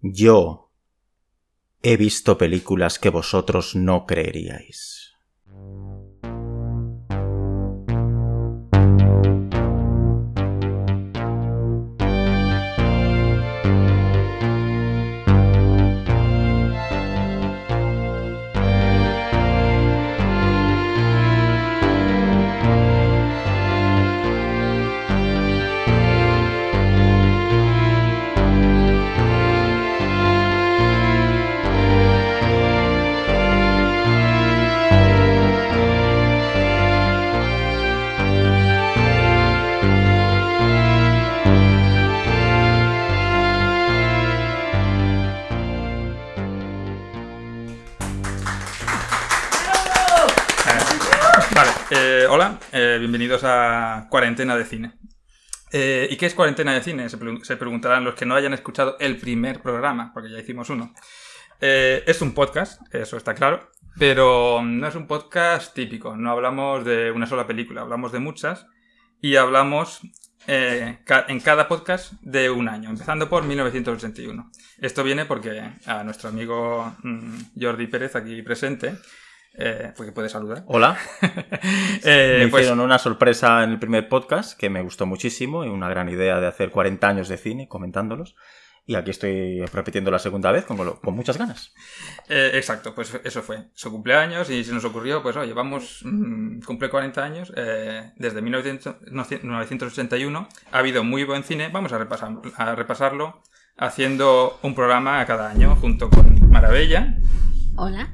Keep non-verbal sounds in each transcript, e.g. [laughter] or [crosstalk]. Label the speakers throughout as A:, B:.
A: Yo he visto películas que vosotros no creeríais.
B: Vale, eh, hola, eh, bienvenidos a Cuarentena de Cine. Eh, ¿Y qué es Cuarentena de Cine? Se, pregun- se preguntarán los que no hayan escuchado el primer programa, porque ya hicimos uno. Eh, es un podcast, eso está claro, pero no es un podcast típico, no hablamos de una sola película, hablamos de muchas y hablamos eh, ca- en cada podcast de un año, empezando por 1981. Esto viene porque a nuestro amigo mm, Jordi Pérez aquí presente, eh, porque puede saludar.
A: Hola,
B: Eh,
A: [laughs] me
B: pues,
A: hicieron una sorpresa en el primer podcast que me gustó muchísimo y una gran idea de hacer 40 años de cine comentándolos. Y aquí estoy repitiendo la segunda vez con, con muchas ganas.
B: eh, exacto, pues eso fue. Su cumpleaños y se nos ocurrió, pues oye, vamos, mm, cumple 40 años, eh, desde 1900 1981 ha habido muy buen cine, vamos a, repasar- a repasarlo haciendo un programa cada año junto con Maravilla.
C: Hola.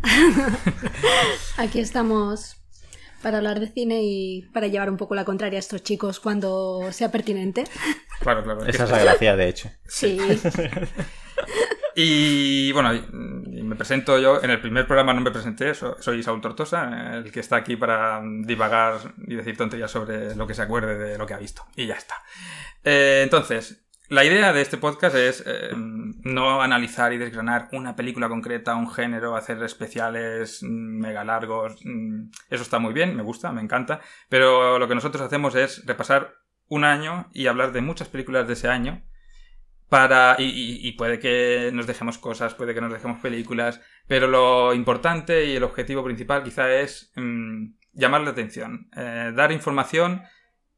C: Aquí estamos para hablar de cine y para llevar un poco la contraria a estos chicos cuando sea pertinente.
B: Claro, claro.
A: Esa [laughs] es la gracia, de hecho.
C: Sí.
B: Y bueno, y- y me presento yo, en el primer programa no me presenté, so- soy Saúl Tortosa, el que está aquí para divagar y decir tonterías sobre lo que se acuerde de lo que ha visto. Y ya está. Eh, entonces, la idea de este podcast es eh, no analizar y desgranar una película concreta, un género, hacer especiales mm, mega largos. mm, Eso está muy bien, me gusta, me encanta. Pero lo que nosotros hacemos es repasar un año y hablar de muchas películas de ese año para y, y- y puede que nos dejemos cosas, puede que nos dejemos películas, pero lo importante y el objetivo principal quizá es mm, llamar la atención, eh, dar información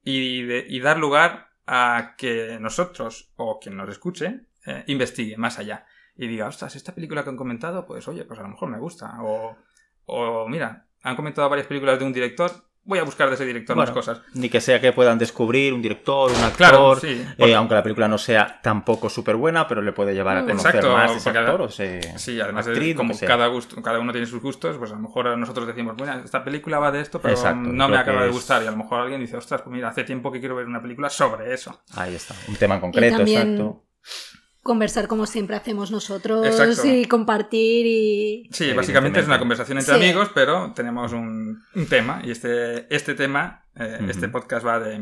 B: y, de- y dar lugar a que nosotros o quien nos escuche eh, investigue más allá y diga, ostras, esta película que han comentado, pues oye, pues a lo mejor me gusta. O, o mira, han comentado varias películas de un director, voy a buscar de ese director
A: Bueno,
B: más cosas.
A: Ni que sea que puedan descubrir un director, un actor,
B: Claro, sí.
A: Eh, aunque la película no sea tampoco súper buena, pero le puede llevar a
C: Mm.
A: conocer
B: Exacto,
A: más de ese
B: porque
A: actor
B: además-
A: o sea,
B: Sí, además de-
A: actriz, lo
B: como
A: que sea.
B: cada gusto, cada uno tiene sus gustos, pues a lo mejor nosotros decimos, bueno, esta película va de esto, pero
A: Exacto,
B: no me
A: creo que
B: acaba de
A: es-
B: gustar. Y a lo mejor alguien dice, ostras, pues mira, hace tiempo que quiero ver una película sobre eso.
A: Ahí está, un tema en concreto,
C: y también
A: exacto.
C: conversar como siempre hacemos nosotros
B: Exacto.
C: y compartir y...
B: Sí, básicamente es una
A: Evidentemente.
B: conversación entre
C: Sí.
B: amigos, pero tenemos un, un tema, y este, este tema, eh,
A: Ujú.
B: este podcast va de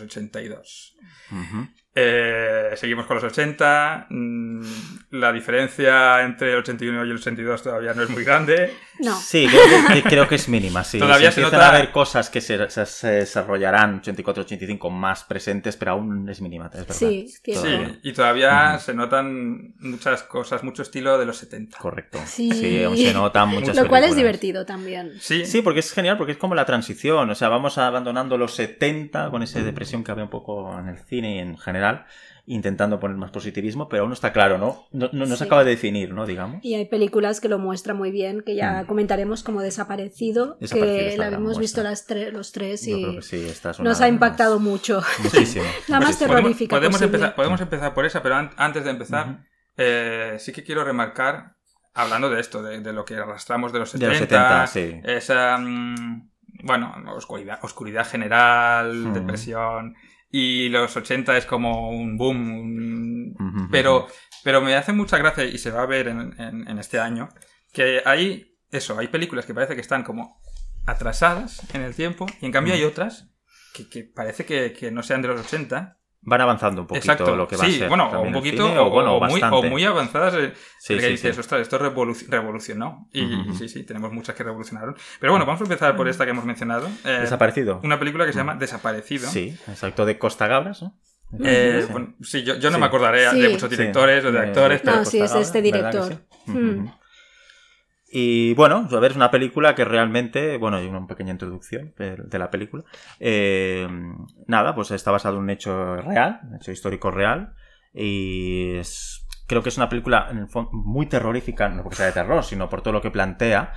B: 1982.
A: Ujú.
B: Eh, seguimos con los 80, mm, la diferencia entre el 81 y el 82 todavía no es muy grande.
C: No.
A: Sí, creo que, que- creo que es mínima. Sí.
B: Todavía se
A: empiezan
B: nota-
A: a haber cosas que se, se- se desarrollarán 84-85 más presentes, pero aún es mínima. Es verdad.
C: [laughs] Sí, cierto.
A: Todavía.
B: Sí, y todavía
A: Ujú.
B: se notan muchas cosas, mucho estilo de los 70.
A: Correcto.
C: Sí.
A: aún se
C: [laughs]
A: notan muchas
C: Lo cual es
A: películas.
C: divertido también.
B: Sí,
A: Sí, porque es genial, porque es como la transición. O sea, vamos abandonando los 70 con esa depresión que había un poco en el cine y en general, intentando poner más positivismo, pero aún no está claro, ¿no? No, no, no se
C: Sí.
A: acaba de definir, ¿no? Digamos.
C: Y hay películas que lo muestran muy bien, que ya
A: Mm.
C: comentaremos como desaparecido,
A: Desaparecido
C: que
A: está
C: la
A: gran
C: hemos
A: muestra.
C: visto las tre- los tres
A: Yo
C: y
A: creo que sí, esta es una
C: nos
A: de
C: ha
A: las-
C: impactado mucho.
A: Muchísimo.
C: La más
A: muchísimo.
B: pues podemos,
C: terrorífica.
B: podemos
C: posible.
B: empezar, podemos empezar por esa, pero an- antes de empezar,
A: Ujú.
B: eh, sí que quiero remarcar, hablando de esto, de, de lo que arrastramos de los 70,
A: De los 70, sí.
B: esa, mm, bueno, oscuridad, oscuridad general,
A: Hmm.
B: depresión, y los 80 es como un boom, un-
A: Ujú,
B: pero,
A: ujú.
B: pero me hace mucha gracia, y se va a ver en, en- en este año, que hay, eso, hay películas que parece que están como atrasadas en el tiempo, y en cambio hay otras que, que parece que, que no sean de los 80,
A: Van avanzando un poquito
B: Exacto.
A: lo que va
B: sí,
A: a ser.
B: Bueno, o
A: también el
B: un poquito,
A: cine,
B: o, o muy,
A: bastante.
B: o muy avanzadas. eh,
A: Sí,
B: porque
A: sí,
B: dices,
A: sí.
B: ostras, esto revoluc- revolucionó. Y,
A: Ujú, ujú.
B: sí, sí, tenemos muchas que revolucionaron. Pero bueno, vamos a empezar por esta que hemos mencionado. eh,
A: Desaparecido.
B: una película que se llama Desaparecido.
A: Sí, exacto, de Costa Gabras, ¿no?
B: Eh, bueno, sí, yo, yo no me acordaré
C: Sí.
B: de muchos directores o de
A: Eh,
B: actores, pero
C: No, sí, es este
A: ¿verdad que
C: director.
A: sí?
C: Mm.
A: Ujú. Y bueno, a ver, es una película que realmente, bueno, hay una pequeña introducción de, de la película. Eh, nada, pues está basado en un hecho real, un hecho histórico real. Y es- creo que es una película en el fondo, muy terrorífica, no porque sea de terror, sino por todo lo que plantea.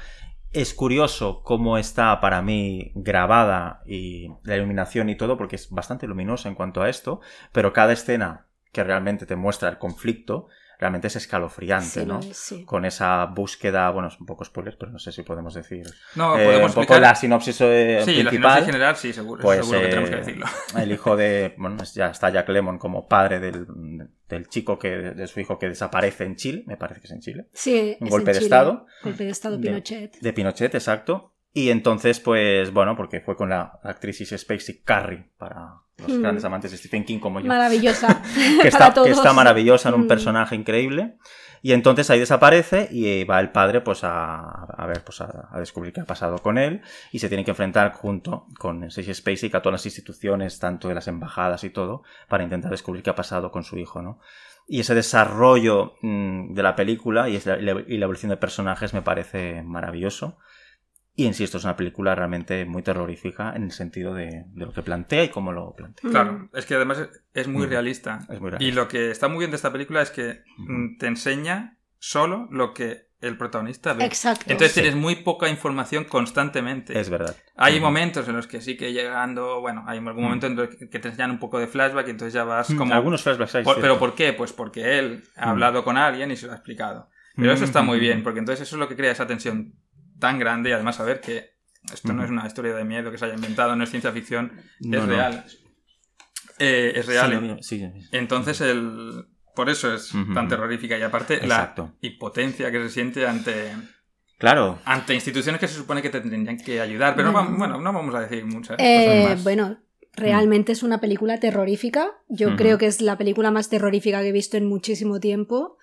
A: Es curioso cómo está para mí grabada y la iluminación y todo, porque es bastante luminosa en cuanto a esto, pero cada escena que realmente te muestra el conflicto realmente es escalofriante,
C: Sí, lo
A: ¿no?
C: es, sí.
A: Con esa búsqueda, bueno, es un poco spoiler, pero no sé si podemos decir.
B: no,
A: eh,
B: podemos
A: un poco
B: explicar.
A: la sinopsis eh,
B: sí, la
A: principal.
B: sinopsis general, sí, seguro, eso
A: Pues,
B: seguro que
A: eh,
B: tenemos que
C: [laughs]
B: decirlo.
A: El hijo de. Bueno, es- ya está Jack Lemon como padre del, del chico que. de su hijo que desaparece en Chile, me parece que es en Chile.
C: Sí,
A: Un
C: es
A: golpe
C: en
A: de
C: Chile.
A: Estado. Mm.
C: Golpe de Estado
A: De-
C: Pinochet.
A: De Pinochet, exacto. Y entonces, pues, bueno, porque fue con la actriz Is Spacey Carrie para los
C: Mm.
A: grandes amantes de Stephen King como yo.
C: Maravillosa.
A: [laughs]
C: [laughs]
A: que
C: para
A: está, que
C: todos.
A: está maravillosa en un
C: Mm.
A: personaje increíble. Y entonces ahí desaparece y eh, va el padre pues a, a ver, pues a, a descubrir qué ha pasado con él y se tiene que enfrentar junto con Stacy Spacey a todas las instituciones, tanto de las embajadas y todo, para intentar descubrir qué ha pasado con su hijo, ¿no? Y ese desarrollo mm, de la película y, es la- y la y la evolución de personajes me parece maravilloso. Y insisto, es una película realmente muy terrorífica en el sentido de, de lo que plantea y cómo lo plantea.
C: Mm.
B: Claro, es que además es- es muy
A: Mm.
B: realista.
A: Es muy
B: Y
A: real.
B: lo que está muy bien de esta película es que
A: Ujú.
B: mm, te enseña solo lo que el protagonista ve.
C: Mm. Exacto.
B: Entonces
A: Sí.
B: tienes muy poca información constantemente.
A: Es verdad.
B: Hay
A: Ujú.
B: momentos en los que sí que llegando, bueno, hay algún momento en los que te enseñan un poco de flashback y entonces ya vas
A: Mm,
B: como...
A: Algunos flashbacks hay,
B: Por-
A: sí.
B: ¿Pero por qué? Pues porque él ha
A: Mm.
B: hablado con alguien y se lo ha explicado. Pero eso está muy
A: Mm.
B: bien, porque entonces eso es lo que crea esa tensión tan grande y además saber que esto no
A: Mm.
B: es una historia de miedo que se haya inventado, no es ciencia ficción,
A: No,
B: es
A: no.
B: real. Eh, es
A: Sí,
B: real.
A: lo digo, sí, sí.
B: Entonces, el... por eso es
A: Ujú.
B: tan terrorífica. Y aparte,
A: Exacto.
B: la impotencia que se siente ante,
A: Claro.
B: ante instituciones que se supone que te tendrían que ayudar. Pero
C: Bueno.
B: va- bueno, no vamos a decir muchas
A: Pues
C: Eh,
B: cosas más.
C: bueno, realmente es una película terrorífica. Yo
A: Ujú.
C: creo que es la película más terrorífica que he visto en muchísimo tiempo.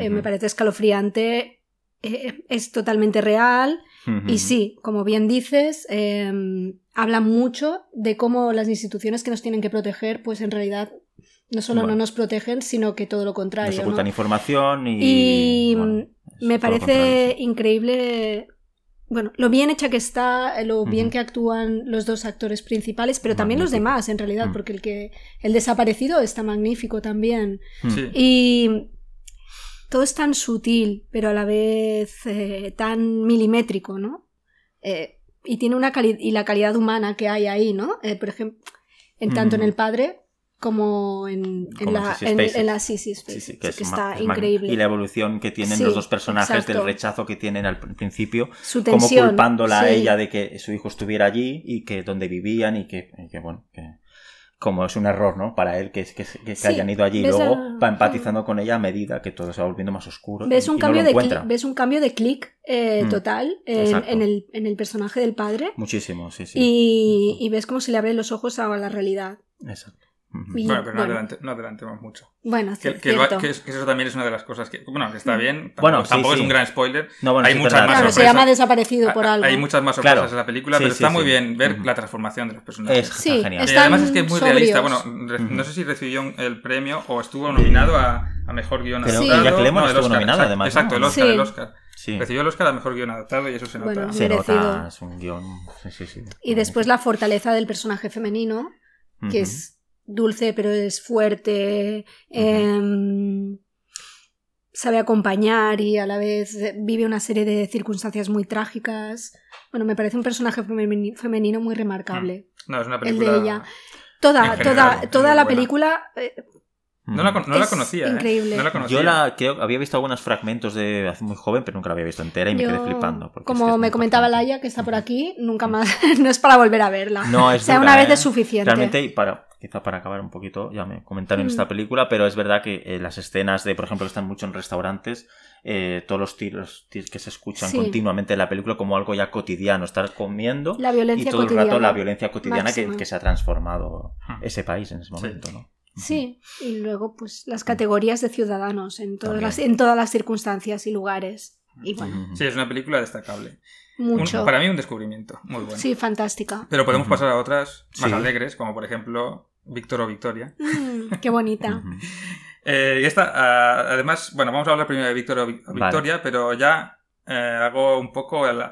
C: Eh, me parece escalofriante. eh, es totalmente real.
A: Ujú.
C: Y sí, como bien dices, eh, habla mucho de cómo las instituciones que nos tienen que proteger, pues en realidad no solo
A: Bueno.
C: no nos protegen, sino que todo lo
A: Nos
C: contrario.
A: ocultan
C: ¿no?
A: información y...
C: Y mm,
A: bueno, es
C: me
A: todo lo
C: parece
A: contrario,
C: increíble, bueno, lo bien hecha que está, lo bien
A: Ujú.
C: que actúan los dos actores principales, pero también los
A: Magnífico.
C: demás, en realidad,
A: Mm.
C: porque el que el desaparecido está magnífico también.
A: sí.
B: Sí.
C: Y todo es tan sutil, pero a la vez eh, tan milimétrico, ¿no? Eh, y tiene una cali- y la calidad humana que hay ahí, ¿no? Eh, por ejemplo, en tanto en
A: Ujú.
C: el padre como en, en
A: Como en
C: la
A: Sissy
C: en,
A: Spacek.
C: en la Sissy Spacek,
A: Sí, sí,
C: que,
A: que es ma-
C: está
A: es magnífico.
C: increíble.
A: Y la evolución que tienen
C: Sí,
A: los dos personajes
C: exacto.
A: del rechazo que tienen al principio,
C: Su
A: como
C: tensión.
A: culpándola a
C: sí.
A: ella de que su hijo estuviera allí y que donde vivían y que, y que, bueno, que como es un error, ¿no? Para él que, que, que
C: Sí,
A: hayan ido allí.
C: ves
A: Luego
C: a-
A: va empatizando con ella a medida que todo se va volviendo más oscuro.
C: ¿Ves
A: y-
C: un,
A: y no
C: cambio
A: lo
C: de
A: encuentra.
C: clic, ves un cambio de clic eh,
A: Mm.
C: total en,
A: Exacto.
C: en el, en el personaje del padre
A: Muchísimo, sí, sí.
C: y, y ves cómo se le abren los ojos a la realidad.
A: Exacto. Ujú.
C: Y-
B: Bueno, pero no,
C: bueno.
B: adelante- no adelantemos mucho.
C: Bueno,
B: Que,
C: ci-
B: que lo-
C: cierto. Mm.
B: que es- que eso también es una de las cosas que, bueno, que está bien. Tampoco,
A: Bueno, sí,
B: tampoco
A: sí.
B: es un gran spoiler.
A: No, bueno,
B: Hay
A: sí,
B: muchas
A: perdón,
B: más
C: Claro, se
A: sorpresa.
C: llama desaparecido por
B: Ha-
A: algo.
B: Ah, Hay muchas más sorpresas
A: Claro.
B: en la película,
A: Sí,
B: pero
A: sí,
B: está muy
A: sí.
B: bien ver
A: Ujú.
B: la transformación de los personajes.
A: Es
C: Sí,
A: genial.
C: es-
B: Eh,
C: Están
B: además es que es muy realista.
C: sobrios.
B: Bueno, re-
A: Ujú.
B: no sé si recibió un- el premio o estuvo nominado a, a mejor guion
A: Pero
B: adaptado.
A: Jack Lemmon
B: No, el
A: estuvo
B: Oscar,
A: nominado,
B: exacto,
A: además, ¿no?
B: Exacto, el Oscar,
C: Sí.
B: el Oscar.
A: Sí.
B: Recibió el Oscar a mejor guion adaptado y eso se nota.
C: Bueno,
A: Se nota,
C: merecido.
A: es un guión. Sí, sí, sí.
C: Y después la fortaleza del personaje femenino,
A: Ujú.
C: que es dulce pero es fuerte, em, sabe acompañar y a la vez eh, vive una serie de circunstancias muy trágicas. Bueno, me parece un personaje femeni- femenino muy remarcable.
A: Mm.
B: No, es una
C: de
B: película.
C: ella. Toda,
B: En general,
C: toda,
B: muy
C: toda la
B: buena.
C: película eh,
A: Ujú.
B: No la, con- no la
C: Es
B: conocía. ¿eh?
C: increíble.
B: No la conocía.
A: Yo la creo, había visto algunos fragmentos de hace muy joven, pero nunca la había visto entera y me
C: Yo,
A: quedé flipando. porque es
C: como
A: que es muy
C: me comentaba
A: importante.
C: Laia, que está por
A: Ujú.
C: aquí, nunca más, [laughs] no es para volver a verla.
A: No,
C: o
A: es
C: sea,
A: dura,
C: una vez
A: ¿eh?
C: es suficiente.
A: Realmente, y para, quizá para acabar un poquito, ya me comentaron
C: Mm.
A: esta película, pero es verdad que eh, las escenas de, por ejemplo, que están mucho en restaurantes, eh, todos los tiros tiros que se escuchan
C: Sí.
A: continuamente en la película como algo ya cotidiano, estar comiendo
C: la
A: y
C: violencia
A: todo el
C: cotidiana.
A: rato la violencia cotidiana que,
C: máxima.
A: que se ha transformado
B: Ah.
A: ese país en ese momento, ¿no?
C: Sí, y luego pues las categorías de ciudadanos en todas,
A: También.
C: las, en todas las circunstancias y lugares. Y bueno,
A: Ujú.
B: Sí, es una película destacable. Un-
C: mucho.
B: para mí un descubrimiento. Muy
A: [laughs]
B: bueno.
C: Sí, fantástica.
B: Pero podemos
A: Ujú.
B: pasar a otras más
A: Sí.
B: alegres, como por ejemplo Víctor o Victoria.
C: Mm, qué bonita.
A: Ujú.
B: Eh, y esta, ah, además, bueno, vamos a hablar primero de Víctor o Vic- o
A: Vale.
B: Victoria, pero ya eh, hago un poco el,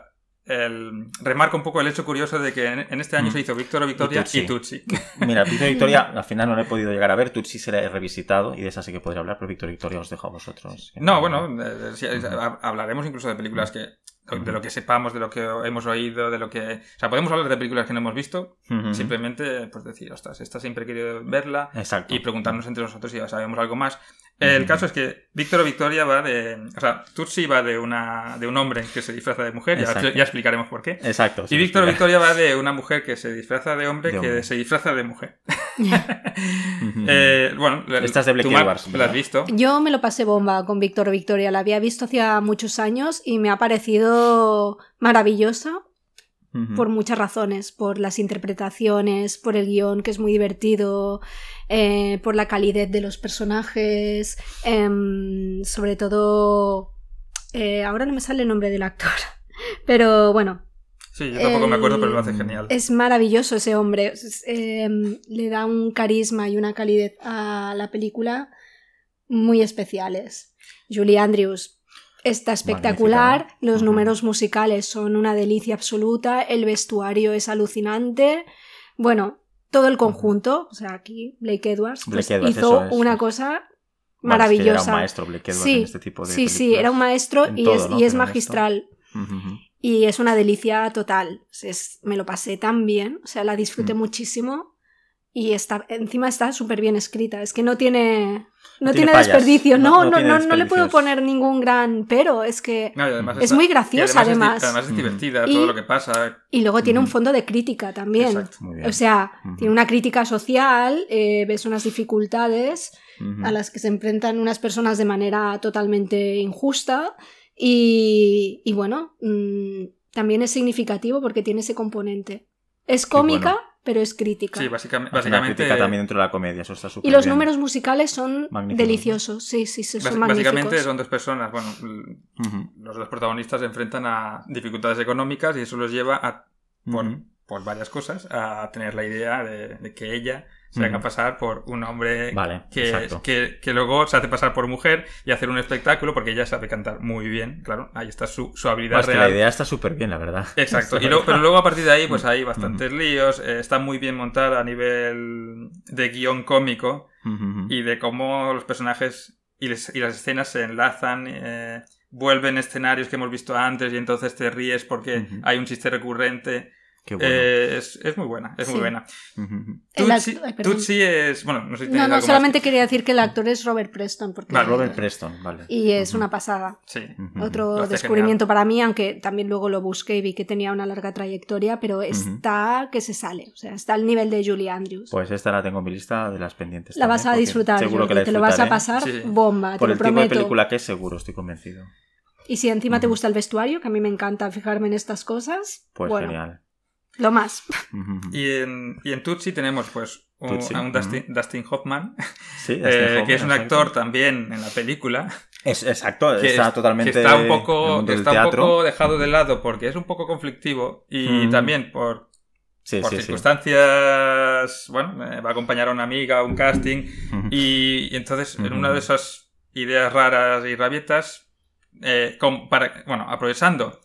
B: el- remarco un poco el hecho curioso de que en, en este año
A: Mm.
B: se hizo Víctor o Victoria
A: Tutsi.
B: y Tutsi.
A: Mira, Víctor y Victoria, al final no lo he podido llegar a ver. Tú sí se la he revisitado y de esa sí que podría hablar, pero Víctor y Victoria os dejo a vosotros.
B: No, bueno, eh, sí, eh, hab- hablaremos incluso de películas que de lo que sepamos, de lo que hemos oído, de lo que... O sea, podemos hablar de películas que no hemos visto,
A: Ujú.
B: simplemente pues decir, ostras, esta siempre he querido verla,
A: Exacto.
B: y preguntarnos entre nosotros si ya sabemos algo más. El
A: Ah. Ujú.
B: caso es que Víctor o Victoria va de. O sea, Tutsi va de, una, de un hombre que se disfraza de mujer, ya,
A: Exacto. Pues
B: ya explicaremos por qué.
A: Exacto. sí,
B: Y Víctor o
A: explica.
B: Victoria va de una mujer que se disfraza de hombre
A: De
B: que
A: hombre.
B: se disfraza de mujer.
A: Ujú.
B: Eh, bueno, la-
A: Esta es de Blake
B: tú, Marc,
A: Edwards,
B: ¿La
A: ¿verdad?
B: has visto?
C: [laughs] Yo me lo pasé bomba con Víctor o Victoria. La había visto hacía muchos años y me ha parecido maravillosa
A: Ujú.
C: por muchas razones. Por las interpretaciones, por el guión que es muy divertido, eh, por la calidez de los personajes, em, sobre todo... eh, ahora no me sale el nombre del actor, [laughs] pero bueno,
B: Sí, yo tampoco me acuerdo, pero lo hace
A: El-
B: genial.
C: es maravilloso ese hombre. Es- eh, le da un carisma y una calidez a la película muy especiales. Julie Andrews está espectacular.
A: Magnífica, ¿no?
C: Los
A: Ujú.
C: números musicales son una delicia absoluta. El vestuario es alucinante. Bueno, todo el conjunto. O sea, aquí Blake Edwards, pues,
A: Blake Edwards, eso
C: hizo
A: es.
C: una cosa
A: Bueno, es que
C: maravillosa.
A: era un maestro Blake Edwards
C: Sí,
A: en este tipo de
C: sí, sí, era un maestro
A: En
C: y
A: todo, ¿no?
C: es, y es
A: Pero en esto-
C: magistral.
A: Ujú.
C: Y es una delicia total. O sea, es- me lo pasé tan bien, o sea, la disfruté
A: Mm.
C: muchísimo. Y está, encima está súper bien escrita. Es que no tiene. No,
A: No
C: tiene,
A: tiene fallas.
C: desperdicio.
A: No- no
C: No, no, no,
A: tiene
C: no le puedo
A: desperdicios.
C: poner ningún gran pero. Es que.
B: No, y además
A: Es
B: está-
C: muy
B: y
C: graciosa,
B: es di-
C: además.
B: además es
A: Ujú.
B: divertida
C: Y-
B: todo lo que pasa.
C: Y luego tiene un
A: Ujú.
C: fondo de crítica también.
B: Exacto.
A: Muy Mm. bien.
C: O sea,
A: Ujú.
C: tiene una crítica social, eh, ves unas dificultades
A: Ujú.
C: a las que se enfrentan unas personas de manera totalmente injusta y, y bueno, mm, también es significativo porque tiene ese componente. Es cómica,
A: bueno.
C: pero es crítica.
B: Sí, básicamente.
A: Hace una
B: básicamente
A: crítica también dentro de la comedia, eso está súper
C: y los
A: bien.
C: números musicales son
A: Magnífico.
C: deliciosos, sí, sí, sí, son
B: bas- básicamente
C: magníficos.
B: son dos personas. Bueno,
A: Ujú.
B: los dos protagonistas se enfrentan a dificultades económicas y eso los lleva a, por,
A: Ujú.
B: por varias cosas a tener la idea de, de que ella se
A: Ujú.
B: haga pasar por un hombre
A: Mm. Vale,
B: que,
A: exacto.
B: que, que luego se hace pasar por mujer y hacer un espectáculo porque ella sabe cantar muy bien, claro, ahí está su, su habilidad
A: Bueno, es Pues que la
B: real.
A: idea Mm. está súper bien, la verdad. [laughs]
B: Exacto,
A: Está
B: y luego- pero luego a partir de ahí pues
A: Ujú.
B: hay bastantes líos, eh, está muy bien montada a nivel de guión cómico,
A: Ujú.
B: y de cómo los personajes y, les- y las escenas se enlazan, eh, vuelven escenarios que hemos visto antes y entonces te ríes porque
A: Ujú.
B: hay un chiste recurrente.
A: Qué bueno.
B: Eh, es, es muy buena, es muy
C: Sí.
B: buena.
A: Ujú.
C: El act-
B: Tutsi,
C: ay, perdón.
B: Tutsi es... Bueno, no sé si
C: no,
B: tenéis
C: no,
B: algo
C: solamente
B: más
C: quería decir que el actor es Robert Preston, porque
B: Vale.
A: Robert Preston, vale.
C: y es
A: Ujú.
C: una pasada.
B: que- Sí.
A: Ujú.
B: Lo
C: Otro
B: hace
C: descubrimiento para mí, aunque también luego lo busqué y vi que tenía una larga trayectoria, pero está que se sale, o sea, está al nivel de Julie Andrews.
A: Pues esta la tengo en mi lista de las pendientes.
C: la
A: también,
C: vas a
A: porque
C: disfrutar,
A: Seguro
C: Jordi,
A: que la
C: te lo vas a
A: disfrutaré.
B: Sí.
C: pasar bomba,
A: Por
C: te
A: el tipo
C: lo
A: de
C: prometo.
A: película que es, seguro, estoy convencido.
C: Y si encima te
A: Ujú.
C: gusta el vestuario, que a mí me encanta fijarme en estas cosas,
A: Pues
C: bueno,
A: genial.
C: lo más.
A: Ujú.
B: Y en, y en Tutsi tenemos pues un,
A: Tutsi,
B: a un
A: ujú.
B: Dustin, Dustin Hoffman,
A: Sí, este
B: eh,
A: [laughs] Dustin Hoffman,
B: que es un
A: exacto.
B: actor también en la película.
A: Es, exacto,
B: que
A: está
B: es-
A: totalmente.
B: que está un
A: en el
B: poco,
A: mundo del
B: está un
A: teatro.
B: poco dejado de lado porque es un poco conflictivo y
A: Mm.
B: también por
A: Sí,
B: por
A: sí, sí.
B: circunstancias, bueno, eh, va a acompañar a una amiga a un casting
A: Ujú.
B: y, y entonces en
A: Ujú.
B: una de esas ideas raras y rabietas, eh, con- para, bueno, aprovechando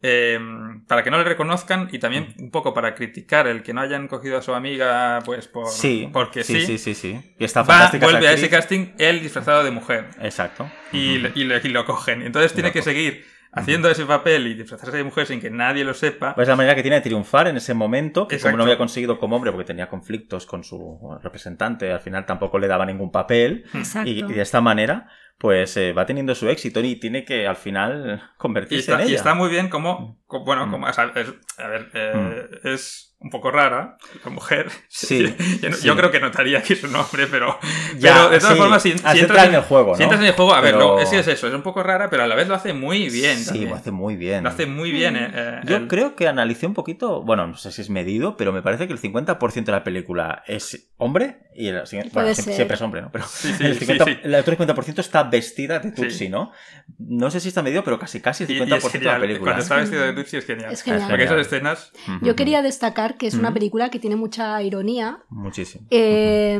B: eh, para que no le reconozcan y también un poco para criticar el que no hayan cogido a su amiga, pues por,
A: sí,
B: porque sí,
A: sí, sí, sí, sí. Y está
B: va,
A: fantástica. esa
B: vuelve a ese
A: actriz.
B: casting él disfrazado de mujer
A: Exacto.
B: y,
A: Ujú.
B: le- y le- y lo cogen. Entonces tiene
A: Lo
B: que
A: cogen.
B: seguir haciendo ese papel y disfrazarse de mujer sin que nadie lo sepa.
A: Pues es la manera que tiene de triunfar en ese momento, que
B: Exacto.
A: como no había conseguido como hombre, porque tenía conflictos con su representante, al final tampoco le daba ningún papel, [laughs]
C: Exacto.
A: y, y de esta manera, pues eh, va teniendo su éxito y tiene que al final
B: Y
A: convertirse
B: está,
A: en
B: y
A: ella.
B: está muy bien como, co- bueno,
A: Mm.
B: como, o sea, es- a ver, eh, es un poco rara la mujer. [laughs]
A: Sí,
B: yo, no-
A: sí.
B: yo creo que notaría que es un hombre, pero,
A: Ya,
B: pero de todas
A: sí.
B: formas, si, si
A: Así
B: entras,
A: en el juego, ¿no?
B: si entras en el juego, a ver,
A: Pero-
B: lo- es que es eso, es un poco rara, pero a la vez lo hace muy bien.
A: Sí,
B: también.
A: lo hace muy bien.
B: Lo hace muy bien. eh, eh,
A: Yo
B: el-
A: creo que analicé un poquito, bueno, no sé si es medido, pero me parece que el 50% de la película es hombre y el siguiente,
C: Puede
A: bueno, siempre,
C: ser.
A: siempre es hombre, ¿no? Pero
B: [laughs] Sí, sí,
A: el,
B: sí,
A: 50
B: sí.
A: el otro 50% está vestida de Tutsi,
B: Sí.
A: ¿no? No sé si está medido, pero casi casi el
B: Y- y es
A: 50% de la
B: genial,
A: película. ¿eh?
B: Cuando está vestido de Tutsi es genial.
C: Es genial.
B: Porque esas
A: genial.
B: escenas
A: Ujú.
C: Yo quería destacar comentar que es una
A: Ujú.
C: película que tiene mucha ironía,
A: Muchísimo.
C: eh,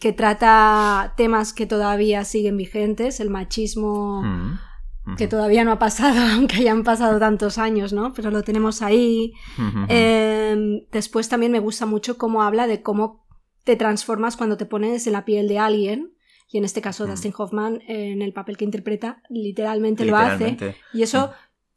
C: que trata temas que todavía siguen vigentes, el machismo
A: Ujú. Ujú.
C: que todavía no ha pasado, [laughs] aunque hayan pasado tantos años, ¿no? Pero lo tenemos ahí.
A: Ujú.
C: Eh, después también me gusta mucho cómo habla de cómo te transformas cuando te pones en la piel de alguien. Y en este caso,
A: Mm.
C: Dustin Hoffman, eh, en el papel que interpreta, literalmente, lo hace.
A: Literalmente.
C: Y eso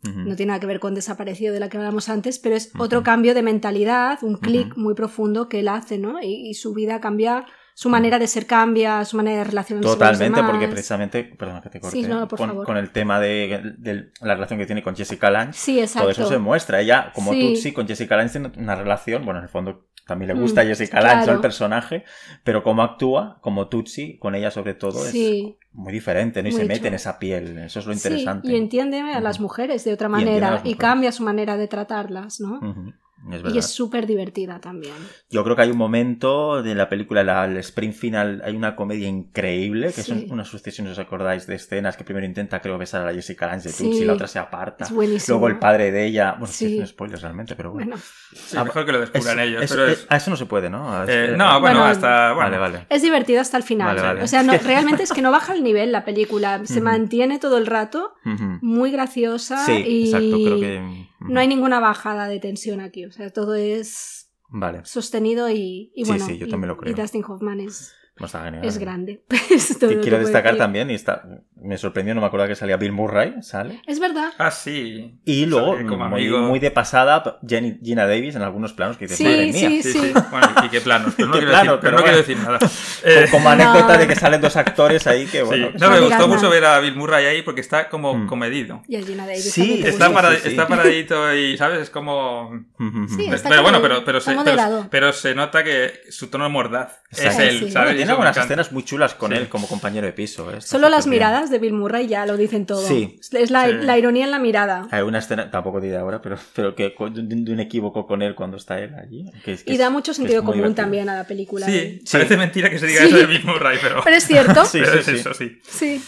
A: Ujú.
C: no tiene nada que ver con desaparecido de la que hablábamos antes, pero es
A: Ujú.
C: otro cambio de mentalidad, un clic
A: Ujú.
C: muy profundo que él hace, ¿no? Y, y su vida cambia, su manera de ser cambia, su manera de relacionarse
A: Totalmente,
C: con los demás.
A: porque precisamente, perdona que te corte,
C: Sí, no, por
A: con,
C: favor.
A: con el tema de, de la relación que tiene con Jessica Lange,
C: Sí, exacto.
A: todo eso se muestra. Ella, como tú,
C: Sí.
A: sí, con Jessica Lange tiene una relación, bueno, en el fondo también le
C: Mm,
A: gusta Jessica Lange, ¿no?
C: claro.
A: el personaje, pero cómo actúa, como Tutsi, con ella sobre todo,
C: Sí.
A: es muy diferente, ¿no? Y
C: Muy
A: se mete en
C: chulo.
A: esa piel, eso es lo
C: Sí,
A: interesante.
C: y entiende a las
A: Ujú.
C: mujeres de otra
A: Y entiende a
C: manera
A: las
C: y,
A: mujeres.
C: cambia su manera de tratarlas, ¿no?
A: Ujú, Es
C: y
A: verdad.
C: es súper divertida también.
A: Yo creo que hay un momento de la película, la- el sprint final, hay una comedia increíble, que
C: Sí.
A: son una sucesión, si os acordáis, de escenas que primero intenta, creo, besar a la Jessica Lange de
C: Sí.
A: Tutsi, la otra se aparta.
C: Es buenísimo.
A: Ah, Luego el padre de ella. Bueno, sí.
C: Sí.
A: es un spoiler realmente, pero bueno.
C: Bueno,
B: Sí,
A: Ah,
B: mejor que lo descubran
A: Es-
B: ellos,
A: es-
B: pero
A: eh,
B: es...
A: A eso no se puede, ¿no? Es-
B: eh,
A: eh,
B: no, bueno,
C: Bueno,
B: hasta... Bueno,
A: Vale, vale.
C: es divertido hasta el final. ¿eh?
A: Vale, vale. [laughs]
C: O sea, no, realmente es que no baja el nivel la película. Se
A: Ujú.
C: mantiene todo el rato,
A: Ujú.
C: muy graciosa
A: Sí,
C: y
A: exacto, creo que. ujú.
C: no hay ninguna bajada de tensión aquí. O sea, todo es
A: Vale,
C: sostenido y, y
A: Sí,
C: bueno.
A: sí, yo
C: y-
A: también lo creo.
C: Y Dustin Hoffman es,
A: no está genial.
C: es grande. [laughs] Es todo
A: Que
C: lo
A: quiero
C: que puedo
A: destacar
C: decir.
A: también, y está, me sorprendió, no me acordaba que salía Bill Murray, sale.
C: Es verdad.
B: Ah, sí.
A: Y luego,
B: Sale como
A: muy,
B: amigo.
A: muy de pasada, Jenny- Gina Davis en algunos planos que dices,
C: Sí,
A: madre mía.
B: Sí,
C: Sí.
B: sí. Bueno, y
A: [laughs]
B: qué planos, pero no,
A: Qué
B: quiero,
A: planos,
B: decir, pero
A: pero
B: no
A: bueno.
B: quiero
A: [laughs]
B: decir nada. Eh,
A: Como anécdota
C: No.
A: de que salen dos actores ahí que,
B: sí.
A: [laughs] bueno.
B: No, me
C: No
B: gustó
C: digas
B: mucho
C: nada.
B: ver a Bill Murray ahí porque está como
A: Mm.
B: comedido.
C: Y a Gina Davis
A: Sí,
C: también te
B: Está,
C: gusta.
A: para-
B: paradi-
A: sí.
B: está paradito y, ¿sabes? Es como...
A: Mm,
C: Sí,
A: Ujú.
C: está
B: pero bueno,
C: como-
B: pero, pero,
C: está
B: se,
C: moderado.
B: pero, pero se nota que su tono mordaz es
A: Exacto.
B: él,
C: Sí.
B: ¿sabes?
A: Bueno,
B: Y
A: tiene
B: eso me
A: algunas
B: encanta.
A: escenas muy chulas con
B: Sí.
A: él como compañero de piso. ¿eh? Está
C: Solo las
A: superbién.
C: miradas de Bill Murray ya lo dicen todo.
A: Sí. Ah,
C: Es la,
B: Sí.
C: la ironía en la mirada.
A: Hay una escena, tampoco diré ahora, pero, pero que con- de, un- de un equívoco con él cuando está él allí. que es- que
C: Y
A: es-
C: da mucho
A: que
C: sentido
A: es muy
C: común
A: divertido.
C: también a la película.
B: Sí,
A: Sí.
B: parece mentira que se diga
C: Sí.
B: eso de Bill Murray, [laughs] pero,
C: Pero es cierto.
A: Sí,
B: pero
A: sí,
B: es
A: sí.
B: eso, sí.
C: Sí.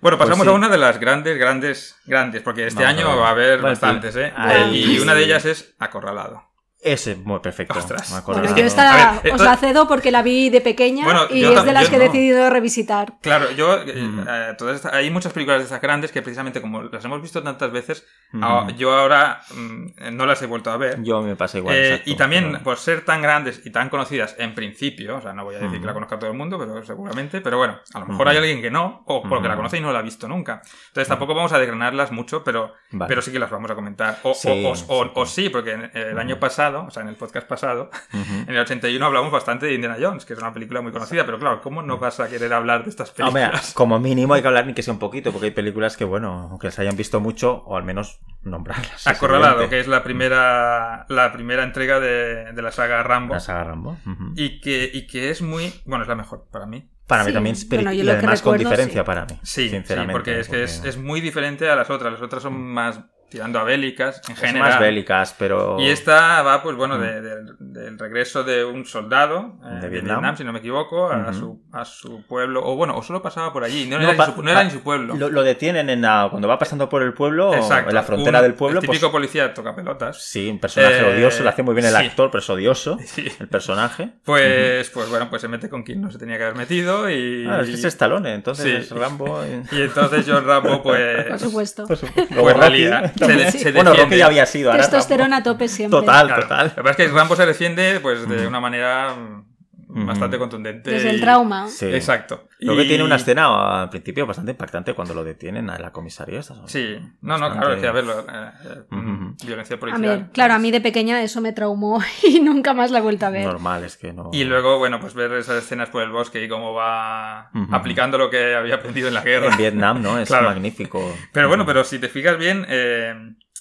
B: Bueno,
A: Pues
B: pasamos
A: sí.
B: a una de las grandes, grandes, grandes, porque este
A: Vamos a
B: año
A: ver.
B: va a haber
A: Vale,
B: bastantes, ¿eh?
A: ahí.
B: Y una de ellas es Acorralado.
A: Ese, muy perfecto.
B: Ostras.
A: me acuerdo.
C: Bueno, yo
B: A
C: esta
B: ver,
C: os
B: esto-
C: la cedo porque la vi de pequeña
B: Bueno,
C: y
B: yo
C: es
B: tam-
C: de las
B: yo
C: que he
B: no.
C: decidido revisitar.
B: Claro, yo. eh,
A: Mm.
B: eh, todas estas- hay muchas películas de estas grandes que precisamente como las hemos visto tantas veces,
A: Ujú.
B: ah, yo ahora mm, no las he vuelto a ver.
A: Yo me pasa igual.
B: Eh,
A: exacto,
B: y también
A: pero-
B: por ser tan grandes y tan conocidas en principio, o sea, no voy a decir que la
A: Ujú.
B: conozca todo el mundo, pero seguramente, pero bueno, a lo mejor
A: Ujú.
B: hay alguien que no, o porque la
A: Ujú.
B: conoce y no la ha visto nunca. Entonces tampoco vamos a desgranarlas mucho, pero,
A: Vale.
B: pero sí que las vamos a comentar. O o- o- o- o
A: Sí,
B: sí,
A: sí,
B: porque en eh, el año
A: Ujú.
B: pasado, o sea, en el podcast pasado, [laughs]
A: Ujú. Ah,
B: en el 81 hablamos bastante de Indiana Jones, que es una película muy conocida, pero claro, ¿cómo no vas a querer hablar de estas
A: Hombre,
B: películas? [laughs]
A: como mínimo hay que hablar ni que sea un poquito, porque hay películas que, bueno, aunque las hayan visto mucho, o al menos nombrarlas. es
B: Acorralado, que
A: evidente.
B: es la primera, la primera entrega de, de la saga Rambo.
A: La saga Rambo. ujú.
B: Y que, y que es muy. Bueno, es la mejor para mí.
A: Para mí
C: Sí,
A: también, pero-
C: bueno, yo
A: y
C: lo que
A: además con
C: recuerdo,
A: diferencia
C: sí.
A: para mí.
B: Sí,
A: sinceramente.
B: sí, porque es que es, es muy diferente a las otras. Las otras son más tirando a bélicas
A: son
B: en general.
A: más bélicas, pero.
B: Y esta va, pues bueno, de- del- del regreso de un soldado eh,
A: De
B: de
A: Vietnam.
B: Vietnam, si no me equivoco, a,
A: Ujú.
B: su, a su pueblo. O bueno, o solo pasaba por allí. No,
A: No,
B: era,
A: pa-
B: ni su, no era
A: pa-
B: ni su pueblo.
A: Lo, lo detienen en la- cuando va pasando por el pueblo, en la frontera
B: Un-
A: del pueblo.
B: El
A: pues,
B: típico policía toca pelotas.
A: sí, un personaje
B: Eh,
A: odioso, lo hace muy bien el
B: sí.
A: actor, pero es
B: [laughs]
A: odioso
B: Sí.
A: el personaje.
B: Pues, pues bueno, pues se mete con quien no se tenía que haber metido y.
A: Ah, es que es Stallone, entonces
B: Sí.
A: es Rambo.
B: [laughs]
A: eh.
B: Y entonces John
A: [laughs]
B: Rambo, pues.
C: Por supuesto.
A: Luego
B: en
A: Rocky,
B: realidad,
A: ¿eh? [laughs]
B: se
A: También.
B: de- se
A: bueno, Rocky
B: defiende.
A: ya había sido. Ahora
C: Testosterona a tope siempre.
A: Rambo. Total,
B: Claro.
A: total.
B: La verdad es que Rambo se defiende pues de
A: Ujú.
B: una manera mm,
A: Ujú.
B: bastante contundente.
C: Desde el
B: y-
C: trauma.
A: Sí.
B: Exacto.
A: Creo que
B: Y-
A: tiene una escena al principio bastante impactante cuando lo detienen en la comisaría. estas son-
B: Sí, no, no,
A: Bastante-
B: claro, es que a verlo. eh, eh,
A: Ujú.
B: Violencia
C: A
B: policial.
C: ver, claro, a mí de pequeña eso me traumó [laughs] y nunca más la he vuelto a ver.
A: Normal, es que no.
B: Y luego, bueno, pues ver esas escenas por el bosque y cómo va
A: Ujú.
B: aplicando lo que había aprendido en la
A: En
B: guerra.
A: Vietnam, ¿no? Es
B: Claro.
A: magnífico.
B: Pero bueno,
A: Ujú.
B: pero si te fijas bien, eh,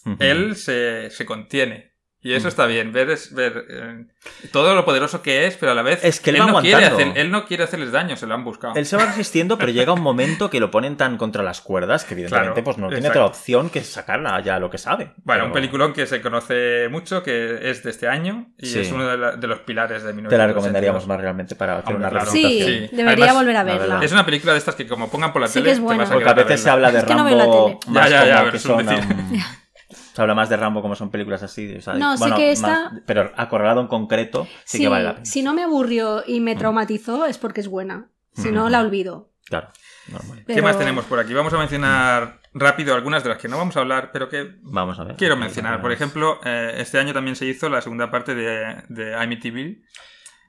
A: Ujú.
B: él se, se contiene. Y eso
A: Ujú.
B: está bien, ver, es- ver eh, todo lo poderoso que es, pero a la vez
A: Es que él
B: él,
A: va
B: no quiere
A: aguantando.
B: hacer- él no quiere hacerles daño, se lo han buscado.
A: Él se va resistiendo, pero llega un momento que lo ponen tan contra las cuerdas que evidentemente
B: Claro,
A: pues no tiene
B: exacto.
A: otra opción que sacarla ya lo que sabe.
B: Bueno,
A: Pero
B: un peliculón que se conoce mucho, que es de este año y
A: Sí.
B: es uno de, la- de los pilares de 1982.
A: Te la recomendaríamos más realmente para hacer
B: Hombre,
A: una
B: claro.
C: Sí,
A: representación.
B: Sí.
C: debería
B: Además,
C: volver a
A: la
C: verla.
A: verdad.
B: Es una película de estas que como pongan por la
C: Sí
B: tele
C: que es
B: te
C: buena.
B: vas a
A: Porque a
B: quedar a
A: veces se
B: verla.
A: habla de
C: Es que no
A: Rambo
C: veo la tele.
A: más
B: Ya, ya, ya,
A: como
B: pero
A: que
B: es un
A: son a
B: decir.
A: un- Se habla más de Rambo como son películas así. o sea,
C: No, sé
A: bueno,
C: que esta-
A: más- pero acorralado en concreto sí,
C: Sí,
A: que vale la pena.
C: si no me aburrió y me traumatizó es porque es buena. Si no,
A: Mm.
C: la olvido.
A: Claro, normal.
B: ¿Qué
C: Pero-
B: más tenemos por aquí? Vamos a mencionar rápido algunas de las que no vamos a hablar, pero que
A: Vamos a ver.
B: quiero mencionar. Por ejemplo, eh, este año también se hizo la segunda parte de, de Amityville,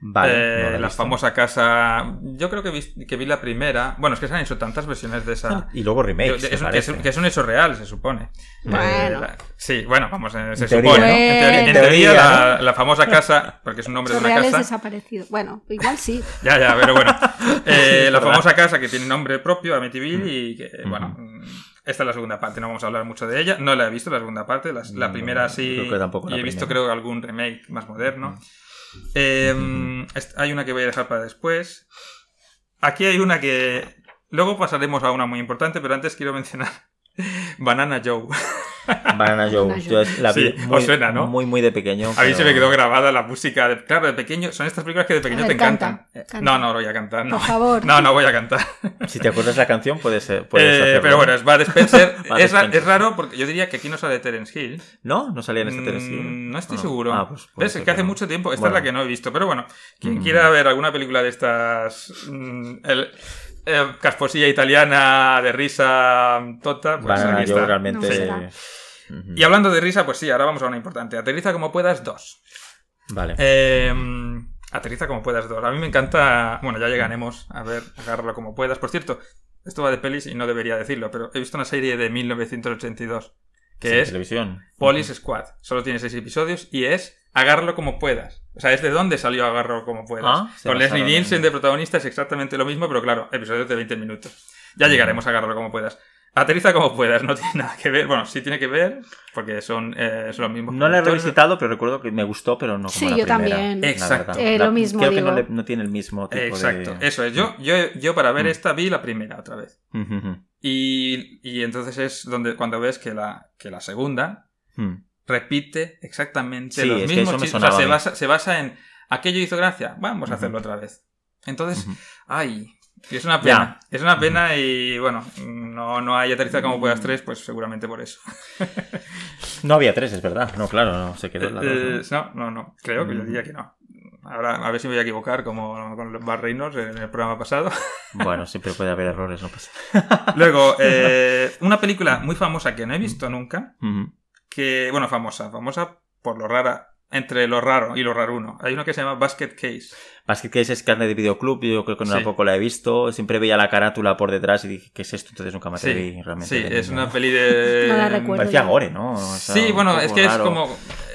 A: Vale,
B: eh,
A: no la he
B: la
A: visto.
B: famosa casa. Yo creo que vi, que vi la primera. Bueno, es que se han hecho tantas versiones de esa.
A: Y luego remakes. Ah,
B: Yo-
A: me
B: es un- es
A: parece.
B: un- que es un hecho real, se supone.
C: Bueno.
B: Eh, la- sí, bueno, vamos, eh, se
A: En teoría, ¿no?
B: supone. En teoría, en
A: Bueno.
B: teoría, la,
A: ¿no?
B: la famosa casa, porque es un nombre de una
C: Reales
B: casa.
C: desaparecido. Bueno, igual sí.
B: Ya, ya,
A: [laughs]
B: pero bueno. Eh,
A: Es
B: la
A: verdad.
B: famosa casa que tiene nombre propio, Amityville,
A: Mm.
B: y que,
A: Ujú.
B: bueno, mm, esta es la segunda parte, no vamos a hablar mucho de ella. No la he visto, la segunda parte, las- la,
A: No,
B: primera sí.
A: creo que tampoco
B: y
A: la
B: he visto,
A: primera.
B: creo, algún remake más moderno. Eh, est- hay una que voy a dejar para después. Aquí hay una que. Luego pasaremos a una muy importante, pero antes quiero mencionar [laughs] Banana Joe.
A: Banana Joe.
C: Banana
A: Yo es- la vi
B: Sí, os
A: muy,
B: suena, ¿no?
A: Muy, muy de pequeño.
B: A mí se
A: pero-
B: me quedó grabada la música. de- claro, de pequeño. Son estas películas que de pequeño
C: ver,
B: te encantan.
C: canta,
B: Eh,
C: canta.
B: No, no voy a cantar. No,
C: Por favor.
B: no, no voy a cantar.
A: Si te acuerdas la canción, puede ser. puedes
B: Eh,
A: hacerlo.
B: pero bueno, es Bad Spencer.
A: [laughs] Bud
B: es, ra-
A: Spencer.
B: es raro porque yo diría que aquí no sale Terence Hill.
A: ¿No? ¿No salía en este
B: Mm,
A: Terence Hill?
B: no estoy
A: Ah,
B: seguro.
A: ah, pues puede
B: ¿Ves? Es
A: ser
B: que hace
A: no.
B: mucho tiempo. Esta
A: Bueno,
B: es la que no he visto. Pero bueno, quien
A: Mm.
B: quiera ver alguna película de estas. mm, el, eh, casposilla italiana de risa tota, pues
A: Banana
B: aquí
A: Joe
B: está.
A: realmente.
C: No será.
A: Ujú.
B: Y hablando de risa, pues sí, ahora vamos a una importante. Aterriza como puedas dos.
A: Vale.
B: Eh, aterriza como puedas, dos. A mí me encanta. Bueno, ya llegaremos. A ver, agárralo como puedas. Por cierto, esto va de pelis y no debería decirlo, pero he visto una serie de 1982 que
A: Sí,
B: es
A: televisión.
B: Police Squad. Solo tiene seis episodios y es Agárralo como puedas. O sea, es de dónde salió Agárralo como puedas.
A: Ah, se
B: Con Leslie
A: basaron en-
B: Nielsen de protagonista es exactamente lo mismo, pero claro, episodios de 20 minutos. Ya llegaremos a Agárralo como puedas. Aterriza como puedas, no tiene nada que ver. Bueno, sí tiene que ver, porque son, eh, son los mismos.
A: No la he
B: productores.
A: revisitado, pero recuerdo que me gustó, pero no como
C: Sí,
A: la
C: yo
A: primera,
C: también.
A: la
B: Exacto.
A: verdad.
C: Eh,
A: La-
C: lo mismo
A: Creo que no,
C: digo.
A: le- no tiene el mismo tipo
B: Exacto,
A: de...
B: eso es. Yo, yo, yo para ver
A: Mm.
B: esta vi la primera otra vez.
A: Ujú, ujú,
B: Y, y entonces es donde cuando ves que la, que la segunda
A: ujú.
B: repite exactamente
A: Sí,
B: los
A: es que eso
B: mismos
A: me
B: chistes. O sea,
A: sonaba
B: se
A: a mí.
B: basa, se basa en aquello hizo gracia, vamos a
A: Ujú.
B: hacerlo otra vez. Entonces,
A: Ujú.
B: ay, y es una pena. Es una pena y bueno, no, no hay aterrizar como puedas
A: Mm.
B: tres, pues seguramente por eso.
A: No había tres, es verdad. No, claro, no, se quedó en la dos, ¿no?
B: Eh, no, no, no. Creo que yo
A: Mm.
B: diría que no. Ahora, a ver si me voy a equivocar, como con los Bar Reynolds en el programa pasado. eh,
A: Bueno, siempre puede haber errores, no pasa nada.
B: Luego, eh, una película muy famosa que no he visto nunca,
A: Ujú.
B: que, bueno, famosa, famosa por lo rara, entre lo raro y lo raruno. Hay una que se llama Basket Case.
A: Basket Case es carne de videoclub, yo creo que no
B: Sí.
A: tampoco la he visto. Siempre veía la carátula por detrás y dije, ¿qué es esto? Entonces nunca me
B: Sí,
A: atreví realmente.
B: sí,
A: de
B: es
A: ninguna.
B: una peli de...
C: No la recuerdo.
A: Parecía gore, ¿no? O sea,
B: Sí,
A: un
B: bueno,
A: poco
B: es que
A: raro.
B: es como...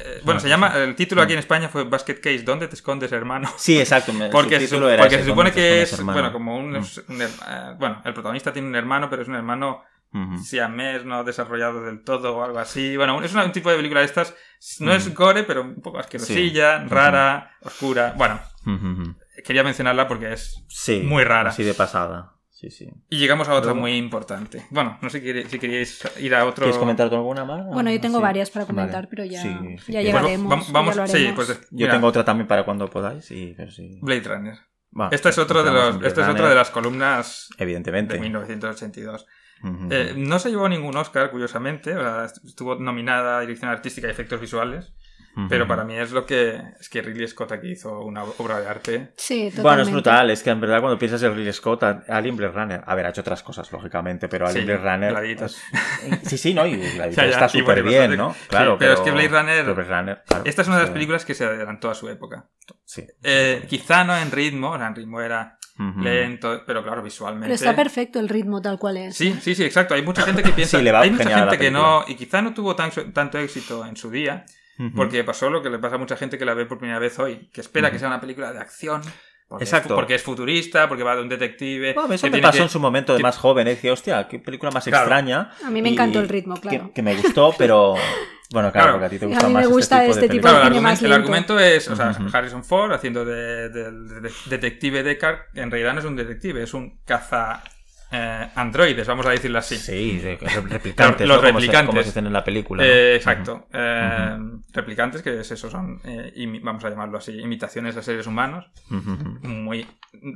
B: eh, Bueno, se llama... El título aquí en España fue Basket Case. ¿Dónde te escondes, hermano?
A: Sí, exacto. me- el
B: [laughs] Porque, se,
A: subtítulo
B: su-
A: era
B: porque
A: ese,
B: se supone
A: con- con
B: que
A: ese
B: es...
A: hermano. Mm.
B: Bueno, como un... un her- eh, bueno, el protagonista tiene un hermano, pero es un hermano
A: Ujú.
B: siamés no desarrollado del todo o algo así. Bueno, es una- un tipo de película de estas. No es gore, pero un poco asquerosilla,
A: Mm. Sí.
B: rara, oscura. Bueno,
A: Ujú, ujú.
B: quería mencionarla porque es...
A: Sí.
B: Muy rara.
A: Así de pasada. Sí, sí.
B: Y llegamos a otra
A: Luego-
B: muy importante. Bueno, no sé quere- si queríais ir a otro...
A: ¿Quieres comentar tú alguna más?
C: Bueno, yo tengo
A: Sí.
C: varias para
A: Vale.
C: comentar, pero ya,
A: Sí, sí,
C: ya
A: sí.
B: Bueno,
C: llegaremos.
B: vam- Pues vamos,
C: ya lo
B: sí,
C: haremos.
B: pues
A: Yo
B: mira,
A: tengo otra también para cuando podáis. Y, pero sí.
B: Blade Runner.
A: Bueno,
B: Esta es otra de
A: entramos
B: los,
A: en
B: esta es
A: Blade
B: otra de
A: Runner,
B: las columnas de
A: Evidentemente.
B: 1982.
A: Ujú.
B: Eh, no se llevó ningún Oscar, curiosamente. O sea, estuvo nominada a dirección artística y efectos visuales.
A: Ujú.
B: Pero para mí es lo que. Es que Ridley Scott aquí hizo una obra de arte.
C: Sí,
A: Bueno, es
C: totalmente.
A: brutal, es que en verdad cuando piensas en Ridley Scott, a- Alien Blade Runner, a ver, ha hecho otras cosas, lógicamente, pero Alien
B: Sí,
A: Blade Runner...
B: Gladiator.
A: es- Sí, sí, no, y
B: [laughs]
A: Gladiator
B: Ya,
A: está
B: ya, y bueno,
A: súper
B: y
A: bien,
B: bastante-
A: ¿no?
B: sí,
A: Claro,
B: pero es que Blade Runner-
A: pero Blade Runner, claro,
B: Esta es una de las
A: sí,
B: películas que se adelantó a su época.
A: Sí.
B: Eh, quizá no en ritmo, o sea, en ritmo era
A: Ujú.
B: lento, pero claro, visualmente.
C: Pero está perfecto el ritmo tal cual es.
B: Sí, sí, sí, exacto. Hay
A: [laughs]
B: mucha gente que piensa.
A: Sí, le va
B: hay mucha
A: genial a la
B: gente que no. Y quizá no tuvo tan su- tanto éxito en su día.
A: Ujú.
B: Porque pasó lo que le pasa a mucha gente que la ve por primera vez hoy, que espera
A: Ujú.
B: que sea una película de acción. Porque
A: Exacto.
B: Es, porque es futurista, porque va de un detective.
A: Bueno, eso
B: que
A: me
B: tiene
A: pasó
B: que-
A: en su momento de
B: que-
A: más joven, ¿eh? decía, hostia, qué película más
B: Claro.
A: extraña.
C: A mí me
A: Y
C: encantó el ritmo, claro.
A: Que, que me gustó, pero... Bueno, claro,
B: Claro.
A: porque a ti te
C: A
A: gusta
C: mí
A: más
C: me gusta
A: este
C: este
A: tipo
C: tipo
A: de
C: de
B: Claro, el,
A: películas.
C: cine más
B: argumento, el
C: lento.
B: argumento es, o sea,
A: Ujú.
B: Harrison Ford haciendo de- del de- detective Deckard, en realidad no es un detective, es un caza eh, androides, vamos a decirlo así. Eh,
A: Sí, de- replicantes, ¿no? Como se- Como se,
B: Los replicantes.
A: hacen en la película. ¿no?
B: Eh,
A: Ujú.
B: exacto. Eh, replicantes, que es eso, son, eh, imi- vamos a llamarlo así, imitaciones a seres humanos,
A: Ujú.
B: muy,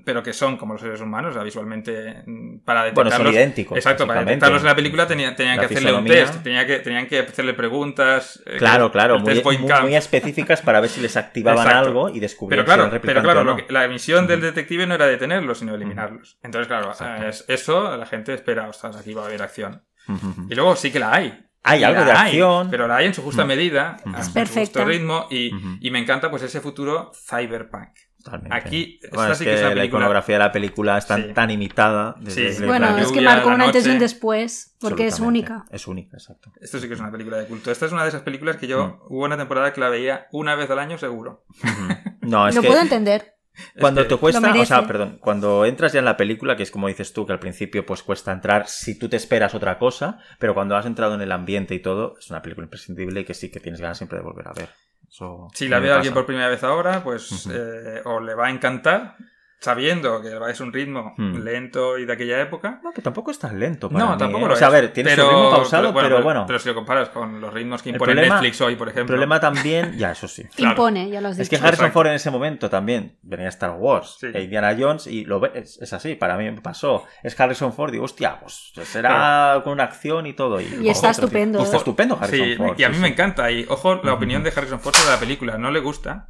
B: pero que son como los seres humanos, o sea, visualmente, mm, para
A: Bueno, son
B: detectarlos.
A: idénticos.
B: Exacto, para
A: básicamente.
B: detectarlos en la película tenía- tenían
A: La
B: que hacerle un
A: fisonomía.
B: test, tenía que, tenían que hacerle preguntas. eh,
A: Claro, claro,
B: el
A: muy,
B: test point
A: muy-
B: count.
A: muy específicas para ver si les activaban
B: Exacto.
A: algo y descubrir
B: Pero
A: si
B: claro,
A: eran
B: pero
A: replicantes
B: claro
A: o no.
B: lo que- la misión del
A: Ujú.
B: detective no era detenerlos, sino eliminarlos. Entonces, claro, eh,
A: Exacto.
B: es- eso la gente espera, ostras, aquí va a haber acción.
A: Ujú, ujú.
B: Y luego sí que la hay.
A: Hay
B: Y
A: algo
B: la
A: de
B: hay,
A: acción.
B: pero la hay en su justa
A: Mm.
B: medida,
A: Mm.
B: a
A: Es
B: su
C: perfecta.
B: justo ritmo, y,
A: Ujú.
B: y me encanta pues ese futuro cyberpunk.
A: Totalmente.
B: Aquí,
A: Bueno,
B: esta
A: es
B: sí
A: que,
B: que es la
A: la
B: película.
A: iconografía de la película es tan,
B: Sí.
A: tan imitada. desde
B: Sí.
A: Blade
C: Bueno,
A: Runner.
C: es que
B: lluvia,
C: marcó
B: la
C: un antes y un
B: noche.
C: después, porque es
A: Absolutamente.
C: única.
A: Es única, exacto.
B: Esto sí que es una película de culto. Esta es una de esas películas que yo hubo una temporada que la veía una vez al año seguro.
A: Ujú.
C: [laughs]
A: No, es
C: Lo
A: que
C: puedo entender.
B: Es
A: cuando
B: que-
A: te cuesta, o
C: merece.
A: sea, perdón, cuando entras ya en la película, que es como dices tú, que al principio pues cuesta entrar si tú te esperas otra cosa, pero cuando has entrado en el ambiente y todo, es una película imprescindible y que sí que tienes ganas siempre de volver a ver. Eso
B: Si la
A: me
B: ve
A: pasa.
B: alguien por primera vez ahora, pues
A: Ujú.
B: eh, o le va a encantar, sabiendo que es un ritmo
A: Mm.
B: lento y de aquella época.
A: No, que tampoco es tan lento. Para
B: No,
A: mí,
B: tampoco
A: ¿eh?
B: lo
A: O sea, a
B: es.
A: ver, tienes
B: Pero-
A: un ritmo pausado, pero bueno.
B: Pero si lo comparas con los ritmos que
A: El
B: impone
A: problema-
B: Netflix hoy, por
A: el
B: ejemplo.
A: problema también, ya, eso sí.
B: Claro.
C: Impone, ya lo has
A: Es
C: dicho.
A: que Harrison
B: Exacto.
A: Ford en ese momento también venía Star Wars
B: Sí.
A: e Indiana Jones y lo ves, es así, para mí me pasó. Es Harrison Ford, digo, hostia, pues será
B: Claro.
A: con una acción y todo. Y,
C: Y está
A: ojo,
C: estupendo,
A: y
C: ¿eh?
A: está estupendo Harrison
B: Sí,
A: Ford.
B: y a
A: sí,
B: mí
A: sí.
B: me encanta. Y ojo, la
A: Ujú.
B: opinión de Harrison Ford sobre la película. No le gusta.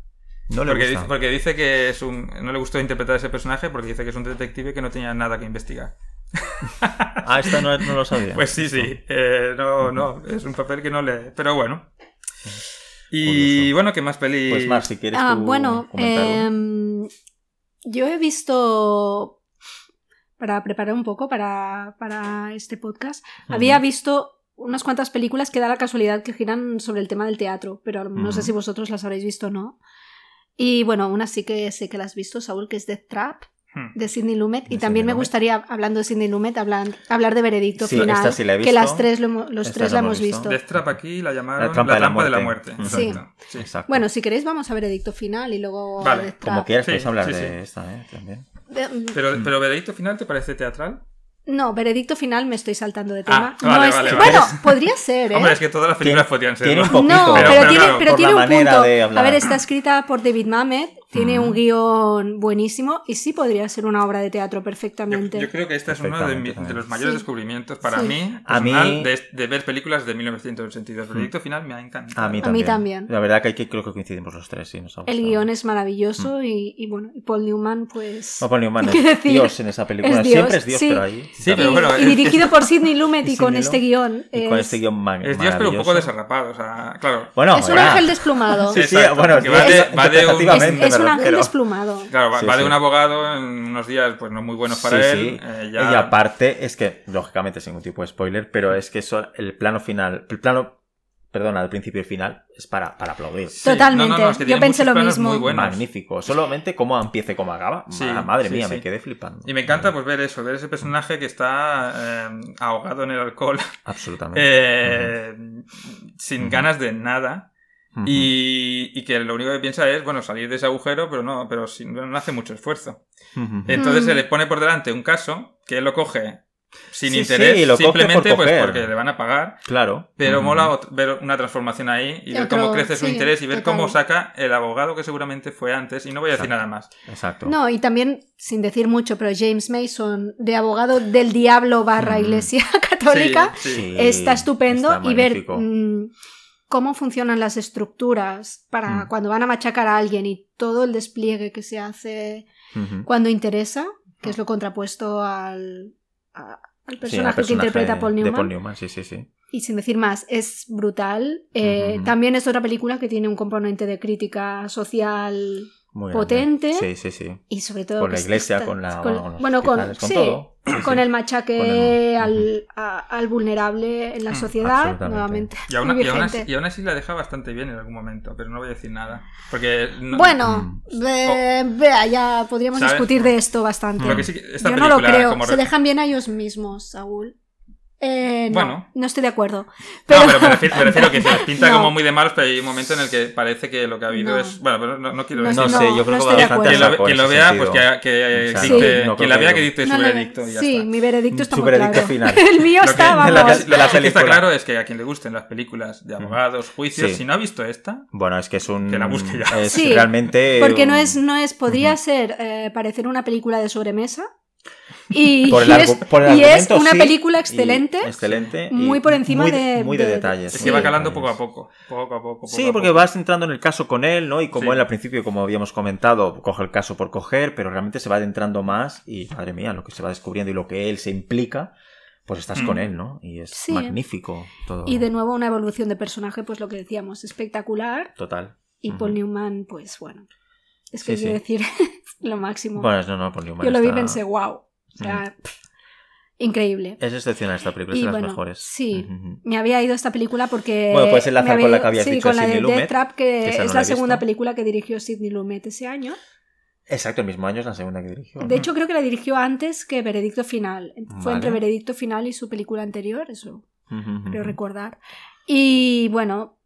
A: No le
B: porque,
A: gusta.
B: Dice, pues, porque dice que es un. No le gustó interpretar ese personaje porque dice que es un detective que no tenía nada que investigar.
A: Ah, esto no, no lo sabía.
B: Pues sí, sí. Eh, no, no. Es un papel que no le. Pero bueno. Y
A: Curioso.
B: bueno, ¿qué más peli?
A: Pues Mar, si quieres
C: Ah,
A: tú
C: bueno,
A: comentar uno.
C: em, yo he visto, para preparar un poco para, para este podcast,
A: Ujú.
C: había visto unas cuantas películas que da la casualidad que giran sobre el tema del teatro, pero no sé
A: Ujú.
C: si vosotros las habréis visto o no. Y bueno, una sí que sé que la has visto, Saúl, que es Death Trap,
B: Hmm.
C: de Sidney Lumet.
A: De
C: y también
A: Sidney
C: me
A: Lumet.
C: gustaría, hablando de Sidney Lumet, hablan- hablar de Veredicto
A: Sí,
C: Final,
A: esta sí la he
C: que
A: visto.
C: las tres lo hemo- los
A: Esta
C: tres
A: la
C: la
A: hemos
C: hemos
A: visto.
C: visto.
B: Death Trap aquí la llamaron
A: La trampa de la muerte.
C: Sí.
B: Exacto. Sí.
A: Exacto.
C: Bueno, si queréis vamos a Veredicto Final y luego
B: Vale,
C: a Death
A: como
C: Trap.
A: quieras,
B: Sí,
A: puedes hablar
B: sí,
A: de
B: sí.
A: esta, ¿eh? También.
C: De-
B: Pero, pero veredicto final te parece teatral?
C: No, veredicto final me estoy saltando de tema.
B: Ah, vale,
C: No es-
B: vale,
C: Bueno,
B: vale.
C: podría ser, ¿eh?
B: Hombre, es que todas las películas
A: Tiene-
B: podrían ser.
A: tiene un poquito,
C: no, pero,
B: pero- pero
C: tiene,
B: claro,
C: pero
A: por
C: tiene
A: la
C: un
A: manera
C: punto.
A: de hablar.
C: A ver, está escrita por David Mamet, tiene
A: Mm.
C: un guión buenísimo y sí podría ser una obra de teatro
B: Yo,
C: perfectamente.
B: yo creo que este es uno de, mi-
A: Perfectamente,
B: de los mayores
C: Sí.
B: descubrimientos para
C: Sí.
B: mí,
A: A mí- Mm.
B: personal, de, de ver películas de 1982. El proyecto final me ha encantado.
A: A mí
C: A mí
A: también.
C: también.
A: La verdad que aquí creo que coincidimos los tres, sí, nos ha
C: El
A: gustado.
C: guión es maravilloso y, y bueno, y Paul Newman, pues.
A: No pone humanos.
C: [laughs] ¿Qué decir?
A: Dios en esa película.
C: Es
A: Siempre
C: Dios,
A: es Dios,
C: sí.
A: pero ahí.
B: Sí,
C: y,
B: pero bueno,
C: y
B: es-
C: dirigido
A: [laughs]
C: por Sidney Lumet y,
A: y
C: con
A: Sidney
C: este
A: Lu-
C: guión.
A: Y con
C: es-
A: este guión man-
B: Es Dios, pero un poco
A: maravilloso. Pues,
B: desarrapado. O sea, claro.
A: Bueno,
C: es un
A: ahora.
C: ángel desplumado.
A: [laughs] Sí,
C: Es-
A: sí,
B: Exacto,
A: bueno,
B: que va
A: eso,
B: de- va de un-
A: interpretativamente
C: es un
A: me
C: ángel
A: refiero.
C: desplumado.
B: Claro, va,
A: Sí,
B: va de
A: sí.
B: un abogado en unos días pues no muy buenos para
A: Sí, sí.
B: él. eh, ya-
A: Y aparte, es que, lógicamente, sin ningún tipo de spoiler, pero es que eso, el plano final, el plano, perdona, del principio y final, es para, para aplaudir.
B: Sí, no,
C: Totalmente,
B: no, no, es que
C: yo
B: tiene
C: pensé
B: muchos
C: lo
B: planos
C: mismo.
B: muy buenos.
A: Magnífico. Solamente cómo empieza y cómo acaba.
B: Sí,
A: Ma- madre
B: sí,
A: mía,
B: sí.
A: me quedé flipando.
B: Y me encanta pues ver eso, ver ese personaje que está eh, ahogado en el alcohol,
A: Absolutamente.
B: eh, sin ganas de nada.
A: Ujú.
B: Y, y que lo único que piensa es, bueno, salir de ese agujero, pero no, pero sin- no hace mucho esfuerzo.
A: Ujú.
B: Entonces
C: Mm.
B: se le pone por delante un caso que él lo coge sin
A: Sí,
B: interés,
A: sí, lo coge
B: simplemente
A: por
B: pues
A: coger. Mm.
B: porque le van a pagar.
A: Claro.
B: Pero
A: Ujú.
B: mola ot- ver una transformación ahí y ver
C: Otro-
B: cómo crece su
C: sí,
B: interés y ver
C: total.
B: cómo saca el abogado que seguramente fue antes. Y no voy a decir
A: Exacto.
B: nada más.
A: Exacto.
C: No, y también, sin decir mucho, pero James Mason, de abogado del diablo barra
A: Ujú.
C: iglesia [laughs] católica,
B: Sí, sí.
A: Sí,
C: está estupendo
A: está
C: y ver
A: magnífico.
C: mm, cómo funcionan las estructuras para
A: Mm.
C: cuando van a machacar a alguien y todo el despliegue que se hace
A: Ujú.
C: cuando interesa, que es lo contrapuesto al, a- al
A: Sí, el
C: personaje, que interpreta Paul
A: de
C: Newman.
A: Paul Newman, sí, sí, sí.
C: Y sin decir más, es brutal. Eh,
A: Ujú.
C: También es otra película que tiene un componente de crítica social
A: Muy grande.
C: Potente.
A: Sí, sí, sí.
C: y sobre todo
A: Con la
C: que
A: iglesia,
C: está-
A: con la- con los
C: bueno con,
A: hospitales, con
C: sí,
A: todo. Sí,
C: con
A: sí.
C: el machaque
A: Con el-
C: al, a- al vulnerable en la
B: Mm,
C: sociedad
A: absolutamente.
C: nuevamente
B: Y aún,
C: muy
B: y aún así,
C: vigente.
B: y aún así la deja bastante bien en algún momento, pero no voy a decir nada. Porque no-
C: bueno
A: Mm.
C: eh, vea ya podríamos
B: Oh. ¿Sabes?
C: discutir de esto bastante
B: lo que sí que- esta
C: yo no
B: película,
C: lo creo
B: como
C: se
B: re-
C: dejan bien a ellos mismos Saúl Eh, no,
B: Bueno.
C: no estoy de acuerdo.
B: No, pero
C: [laughs]
B: me refiero, me refiero que se nos pinta
C: No.
B: como muy de malos, pero hay un momento en el que parece que lo que ha habido
C: No.
B: es. Bueno, pero no, no quiero
C: No
B: decir.
A: No
C: estoy-
A: sé, yo creo
C: no
A: que va
C: estoy de
A: bastante
C: acuerdo.
B: Quien
A: a saco
B: lo, ve-
A: en
B: quien lo
A: ese
B: vea,
A: sentido.
B: pues que, que
A: O sea,
B: dicte-
A: no creo
B: quien la
A: que
B: vea
A: haya
B: que
A: un-
B: dicte su
C: No lo veo.
B: veredicto y ya
C: sí,
B: está.
C: mi veredicto está
A: Mm. Su
C: muy
A: veredicto
C: claro.
B: [laughs]
A: final.
C: El
B: Lo
C: mío
B: que,
C: está,
A: de la
C: vamos.
A: casa-
B: lo que sí que está
A: película.
B: claro es que a quien le gusten las películas de abogados, juicios,
A: Sí.
B: si no ha visto esta,
A: Bueno, es que es un.
B: Que la busque ya.
A: es
C: Sí,
A: realmente.
C: Porque no
A: un-
C: es, no es, podría ser eh, parecer una película
A: [laughs]
C: de sobremesa. Y,
A: Por el
C: y
A: argu-
C: es,
A: por el
C: y es
A: argumento,
C: una
A: sí,
C: película
A: y-
C: excelente.
A: excelente. y
C: muy por encima
A: muy
C: de-
A: Muy de,
C: de-
A: detalles.
B: es
A: muy
B: que va
A: de
B: calando
A: detalles.
B: poco a poco. Poco a poco. poco
A: Sí,
B: a
A: porque
B: poco.
A: vas entrando en el caso con él, ¿no? Y como
B: Sí.
A: él al principio, como habíamos comentado, coge el caso por coger, pero realmente se va adentrando más y, madre mía, lo que se va descubriendo y lo que él se implica, pues estás
B: Mm.
A: con él, ¿no? Y es
C: Sí. ¿eh?
A: magnífico todo.
C: Y de nuevo una evolución de personaje, pues lo que decíamos, espectacular.
A: Total.
C: Y Paul
A: Ujú.
C: Newman, pues bueno. Es que
A: Sí,
C: quiero
A: sí.
C: decir, [laughs] lo máximo.
A: Bueno, no, no, Paul Newman
C: Yo lo vi y
A: está-
C: pensé, wow. O sea, pff, increíble.
A: Es excepcional esta película, es
C: Y
A: de las
C: bueno,
A: mejores.
C: sí.
A: Ujú.
C: Me había ido esta película porque.
A: Bueno, puedes enlazar
C: me había
A: con la que
C: ido-
A: habías
C: sí,
A: dicho,
C: con la de
A: Sidney Lumet,
C: Death Trap,
A: que
C: que
A: esa no
C: es
A: la
C: la
A: he
C: segunda
A: visto.
C: película que dirigió Sidney Lumet ese año.
A: Exacto, el mismo año es la segunda que dirigió.
C: De hecho, creo que la dirigió antes que Veredicto Final. Fue
A: Vale.
C: entre Veredicto Final y su película anterior, eso
A: Ujú,
C: creo
A: ujú.
C: recordar. Y bueno,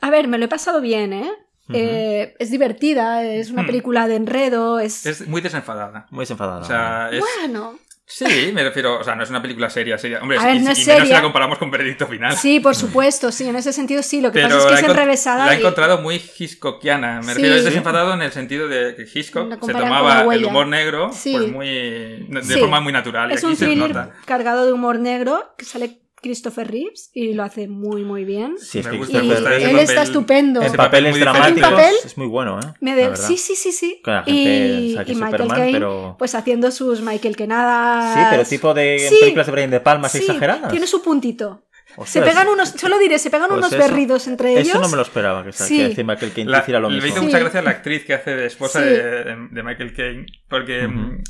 C: a ver, me lo he pasado bien, ¿eh?
A: Ujú.
C: Eh, es divertida, es una
B: Hmm.
C: película de enredo, es...
B: Es muy desenfadada.
A: Muy desenfadada.
B: O sea, es,
C: Bueno,
B: sí, me refiero, o sea, no es una película seria, seria. Hombre,
C: A ver,
B: y, y
C: no es
B: menos si
C: seria.
B: la comparamos con Veredicto Final.
C: sí, por supuesto, sí, en ese sentido sí, lo que
B: Ah. Pero
C: pasa es
B: la
C: que
B: he
C: es
B: encont-
C: enrevesada
B: La he
C: y-
B: encontrado muy Hitchcockiana. Me
C: Sí.
B: refiero, es
C: Sí.
B: desenfadado en el sentido de que Hitchcock
C: Lo
B: se
C: comparan
B: tomaba
C: con La
B: el
C: Huella.
B: humor negro
C: Sí.
B: pues muy, de
C: Sí.
B: forma muy natural. y
C: es
B: aquí
C: un
B: se
C: thriller
B: nota.
C: cargado de humor negro que sale Christopher Reeves y lo hace muy, muy bien.
A: Sí, es
B: Me
A: que
C: Y
B: gusta, me gusta ese
C: él
B: papel.
C: está estupendo.
A: En
B: Ese
A: papeles
B: papel muy
A: dramáticos
C: diferente. ¿En papel?
A: es muy bueno, ¿eh?
C: Me
A: La
C: de...
A: verdad.
C: Sí, sí, sí, sí.
A: Que la gente
C: Y,
A: saque
C: y Michael
A: Superman,
C: Caine,
A: pero-
C: pues haciendo sus Michael que nada.
A: Sí, pero tipo de
C: Sí.
A: películas de Brian De Palma así
C: Sí,
A: exageradas.
C: Tiene su puntito. Se
A: Ostras,
C: pegan unos, solo diré, se pegan
A: pues
C: unos
A: eso-
C: berridos entre ellos.
A: Eso no me lo esperaba, que, sa-
C: Sí.
A: que encima que el Kane
B: La-
A: hiciera lo
B: le
A: mismo.
B: hizo
C: Sí.
B: mucha gracia a la actriz que hace de esposa
C: Sí.
B: de, de Michael Caine, porque
A: Ujú.
B: mm,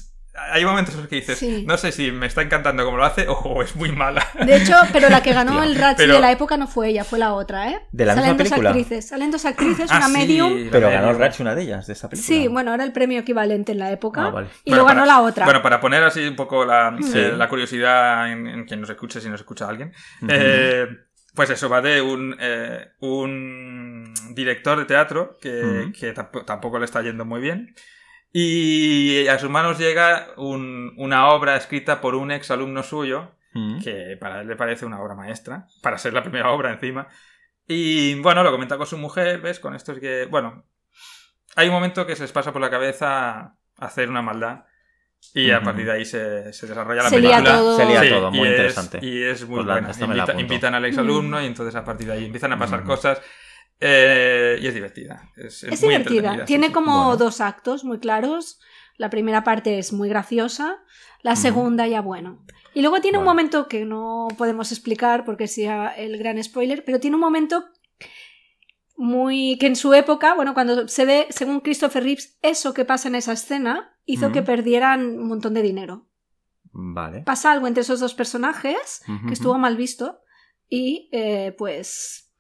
B: hay momentos en los que dices,
C: Sí.
B: no sé si me está encantando como lo hace o [laughs] es muy mala.
C: De hecho, pero la que ganó
A: Hostia,
C: el Razzie
B: pero-
C: de la época no fue ella, fue la otra, ¿eh?
A: ¿De la misma
C: Salen dos
A: película?
C: actrices. Salen dos actrices,
B: Ah,
C: una
B: sí,
C: medium.
B: la
A: Pero
B: medium.
A: ganó el Ratch una de ellas, de esta película.
C: Sí, bueno, era el premio equivalente en la época.
A: Ah, vale.
C: Y
B: Bueno,
C: luego ganó
B: para-
C: la otra.
B: Bueno, para poner así un poco la,
A: Sí.
B: eh, la curiosidad en, en quien nos escuche, si nos escucha alguien,
A: Ujú.
B: eh, pues eso, va de un, eh, un director de teatro que,
A: Ujú.
B: que tampo- tampoco le está yendo muy bien. Y a sus manos llega un- una obra escrita por un ex alumno suyo,
A: Mm.
B: que para él le parece una obra maestra, para ser la primera obra encima. Y bueno, lo comenta con su mujer, ¿ves? Con estos que. Bueno, hay un momento que se les pasa por la cabeza hacer una maldad y a
A: Ujú.
B: partir de ahí se, se desarrolla la
C: Se lía
B: película.
C: todo.
A: Se lía
B: Sí,
A: todo, muy
B: y es-
A: interesante.
B: y es muy
A: Pues la-
B: buena.
A: esta me la
B: Invita-
A: apunto.
B: invitan al ex alumno
C: Mm.
B: y entonces a partir de ahí empiezan a pasar
A: Mm.
B: cosas. eh, y es divertida. Es, es
C: Es
B: muy
C: divertida.
B: entretenida, sí,
C: Tiene
B: sí.
C: como
A: Bueno.
C: dos actos muy claros. La primera parte es muy graciosa, la
A: Ujú.
C: segunda ya bueno. Y luego tiene un
A: Vale.
C: momento que no podemos explicar porque sea el gran spoiler, pero tiene un momento muy que en su época, bueno, cuando se ve, según Christopher Reeves, eso que pasa en esa escena hizo
A: Ujú.
C: que perdieran un montón de dinero.
A: Vale.
C: Pasa algo entre esos dos personajes
A: Ujú.
C: que estuvo mal visto y eh, pues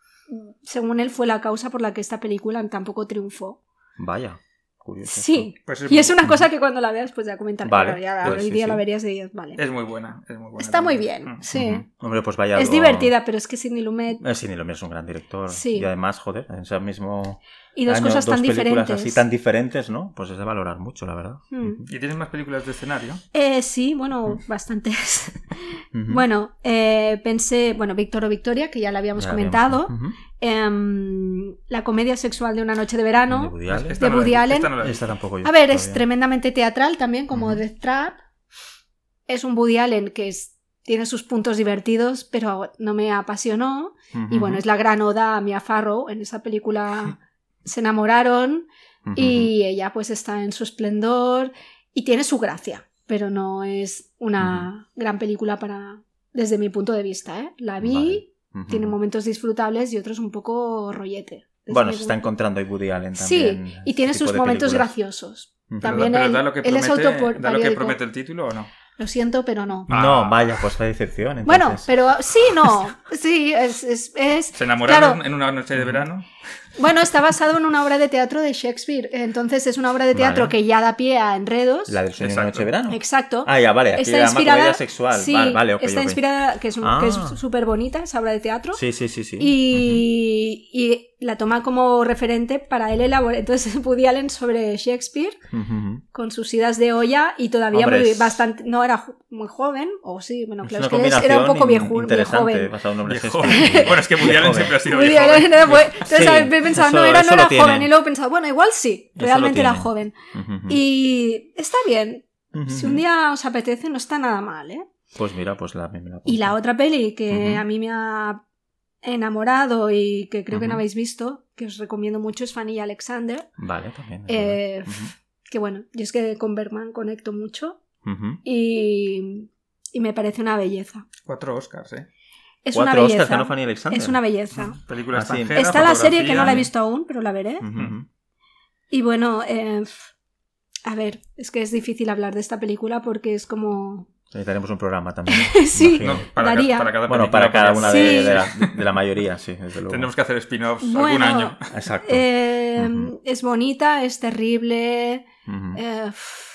C: según él fue la causa por la que esta película tampoco triunfó.
A: Vaya. Curioso.
C: Sí,
B: Pues
C: y es una cosa que cuando la veas pues ya comentaré.
A: Vale,
C: Bueno, ya
A: pues
C: hoy
A: sí,
C: día
A: sí.
C: la verías y dirías, vale.
B: Es muy buena. es muy buena
C: Está muy
B: también.
C: bien,
B: Mm.
C: sí.
A: Ujú. Hombre, pues vaya.
C: Es
A: algo-
C: divertida, pero es que Sidney Lumet
A: Eh, Sidney Lumet es un gran director.
C: Sí.
A: Y además, joder, en ese mismo.
C: y dos
A: año,
C: cosas tan
A: películas
C: diferentes.
A: así tan diferentes, ¿no? Pues es de valorar mucho, la verdad.
C: Mm.
B: ¿Y tienes más películas de escenario?
C: Eh, sí, bueno, bastantes.
A: Ujú.
C: bueno, eh, pensé, bueno, Víctor o Victoria, que ya la habíamos
A: Ya
C: comentado,
A: habíamos- Ujú.
C: Em, la comedia sexual de una noche de verano.
A: De Woody Allen.
B: Esta no la
C: De
B: he
C: Woody
B: visto,
C: Allen.
B: esta no la he visto.
A: Esta tampoco yo.
C: A ver, es
A: todavía.
C: tremendamente teatral también, como
A: pues, Ujú.
C: Death Trap. Es un Woody Allen que es- tiene sus puntos divertidos, pero no me apasionó. Y
A: Ujú.
C: bueno, es la gran oda a Mia Farrow. En
A: [laughs]
C: esa película se enamoraron
A: Ujú.
C: y ella pues está en su esplendor y tiene su gracia, pero no es una gran película para... Desde mi punto de vista, ¿eh? La vi,
A: Ujú.
C: tiene momentos disfrutables y otros un poco rollete. desde
A: Bueno,
C: mi
A: se está
C: punto-
A: encontrando ahí Woody Allen también.
C: Sí, y tiene
A: este tipo
C: sus
A: de
C: momentos
A: películas.
C: graciosos.
A: Ujú.
B: Pero
C: También
B: da- pero
C: él-
B: da lo que
C: él es
B: promete-
C: autor-
B: ¿Da lo que
C: periódico.
B: promete el título o no?
C: Lo siento, pero no.
A: No,
B: Ah.
A: vaya, pues fue decepción.
C: Bueno,
A: entonces. [laughs]
C: pero sí, no. Sí, es. es, es-
B: ¿Se enamoraron
C: Claro.
A: Mm.
B: en una noche de verano?
C: Bueno, está basado en una obra de teatro de Shakespeare. Entonces es una obra de teatro
A: Vale.
C: que ya da pie a enredos.
A: La del sueño de
B: Exacto.
A: noche de verano.
C: Exacto.
A: Ah, ya, vale. Aquí
C: está
A: era más
C: inspirada.
A: comedia sexual.
C: sí,
A: vale, vale, ok,
C: está
A: ok.
C: inspirada, que es un- que es
A: Ah.
C: súper bonita esa obra de teatro.
A: Sí, sí, sí, sí.
C: Y, y la toma como referente para él elaborar. Entonces, [laughs] Woody Allen sobre Shakespeare
A: Ujú, ujú, ujú.
C: con sus idas de olla y todavía
A: Hombre,
C: muy-
A: es-
C: bastante. No era jo- muy joven, o sí, bueno,
A: Es
C: claro,
A: una
C: es que eres- era un poco
A: combinación
C: viejo,
A: interesante,
C: joven.
A: basado en un hombre
B: Viejo.
A: gesto.
B: [laughs] Bueno, es que Woody Allen
A: Joven.
B: siempre ha sido
C: Woody
B: viejo.
C: Allen era bue- Entonces
A: Sí,
C: he pensado, no
A: eso-
C: era,
A: eso
C: no
A: lo
C: era
A: tiene.
C: joven. Y luego he pensado, bueno, igual sí,
A: Eso lo
C: realmente era
A: tiene.
C: joven.
A: Ujú, ujú.
C: Y está bien.
A: Ujú,
C: Si
A: ujú.
C: un día os apetece, no está nada mal, ¿eh?
A: Pues mira, pues la, me la apunto.
C: Y la otra peli que
A: Ujú.
C: a mí me ha enamorado y que creo que no
A: Ujú.
C: habéis visto, que os recomiendo mucho, es Fanny y Alexander.
A: Vale, también. es verdad.
C: Eh, Que bueno, yo es que con Bergman conecto mucho
A: Ujú, ujú.
C: y, y me parece una belleza.
B: Cuatro Oscars, ¿eh?
C: Es una
A: Cuatro Oscars
C: belleza.
A: ganó Fanny Alexander.
C: Es una belleza.
B: Película
A: Ah, sí.
B: extranjera.
C: Está la serie que
B: fotografía.
C: no la he visto aún, pero la veré.
A: Ujú, ujú.
C: Y bueno, eh, a ver, es que es difícil hablar de esta película porque es como... [laughs]
A: Necesitaremos un programa también.
C: Sí.
A: imagino.
B: No, para,
C: Daría.
B: ca- para cada
A: Bueno,
B: película,
A: para cada
B: porque
A: una
C: Sí.
A: de, de la, de la mayoría, sí, desde luego.
B: Tendremos que hacer spin-offs algún
C: Bueno,
B: año.
A: Exacto.
C: eh,
A: Ujú.
C: es bonita, es terrible,
A: Ujú.
C: Eh, pf.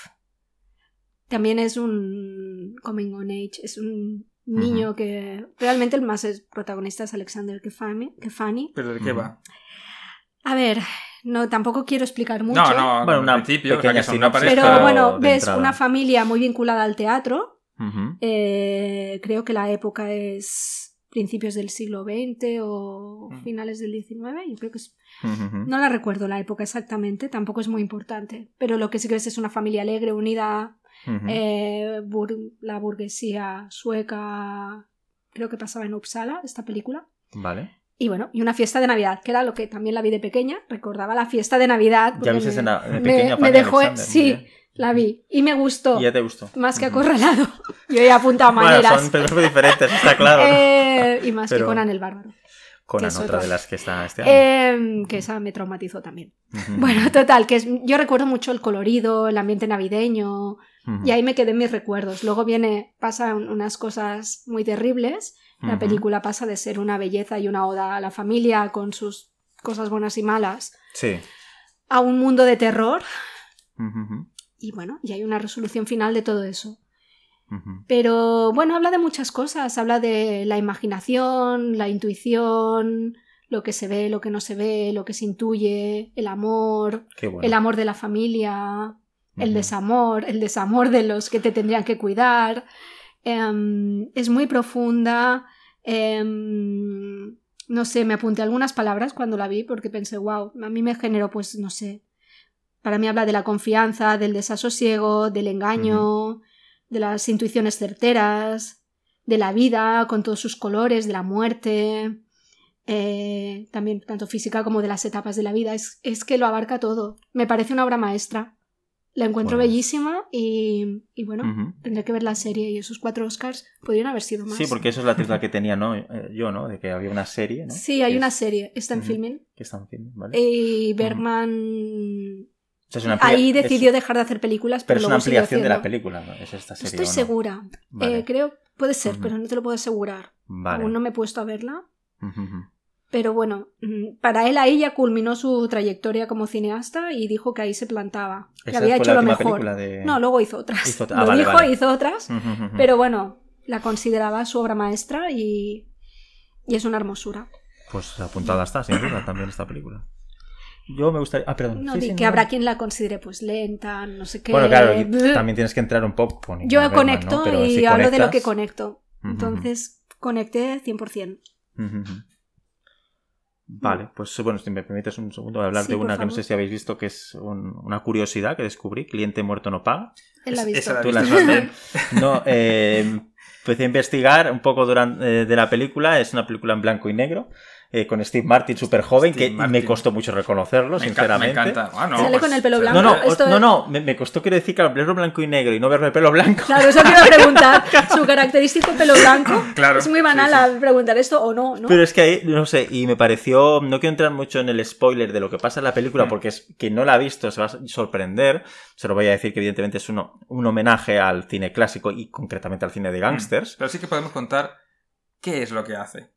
C: también es un coming on age, es un niño que realmente el más es- protagonista es Alexander que Fanny. Que Fanny.
B: ¿Pero de qué
A: Ujú.
B: va?
C: A ver, no tampoco quiero explicar mucho,
B: No, no,
A: Bueno,
B: al
A: una
B: principio, o sea,
A: pequeña
B: que son una
A: sinopsis,
B: pareja.
C: pero
A: pero
C: bueno,
A: de
C: ves
A: entrada.
C: una familia muy vinculada al teatro,
A: Ujú.
C: eh, creo que la época es principios del siglo XX o
B: Mm.
C: finales del XIX, yo creo que es
A: Ujú, ujú.
C: No la recuerdo la época exactamente, tampoco es muy importante, pero lo que sí que ves es una familia alegre, unida,
A: Ujú.
C: eh, bur- la burguesía sueca, creo que pasaba en Uppsala esta película.
A: Vale.
C: Y bueno, y una fiesta de Navidad, que era lo que también la vi de pequeña, recordaba la fiesta de Navidad. porque
A: Ya viste
C: me-
A: escena de
C: me-
A: pequeña
C: me
A: Fanny
C: dejó-
A: Alexander, muy
C: sí.
A: bien.
C: La vi y me gustó,
A: Y ya te gustó.
C: más que
A: Ujú.
C: acorralado. [laughs] Yo he apuntado
A: Bueno,
C: maneras.
A: son películas diferentes,
C: [laughs]
A: está claro. ¿no?
C: Eh, y más que
A: Pero-
C: Conan el Bárbaro,
A: Conan,
C: que es
A: otra
C: otra.
A: de las que está este año.
C: eh, que esa me traumatizó también.
A: Ujú.
C: Bueno, total, que es- yo recuerdo mucho el colorido, el ambiente navideño,
A: Ujú.
C: y ahí me quedé en mis recuerdos. Luego viene, pasan unas cosas muy terribles. La
A: Ujú.
C: película pasa de ser una belleza y una oda a la familia, con sus cosas buenas y malas,
A: Sí.
C: a un mundo de terror.
A: Ujú, ujú,
C: Y bueno, y hay una resolución final de todo eso.
A: ujú.
C: Pero bueno, habla de muchas cosas. Habla de la imaginación, la intuición, lo que se ve, lo que no se ve, lo que se intuye, el amor,
A: Qué bueno.
C: el amor de la familia, el
A: Ujú.
C: desamor, el desamor de los que te tendrían que cuidar. Em, es muy profunda. em, no sé, me apunté algunas palabras cuando la vi porque pensé, wow, a mí me generó, pues, no sé. Para mí habla de la confianza, del desasosiego, del engaño, de las intuiciones certeras, de la vida con todos sus colores, de la muerte, eh, también tanto física como de las etapas de la vida. Es, es que lo abarca todo. Me parece una obra maestra. La encuentro
A: Bueno.
C: bellísima y, y bueno,
A: Ujú.
C: tendré que ver la serie y esos cuatro Oscars podrían haber sido más.
A: Mm. Sí, porque eso es la teoría que tenía ¿no? Eh, yo, ¿no? De que había una serie, ¿no?
C: Sí, hay
A: Que
C: una eh,
A: es-
C: serie, está en
A: Ujú.
C: filming.
A: que está en film, ¿vale?
C: Y Bergman
A: O sea, es una amplia-
C: ahí
A: es-
C: decidió dejar de hacer películas, pero,
A: Pero es una
C: luego siguió
A: ampliación de la
C: haciendo.
A: película, ¿no? Es esta serie.
C: Estoy
A: ¿o no?
C: segura.
A: Vale.
C: Eh, creo, puede ser,
A: Ujú.
C: pero no te lo puedo asegurar.
A: Vale.
C: Aún no me he puesto a verla.
A: Ujú, ujú.
C: Pero bueno, mm, para él ahí ya culminó su trayectoria como cineasta y dijo que ahí se plantaba. Que
A: Esa
C: había
A: fue
C: hecho
A: la
C: lo
A: última
C: mejor.
A: película de-
C: No, luego hizo otras.
A: Hizo otra- ah,
C: [laughs] lo
A: vale,
C: dijo,
A: vale.
C: hizo otras.
A: Ujú, ujú, ujú.
C: Pero bueno, la consideraba su obra maestra y, y es una hermosura.
A: Pues apuntada está, sin duda, también esta película. Yo me gustaría. Ah, perdón.
C: No,
A: Sí,
C: di
A: sí,
C: que
A: no.
C: habrá quien la considere pues lenta, no sé qué.
A: Bueno, claro, y
C: [laughs] blah.
A: también tienes que entrar un poco con
C: Yo
A: Ingmar Bergman,
C: conecto
A: ¿no? Pero
C: y
A: si
C: hablo de lo
A: conectas-
C: que conecto.
A: Ujú, ujú.
C: Entonces, conecté 100%.
A: Ujú, ujú. Vale, pues bueno, si me permites un segundo, voy a hablar
C: Sí,
A: de
C: por
A: una que no sé
C: favor.
A: si habéis visto, que es un- una curiosidad que descubrí, cliente muerto no paga.
C: Él la ha
B: Es-
C: visto.
B: esa la
A: Tú la
B: viste
A: has
B: también.
A: [laughs] No, eh, empecé a investigar un poco duran- eh, de la película. Es una película en blanco y negro, eh, con Steve Martin súper joven,
B: Steve
A: que
B: Martin.
A: me costó mucho reconocerlo,
B: Me encanta, me
A: sinceramente.
B: encanta. Ah, no,
C: Sale
B: pues-
C: con el pelo blanco.
A: No, no,
C: Ah, esto
A: os- no,
C: es-
A: no, me, me costó quiero decir que al verlo blanco y negro y no verlo de pelo blanco.
C: Claro, eso quiero
B: [laughs]
C: preguntar. Su característico pelo blanco.
B: Claro,
C: Es muy banal
B: sí, sí.
C: a preguntar esto o no, ¿no?
A: Pero es que ahí, no sé, y me pareció, no quiero entrar mucho en el spoiler de lo que pasa en la película,
B: Mm.
A: porque es, quien no la ha visto se va a sorprender, se lo voy a decir que evidentemente es uno, un homenaje al cine
B: Mm.
A: clásico y concretamente al cine de gángsters.
B: Pero sí que podemos contar qué es lo que hace.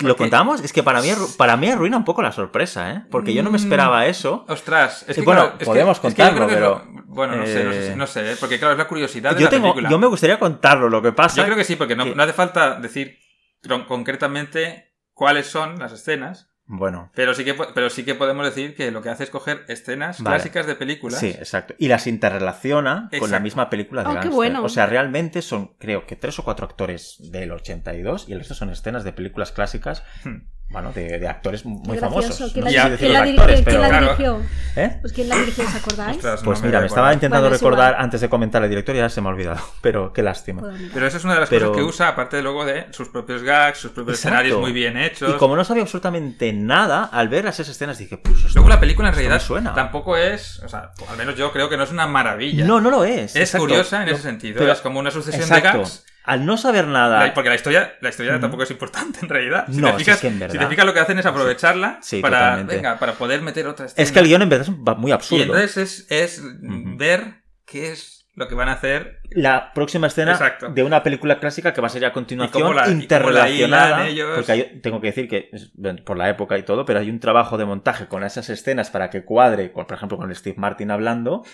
A: lo contamos, es que para mí, arru- para mí arruina un poco la sorpresa, ¿eh? Porque yo no me
B: Mm.
A: esperaba eso.
B: Ostras, es
A: Sí,
B: que
A: bueno,
B: claro, es que-
A: podemos
B: es que yo creo
A: contarlo,
B: que es lo-
A: pero,
B: bueno, no sé, no sé,
A: eh,
B: si- no sé, ¿eh? porque claro, es la curiosidad de
A: Yo,
B: la
A: tengo,
B: película.
A: yo me gustaría contarlo, lo que pasa.
B: Yo creo que sí, porque no,
A: que-
B: no hace falta decir tron- concretamente cuáles son las escenas,
A: Bueno,
B: pero sí que, po- pero sí que podemos decir que lo que hace es coger escenas
A: Vale.
B: clásicas de películas.
A: sí, exacto. Y las interrelaciona con la
B: Exacto.
A: misma película de
C: Oh, qué
A: gángster.
C: bueno.
A: O sea, realmente son, creo que tres o cuatro actores del 82 y el resto son escenas de películas clásicas,
B: Hmm.
A: bueno, de, de actores muy
C: Qué
A: famosos.
C: ¿Quién
A: No sé
C: la,
A: si
B: Ya,
A: decir
C: quién
A: los
C: la dirigió?
A: actores,
C: ¿Quién la
A: pero-
B: Claro.
C: dirigió?
A: ¿eh?
C: Pues ¿quién la dirigió? ¿Os acordáis?
B: Ostras,
A: Pues
B: no
A: mira,
B: doy
A: me
B: cuenta.
A: estaba intentando
C: Bueno, es
A: recordar
C: igual.
A: antes de comentar la directora y ya se me ha olvidado. [laughs] Pero qué lástima.
C: Puedo mirar.
B: Pero esa es una de las
A: Pero-
B: cosas que usa, aparte luego de sus propios gags, sus propios
A: Exacto.
B: escenarios muy bien hechos.
A: Y como no sabía absolutamente nada, al ver las escenas dije, pues esto-
B: Luego la película en
A: esto me
B: realidad
A: suena.
B: tampoco es, o sea, al menos yo creo que no es una maravilla.
A: No, no lo es.
B: es
A: exacto.
B: curiosa en
A: Lo-
B: ese sentido,
A: pero-
B: es como una sucesión de
A: Exacto.
B: gags.
A: Al no saber nada.
B: La- porque la historia, la historia
A: Ujú.
B: tampoco es importante en realidad. Si
A: No, si
B: te fijas,
A: es que en
B: si
A: verdad.
B: te fijas lo que hacen es aprovecharla
A: Sí,
B: para,
A: totalmente.
B: venga, para poder meter otra escena.
A: Es que el guión en verdad es va- muy
B: Y
A: absurdo.
B: entonces es, es ver qué es lo que van a hacer
A: La próxima escena
B: Exacto.
A: de una película clásica que va a ser ya a
B: Y
A: continuación
B: cómo la- y cómo la
A: interrelacionada.
B: hilan ellos.
A: Porque hay- tengo que decir que es- bueno, por la época y todo, pero hay un trabajo de montaje con esas escenas para que cuadre, con, por ejemplo, con Steve Martin hablando,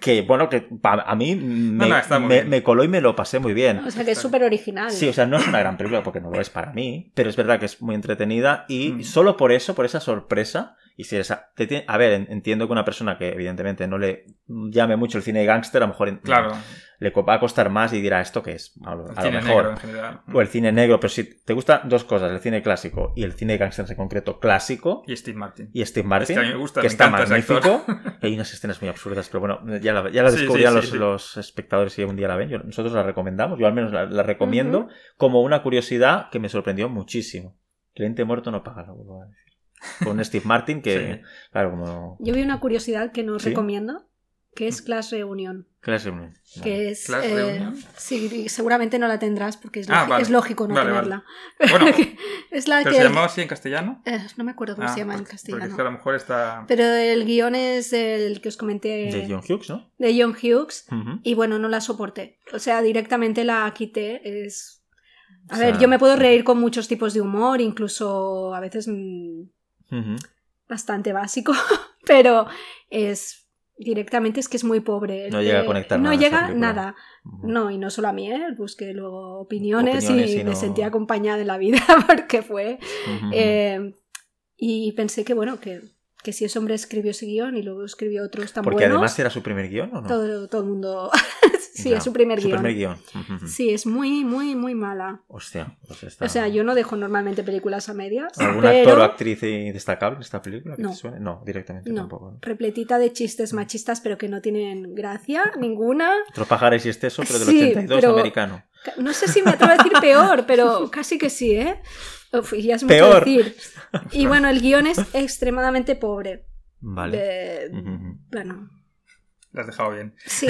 A: que bueno, que pa- a mí me,
B: No, no, está muy
A: me-
B: bien.
A: me coló y me lo pasé muy bien.
C: O sea, que es súper original.
A: Sí, o sea, no es una gran película porque no lo es para mí, pero es verdad que es muy entretenida y
B: Mm.
A: solo por eso, por esa sorpresa, y si esa, te tie- a ver, en- entiendo que una persona que evidentemente no le llame mucho el cine de gángster, a lo mejor en-
B: claro
A: le co- va a costar más y dirá, ¿esto qué es? A lo,
B: el
A: a lo
B: cine
A: mejor.
B: negro en general
A: O el cine negro, pero si te gustan dos cosas, el cine clásico y el cine de gángsters en concreto clásico,
B: y Steve Martin
A: y Steve Martin,
B: a mí me gusta,
A: que
B: me
A: está
B: encanta ese
A: magnífico.
B: [laughs]
A: Y hay unas escenas muy absurdas, pero bueno, ya la, ya la
B: Sí, sí,
A: descubrirán
B: sí,
A: los,
B: sí.
A: los espectadores si un día la ven. Yo- nosotros la recomendamos, yo al menos la, la recomiendo, como una curiosidad que me sorprendió muchísimo. Cliente muerto no paga, lo vuelvo a decir.
B: [laughs]
A: Con Steve Martin, que,
B: Sí.
C: Ah,
A: claro, como.
C: Yo vi una curiosidad que no os
A: Sí.
C: recomiendo, que es Clash Reunion.
A: Clase Unión. Vale.
C: Que es,
B: Clash
C: eh,
B: Reunion.
C: sí, y seguramente no la tendrás porque es,
B: Ah,
C: lógi-
B: vale.
C: es lógico no
B: Vale, vale.
C: tenerla.
B: Bueno,
C: es la
B: pero
C: [laughs] que
B: se
C: el-
B: llamaba así en castellano
C: eh, no me acuerdo cómo
B: Ah,
C: se llama en
B: porque- porque
C: castellano.
B: es que a lo mejor está
C: Pero el guión es el que os comenté
A: De John Hughes, ¿no?
C: de John Hughes
A: Ujú.
C: y bueno, no la soporté. O sea, directamente la quité. Es... A
A: O
C: ver,
A: sea,
C: yo me puedo reír con muchos tipos de humor, incluso a veces mm,
A: Ujú.
C: bastante básico, [laughs] pero es directamente es que es muy pobre.
A: No llega a conectar
C: No
A: nada esa
C: llega
A: película. Mm.
C: nada. No, y no solo a mí, ¿eh? busqué luego opiniones,
A: Opiniones
C: y
A: y no-
C: me sentí acompañada en la vida [laughs] porque fue.
A: Ujú.
C: eh, y pensé que bueno, que, que si ese hombre escribió ese guión y luego escribió otros tan
A: Porque
C: buenos,
A: además era su primer guión, ¿o no?
C: todo, todo el mundo. [laughs] sí,
A: Ya,
C: es su primer
A: Su
C: guión.
A: primer guión. Ujú.
C: Sí, es muy, muy, muy mala.
A: Hostia, pues está-
C: O sea, yo no dejo normalmente películas a medias,
A: ¿Algún actor o
C: pero
A: actriz eh, destacable en esta película? que
C: No.
A: te suene? no directamente
C: No.
A: tampoco. ¿no?
C: repletita de chistes
A: Mm.
C: machistas, pero que no tienen gracia ninguna.
A: Otros pajares y exceso, pero del
C: Sí,
A: 82
C: pero-
A: americano.
C: Ca- No sé si me
A: [laughs]
C: atrevo a decir peor, pero casi que sí, ¿eh? Uf, y ya es mucho
A: Peor.
C: decir.
A: [laughs]
C: Y bueno, el guión es extremadamente pobre.
A: Vale.
C: De-
A: Ujú, ujú.
C: Bueno,
B: la has dejado bien
A: [laughs]
C: sí.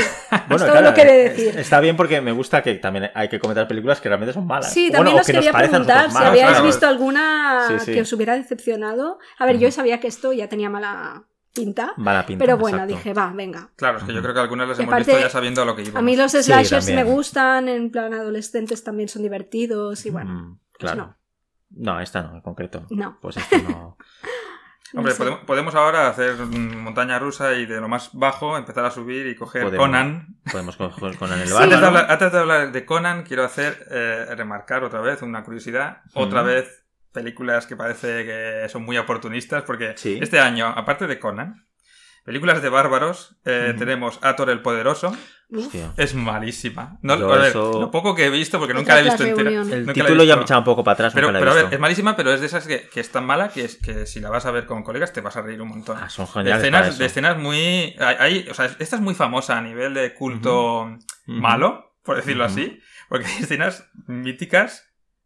C: todo lo que he de decir.
A: eh, Está bien porque me gusta que también hay que comentar películas que realmente son malas.
C: Sí,
A: Bueno,
C: también
A: o
C: os
A: que nos
C: quería
A: parecen a nosotros
C: preguntar si
A: malas,
C: habíais
A: claro.
B: claro.
C: visto alguna
A: Sí, sí.
C: que os hubiera decepcionado. A ver, yo
A: Ujú.
C: sabía que esto ya tenía mala pinta,
A: Mala pinta.
C: pero bueno,
A: exacto.
C: dije, va, venga.
B: claro es que yo creo que algunas las
C: Y
B: hemos
C: aparte,
B: visto ya sabiendo a lo que íbamos
C: A mí los
A: Sí,
C: slashers me
A: también.
C: gustan, en plan adolescentes también son divertidos y bueno, pues
A: Mm, claro. No. esta no, en concreto. no.
C: no.
A: Pues esta no.
C: no
B: Hombre,
C: sé.
B: podemos, podemos ahora hacer mm, montaña rusa y de lo más bajo empezar a subir y coger
A: Podemos.
B: Conan.
A: Podemos con, con- con el
C: Sí.
A: bárbaro.
B: Antes, de hablar, antes de hablar de Conan, quiero hacer eh, remarcar otra vez una curiosidad. Otra
A: Mm.
B: vez, películas que parece que son muy oportunistas, porque
A: Sí.
B: este año, aparte de Conan, películas de bárbaros, eh,
A: Ujú.
B: tenemos Ator el Poderoso.
C: Uf,
A: Hostia.
B: Es malísima. No,
A: Yo
B: a ver,
A: eso-
B: lo poco que he visto, porque
C: Otra
B: nunca la he visto
C: clase de
B: entera.
C: unión.
A: El
B: Nunca la he
A: título ya
B: visto.
A: me echaba un poco para atrás,
B: Pero,
A: nunca la he
B: pero a ver,
A: visto.
B: es malísima, pero es de esas que, que es tan mala que, es, que si la vas a ver con colegas te vas a reír un montón.
A: Ah, son
B: De
A: geniales. para
B: escenas,
A: eso.
B: de escenas muy. hay- hay- o sea, esta es muy famosa a nivel de culto
A: Ujú.
B: malo, por decirlo
A: Ujú.
B: así, porque hay escenas míticas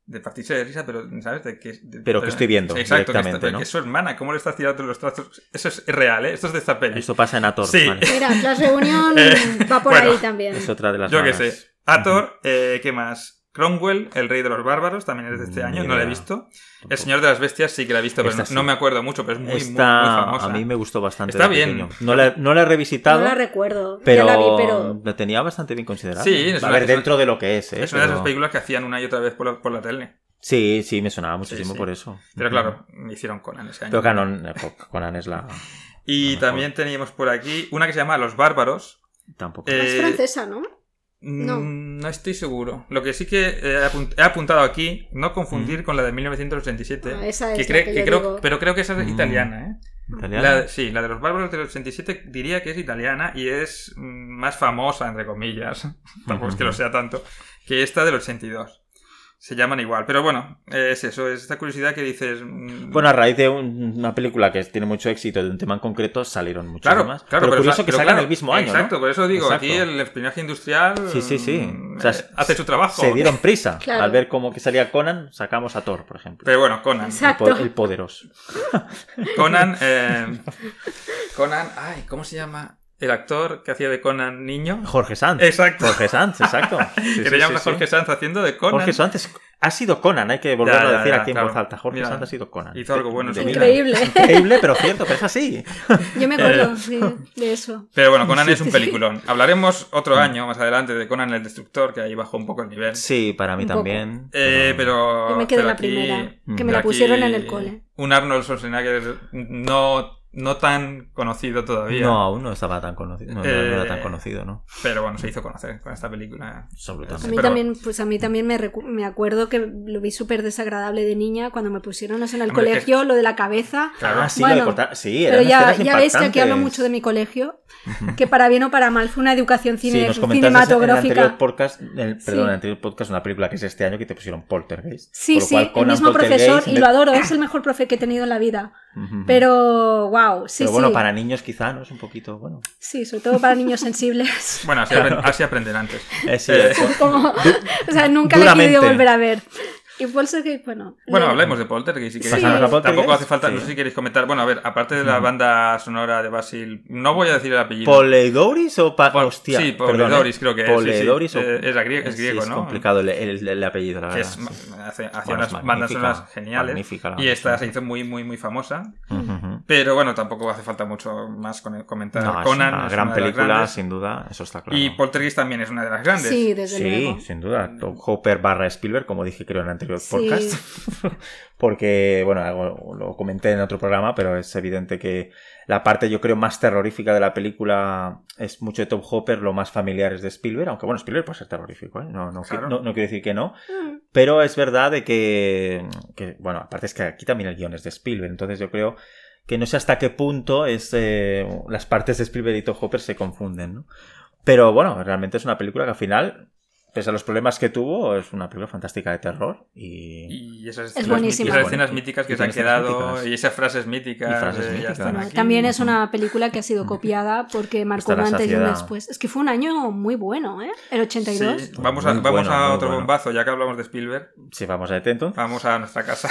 B: de partirse de risa, pero, ¿sabes? De que, de-
A: Pero que estoy viendo
B: Exacto, que
A: directamente,
B: está- pero
A: ¿no?
B: que su hermana, ¿cómo le estás tirando los trazos? Eso es real, ¿eh? Esto es de esta peli.
A: Esto pasa en Ator.
B: Sí.
A: vale.
B: [laughs]
C: Mira,
A: [laughs]
C: Clash Reunion
B: Eh,
C: va por
B: bueno,
C: ahí también.
A: Es otra de las
B: Yo qué
A: malas.
B: sé. Ator, eh, ¿qué más? Cromwell, el rey de los bárbaros, también es de este
A: Ni
B: año, no la he
A: idea.
B: visto.
A: Tampoco.
B: El señor de las bestias sí que la he visto, pero
A: Esta
B: no,
A: sí.
B: no me acuerdo mucho, pero es muy, muy, muy,
A: Esta
B: famosa.
A: a mí me gustó bastante.
B: Está
A: de
B: bien.
A: pequeño. No la, no la he
C: No
A: revisitado,
C: la recuerdo.
A: pero,
C: Ya la vi, pero
A: lo tenía bastante bien considerado.
B: Sí, es
A: a
B: una-
A: ver, dentro de lo que es, ¿eh?
B: Es una de esas
A: pero-
B: películas que hacían una y otra vez por la, por la tele.
A: Sí, sí, me sonaba muchísimo
B: sí.
A: por eso.
B: Pero claro, me hicieron Conan ese año.
A: Pero Canon, Conan es la.
B: y
A: mejor.
B: también teníamos por aquí una que se llama Los Bárbaros.
A: Tampoco.
B: Eh,
C: Es francesa, ¿no? No.
B: No. Mm, no estoy seguro. Lo que sí que eh, apun- he apuntado aquí, no
A: Mm.
B: confundir con la de 1987.
C: Ah, esa
B: que
C: es
B: cre-
C: la que,
B: que
C: yo
B: creo,
C: digo.
B: pero creo que esa es
A: Mm.
B: italiana, ¿eh?
A: italiana.
B: La- sí, la de los bárbaros del 87 diría que es italiana y es mm, más famosa, entre comillas, [laughs] tampoco es que lo sea tanto, que esta del 82. Se llaman igual, pero bueno, eh, es eso, es esta curiosidad que dices... mm,
A: Bueno, a raíz de un- una película que tiene mucho éxito de un tema en concreto, salieron muchas
B: claro,
A: más.
B: claro,
A: pero, curioso
B: sa-
A: que
B: pero
A: salgan
B: claro,
A: el mismo año. ¿no?
B: Exacto, por eso digo,
A: Exacto.
B: aquí el espionaje industrial
A: Sí, sí, sí.
B: mm,
A: O sea,
B: eh, hace su trabajo.
A: Se dieron prisa.
C: Claro.
A: Al ver cómo que salía Conan, sacamos a Thor, por ejemplo.
B: Pero bueno, Conan.
A: El po-
C: Exacto.
A: El poderoso. [laughs]
B: Conan, eh, Conan, ay, ¿cómo se llama? El actor que hacía de Conan niño.
A: Jorge Sanz.
B: Exacto.
A: Jorge Sanz,
B: [laughs]
A: exacto. Sí,
B: que
A: sí,
B: le llaman
A: sí, sí.
B: Jorge Sanz haciendo de Conan.
A: Jorge Sanz es- ha sido Conan, hay que volverlo
B: Ya,
A: a
B: ya,
A: decir
B: ya,
A: aquí en
B: claro.
A: voz alta. Jorge
B: Mira,
A: Sanz ha sido Conan.
B: hizo algo bueno en su
A: De- de-
B: vida.
C: Increíble. [laughs]
A: Increíble, pero cierto, pero es así.
C: Yo me
B: Eh,
C: acuerdo de, de eso.
B: Pero bueno, Conan es un peliculón. Hablaremos otro año más adelante de Conan el Destructor, que ahí bajó un poco el nivel.
A: Mm. Sí, para mí
C: Un poco.
A: también.
B: Eh, pero.
C: Yo me quedé
B: pero
C: en la
B: aquí-
C: primera,
A: mm,
C: que me la
B: aquí
C: pusieron en el cole.
B: Un Arnold Schwarzenegger no, no tan conocido todavía.
A: No, aún no estaba tan conocido. No, no, no era tan
B: Eh,
A: conocido, ¿no?
B: Pero bueno, se hizo conocer con esta película.
A: Ah,
C: A
A: Absolutamente.
C: mí
B: Pero-
C: también, pues a mí también me, recu- me acuerdo que lo vi súper desagradable de niña cuando me pusieron eso en el
B: Hombre, es-
C: colegio, lo de la cabeza.
B: Claro.
A: Ah, sí,
C: Bueno,
A: lo de cortar- Sí,
C: Pero
A: eran
C: ya,
A: escenas
C: ya veis que aquí hablo
A: impactantes.
C: mucho de
A: [laughs]
C: mi colegio, que para bien o para mal fue una educación
A: Sí,
C: cine-
A: nos comentaste en el
C: cinematográfica.
A: anterior podcast, en el-
C: Sí.
A: perdón, en el anterior podcast, una película que es este año que te pusieron Poltergeist.
C: Sí,
A: Con lo
C: sí,
A: cual,
C: el
A: Conan
C: mismo
A: Poltergeist
C: profesor,
A: en
C: y
A: vez-
C: lo adoro, es el mejor profe que he tenido en la vida.
A: Ujú.
C: Pero, wow, sí,
A: Pero bueno,
C: sí.
A: para niños quizá, ¿no? Es un poquito, bueno.
C: Sí, sobre todo para niños sensibles. [laughs]
B: Bueno, así, aprend- así aprenden antes.
A: Eh, sí,
B: Eh,
A: eso.
C: Como, o sea, nunca la he
A: duramente.
C: querido volver a ver. Y Poltergeist, bueno.
B: Bueno,
C: le-
B: hablemos de Poltergeist. Si queréis.
A: ¿Pasamos a Poltergeist?
B: Tampoco hace falta,
A: Sí.
B: no sé si queréis comentar. Bueno, a ver, aparte de la banda sonora de Basil, no voy a decir el apellido.
A: ¿Poledoris o pa...
B: Pol-
A: Hostia,
B: sí,
A: perdón,
B: Poledoris
A: eh.
B: creo que es, sí, sí.
A: Poledoris o...
B: Eh, es la grie- es
A: Sí,
B: griego, ¿no?
A: complicado el, el- el apellido, la
B: que
A: verdad.
B: es,
A: Ah, sí.
B: hace, hace
A: Bueno,
B: unas
A: es
B: bandas
A: magnífica,
B: sonoras geniales.
A: magnífica la
B: Y
A: banda
B: esta se
A: sonora.
B: hizo muy, muy, muy famosa.
A: Ujú, ujú.
B: Pero bueno, tampoco hace falta mucho más con- comentar.
A: No, es
B: Conan,
A: una
B: es
A: gran
B: una de las
A: película,
B: grandes.
A: sin duda, eso está claro.
B: Y Poltergeist también es una de las grandes.
C: Sí, desde
A: sí,
C: luego.
A: sin duda. Tom Hopper barra Spielberg, como dije creo en el anterior
C: Sí.
A: podcast. [laughs] Porque, bueno, algo- lo comenté en otro programa, pero es evidente que la parte yo creo más terrorífica de la película es mucho de Tom Hopper, lo más familiar es de Spielberg, aunque bueno, Spielberg puede ser terrorífico, ¿eh? no, no,
B: Claro.
A: no, no quiero decir que no,
C: Mm.
A: pero es verdad de que, que, bueno, aparte es que aquí también el guión es de Spielberg, entonces yo creo que no sé hasta qué punto es, eh, las partes de Spielberg y Tom Hopper se confunden, ¿no? Pero bueno, realmente es una película que al final, pese a los problemas que tuvo, es una película fantástica de terror y...
B: Y esas,
C: Es
B: escenas
C: buenísima.
B: míticas- esas escenas
A: Y-
B: míticas
A: y
B: que se han
A: tiene escenas
B: quedado
A: míticas.
B: y esas frases míticas.
A: Y frases
B: eh, ya
A: míticas.
B: están
A: Bueno,
B: aquí.
C: También es una película que ha sido copiada porque marcó
A: Hasta
C: un
A: la
C: antes y un
A: saciedad.
C: después. Es que fue un año muy bueno, ¿eh? El 82.
B: Sí, Vamos a,
A: Muy
B: vamos
A: bueno,
B: a
A: muy
B: otro
A: bueno.
B: bombazo, ya que hablamos de Spielberg.
A: Si vamos a ET entonces...
B: Vamos a nuestra casa.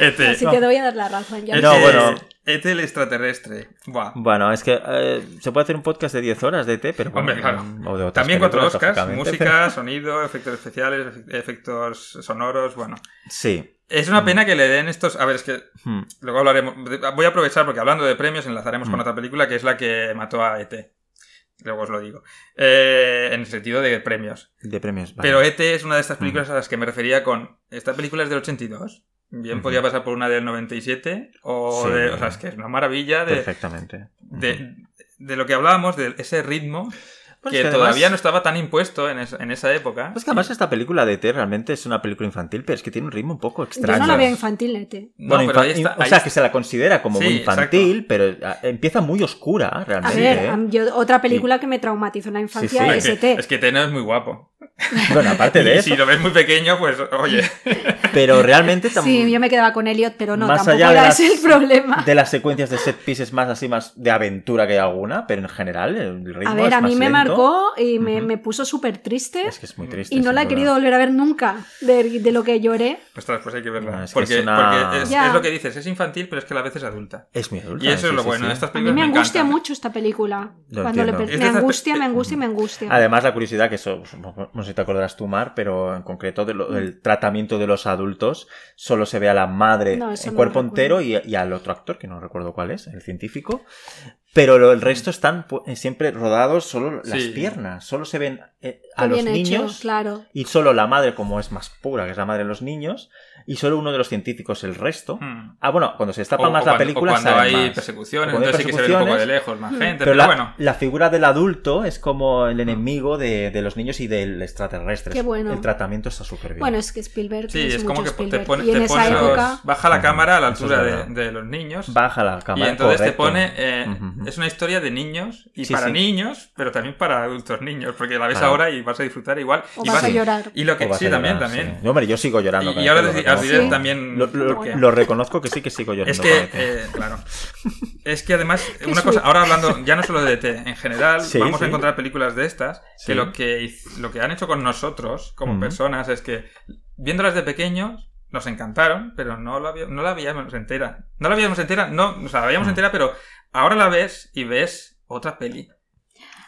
B: Este,
C: [laughs] Así te doy a dar la razón. Ya
B: Este-
A: No, bueno.
B: este el extraterrestre. Buah.
A: Bueno, es que eh, se puede hacer un podcast de 10 horas de ET, pero... bueno,
B: Hombre, claro.
A: o de otras
B: También cuatro
A: películas,
B: Oscars,
A: lógicamente,
B: música, sonido, efectos especiales, efe- efectos sonoros, bueno.
A: pero- Sí.
B: Es una pena que le den estos... A ver, es que
A: Hmm.
B: luego hablaremos... Voy a aprovechar porque hablando de premios enlazaremos con
A: Mm.
B: otra película que es la que mató a ET. Luego os lo digo. Eh, en el sentido de premios.
A: De premios. vale. Mm.
B: Pero ET es una de estas películas a las que me refería con... Esta película es del 82. Bien,
A: Ujú.
B: podía pasar por una del 97 o
A: Sí.
B: de... O sea, es que es una maravilla de,
A: Perfectamente. Hmm.
B: de, de lo que hablábamos, de ese ritmo
A: Pues
B: que,
A: es que
B: todavía
A: además-
B: no estaba tan impuesto en, es- en esa época.
A: Pues que además esta película de T realmente es una película infantil, pero es que tiene un ritmo un poco
C: Yo
A: extraño.
C: no la veo infantil, Nete.
B: No,
A: Bueno,
B: pero ahí
A: infan-
B: está,
A: o
B: ahí
A: sea,
B: está.
A: que se la considera como
B: Sí,
A: muy infantil, pero ah, empieza muy oscura
C: A
A: realmente.
C: ver,
A: ¿eh?
C: a mí- yo, otra película que me traumatizó en la infancia
A: sí.
B: Hombre,
C: es E
B: es, que,
C: ET.
B: es que Teno es muy guapo.
A: Bueno, aparte de
B: [laughs] Y
A: eso,
B: si lo ves muy pequeño, pues
A: [laughs]
B: oye.
A: pero realmente tam-
C: Sí, yo me quedaba con Elliot, pero no,
A: Más
C: tampoco
A: allá de
C: era
A: las-
C: ese el problema.
A: de las secuencias de set pieces más así más de aventura que hay alguna, pero en general el ritmo
C: A ver,
A: es
C: a mí
A: más
C: me
A: lento.
C: marcó y me,
A: Ujú.
C: me puso súper triste
A: Es que
B: Mm.
A: es muy triste.
C: y no
A: sin
C: la he
A: duda.
C: querido volver a ver nunca de, de lo que lloré.
B: Ostras, pues hay que verla.
A: No, es que
B: porque porque
A: es
B: es,
A: una-
B: es
C: Ya.
B: lo que dices, es infantil, pero es que a la vez es adulta.
A: Es muy adulta.
B: Y eso es
A: sí,
B: lo
A: sí,
B: bueno.
A: sí.
B: Estas
C: A mí
B: películas
C: me angustia
B: encantan.
C: mucho esta película.
A: Lo
C: Cuando
A: entiendo.
C: le
A: eh,
C: per-
B: Es de
C: me
B: esas-
C: angustia, me angustia, me angustia.
A: Además, la curiosidad, que eso, pues, no, no sé si te acordarás tú, Mar, pero en concreto de lo-
C: Mm.
A: del tratamiento de los adultos, solo se ve a la madre
C: No, eso
A: en
C: no
A: cuerpo
C: lo recuerdo.
A: entero y, y al otro actor, que no recuerdo cuál es, el científico. Pero lo- el
C: Mm.
A: resto están pu- siempre rodados solo las
B: Sí.
A: piernas. Solo se ven eh,
C: Qué
A: a los
C: bien hecho,
A: niños
C: claro.
A: y solo la madre, como es más pura, que es la madre de los niños, y solo uno de los científicos, el resto.
B: Mm.
A: Ah, bueno, cuando se destapa
B: O- o
A: más la
B: cuando-
A: película,
B: o cuando
A: salen
B: hay
A: más.
B: persecuciones,
A: O cuando hay
B: entonces sí que se ve un poco de
A: persecuciones,
B: lejos más
C: Mm.
B: gente, pero,
A: Pero la,
B: bueno. Mm.
A: la figura del adulto es como el enemigo de, de los niños y del extraterrestre.
C: Qué bueno.
A: El tratamiento está súper bien.
C: Bueno, es que Spielberg
B: Sí,
C: es,
B: es
C: mucho
B: como que te
C: Spielberg.
B: pone,
C: y en
B: te
C: esa
B: pone los-
C: época,
B: baja la
A: Ujú,
B: cámara a la
A: eso es
B: altura de,
A: verdad.
B: de los niños.
A: Baja la
B: y
A: cámara.
B: entonces
A: correcto.
B: te pone. eh,
A: Ujú.
B: Es una historia de niños y
A: Sí,
B: para
A: sí.
B: niños, pero también para adultos niños, porque la ves
A: Claro.
B: ahora y vas a disfrutar igual.
C: o
B: y
C: vas a
A: sí.
C: llorar.
B: Y lo
A: O
B: que
A: vas
B: sí,
A: a
B: también,
A: llorar,
B: también.
A: sí. No, hombre, yo sigo llorando.
B: Y-
A: cada
B: Y,
A: vez
B: ahora
A: que
B: os
A: lo
B: di- os diré
A: reconozco.
B: también.
A: Lo, lo-
B: por qué.
A: lo reconozco que sí que sigo llorando. este.
B: Es que,
A: cada vez.
B: eh, claro. Es que además, una
C: sweet.
B: cosa, ahora hablando ya no solo de ET, en general
A: Sí,
B: vamos
A: sí.
B: a encontrar películas de estas
A: Sí.
B: que lo que hiz- lo que han hecho con nosotros como
A: Ujú.
B: personas es que viéndolas de pequeños nos encantaron, pero no la, vi- no la veíamos entera. No la veíamos entera, no, o sea, la veíamos
A: Mm.
B: entera, pero ahora la ves y ves otra peli.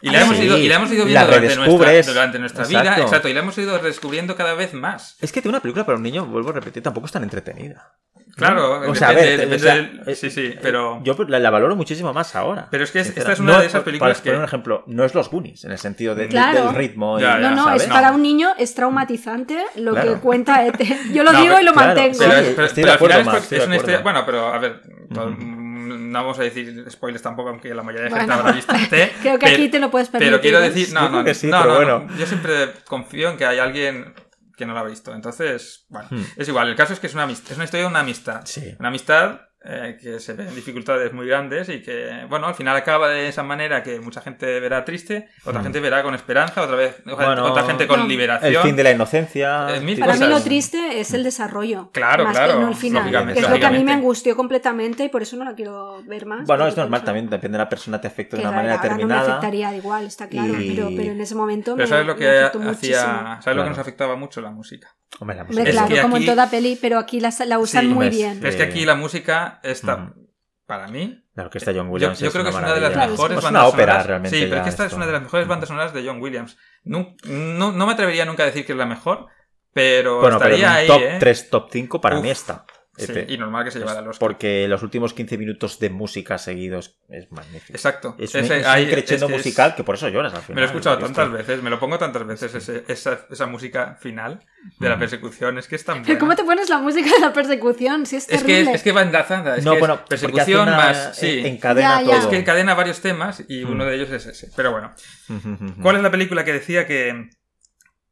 B: Y
C: Ah,
B: la, hemos
C: sí.
B: ido, y la hemos ido
A: La
B: viendo durante nuestra,
A: redescubres.
B: durante nuestra vida,
A: Exacto.
B: exacto, y la hemos ido descubriendo cada vez más.
A: Es que tiene una película para un niño, vuelvo a repetir, tampoco es tan entretenida.
B: Claro,
A: O sea, a
B: depende-
A: ver,
B: depende
A: o sea,
B: del-
A: eh,
B: sí, sí, pero-
A: Yo la, la valoro muchísimo más ahora.
B: Pero es que es-
A: sincera.
B: esta es una de esas
A: por-
B: películas
A: para
B: que-
A: poner un ejemplo, no es Los Goonies, en el sentido de- de-
C: Claro.
A: del ritmo. y-
B: Ya, ya,
C: No, no,
A: ¿sabes?
C: es para
B: No.
C: un niño, es traumatizante lo
A: Claro.
C: que cuenta ET. Yo lo
B: No,
C: digo y lo
A: claro,
C: mantengo.
A: sí,
B: Pero,
A: estoy
B: pero-
A: de
B: pero al
A: acuerdo,
B: final es
A: Mar,
B: porque
A: estoy
B: es
A: de
B: una
A: acuerdo.
B: historia. Bueno, pero a ver, todo- mm, no vamos a decir spoilers tampoco, aunque la mayoría de gente
C: Bueno.
B: habrá visto este.
C: [laughs] Creo que
B: pero-
C: aquí te lo puedes permitir.
B: Pero quiero
C: ¿eh?
B: decir,
A: Yo
B: no,
A: creo
B: no,
A: que sí,
B: no,
A: pero
B: no, no.
A: bueno.
B: Yo siempre confío en que hay alguien que no lo ha visto. Entonces, bueno,
A: Hmm.
B: es igual. El caso es que es una amist- es una historia de una amistad.
A: Sí.
B: Una amistad eh, que se ve en dificultades muy grandes y que, bueno, al final acaba de esa manera que mucha gente verá triste, otra gente verá con esperanza, otra vez, otra-
A: Hmm. Bueno,
B: otra gente con
C: No.
B: liberación.
A: El fin de la inocencia.
B: Eh, mil
A: tipo,
C: Para mí lo
A: ¿sabes?
C: triste es el desarrollo.
B: Claro,
C: más
B: claro,
C: Que no el final. que
A: lógicamente,
C: es lo que a mí me
B: lógicamente.
C: angustió completamente y por eso no la quiero ver más.
A: Bueno,
C: porque
A: es normal
C: pienso
A: también, depende de la persona, te afecta
C: que
A: de una
C: ahora-
A: manera
C: ahora No me
A: determinada.
C: afectaría igual, está claro.
A: Y-
C: Pero, pero en ese momento
B: Pero
C: me,
B: ¿sabes lo
C: me
B: que
C: afectó
B: hacía?
C: muchísimo.
B: ¿Sabes lo que
A: Claro.
B: nos afectaba mucho? La música.
A: Hombre, la
C: Hombre,
A: música.
C: claro,
B: que
C: como en
B: aquí-
C: toda peli, pero aquí la, la usan
B: Sí,
C: muy
A: ves.
C: bien.
B: Pero es que aquí la música está,
A: Ujú.
B: para mí,
A: La orquesta de John
B: yo,
A: Williams.
B: yo creo que es una de las
A: maravilla.
B: mejores
A: Es
B: bandas
A: una ópera
B: sonoras.
A: realmente.
B: Sí, pero es
A: ya
B: que esta es
A: esto.
B: una de las mejores bandas sonoras de John Williams. No, no, no me atrevería nunca a decir que es la mejor, pero
A: Bueno, pero
B: estaría
A: en un
B: ahí,
A: top
B: ¿eh?
A: 3, top 5 para
B: Uf,
A: mí está.
B: Sí,
A: Este,
B: y normal que se llevara los...
A: Porque los últimos 15 minutos de música seguidos es magnífico.
B: Exacto.
A: Es un,
B: Ese-
A: es un
B: ahí-
A: crescendo
B: es que es-
A: musical que por eso lloras al final.
B: Me lo he escuchado
A: porque es
B: tantas
A: que-
B: veces, me lo pongo tantas veces, ese- esa, esa música final de la persecución. Es que es tan
C: Pero
B: buena.
C: ¿cómo te pones la música de la persecución? Si es
B: Es que,
C: terrible.
B: es, es que va enlazada. Es
A: No,
B: que es
A: bueno, porque hace
B: persecución
A: una- e
B: más... Sí.
A: en- Encadena
C: Ya, ya.
B: Es
A: todo.
B: que
A: [laughs]
B: encadena varios temas
A: Hmm.
B: y uno de ellos es ese. Pero bueno,
A: Ujú, ujú, ujú.
B: ¿cuál es la película que decía que,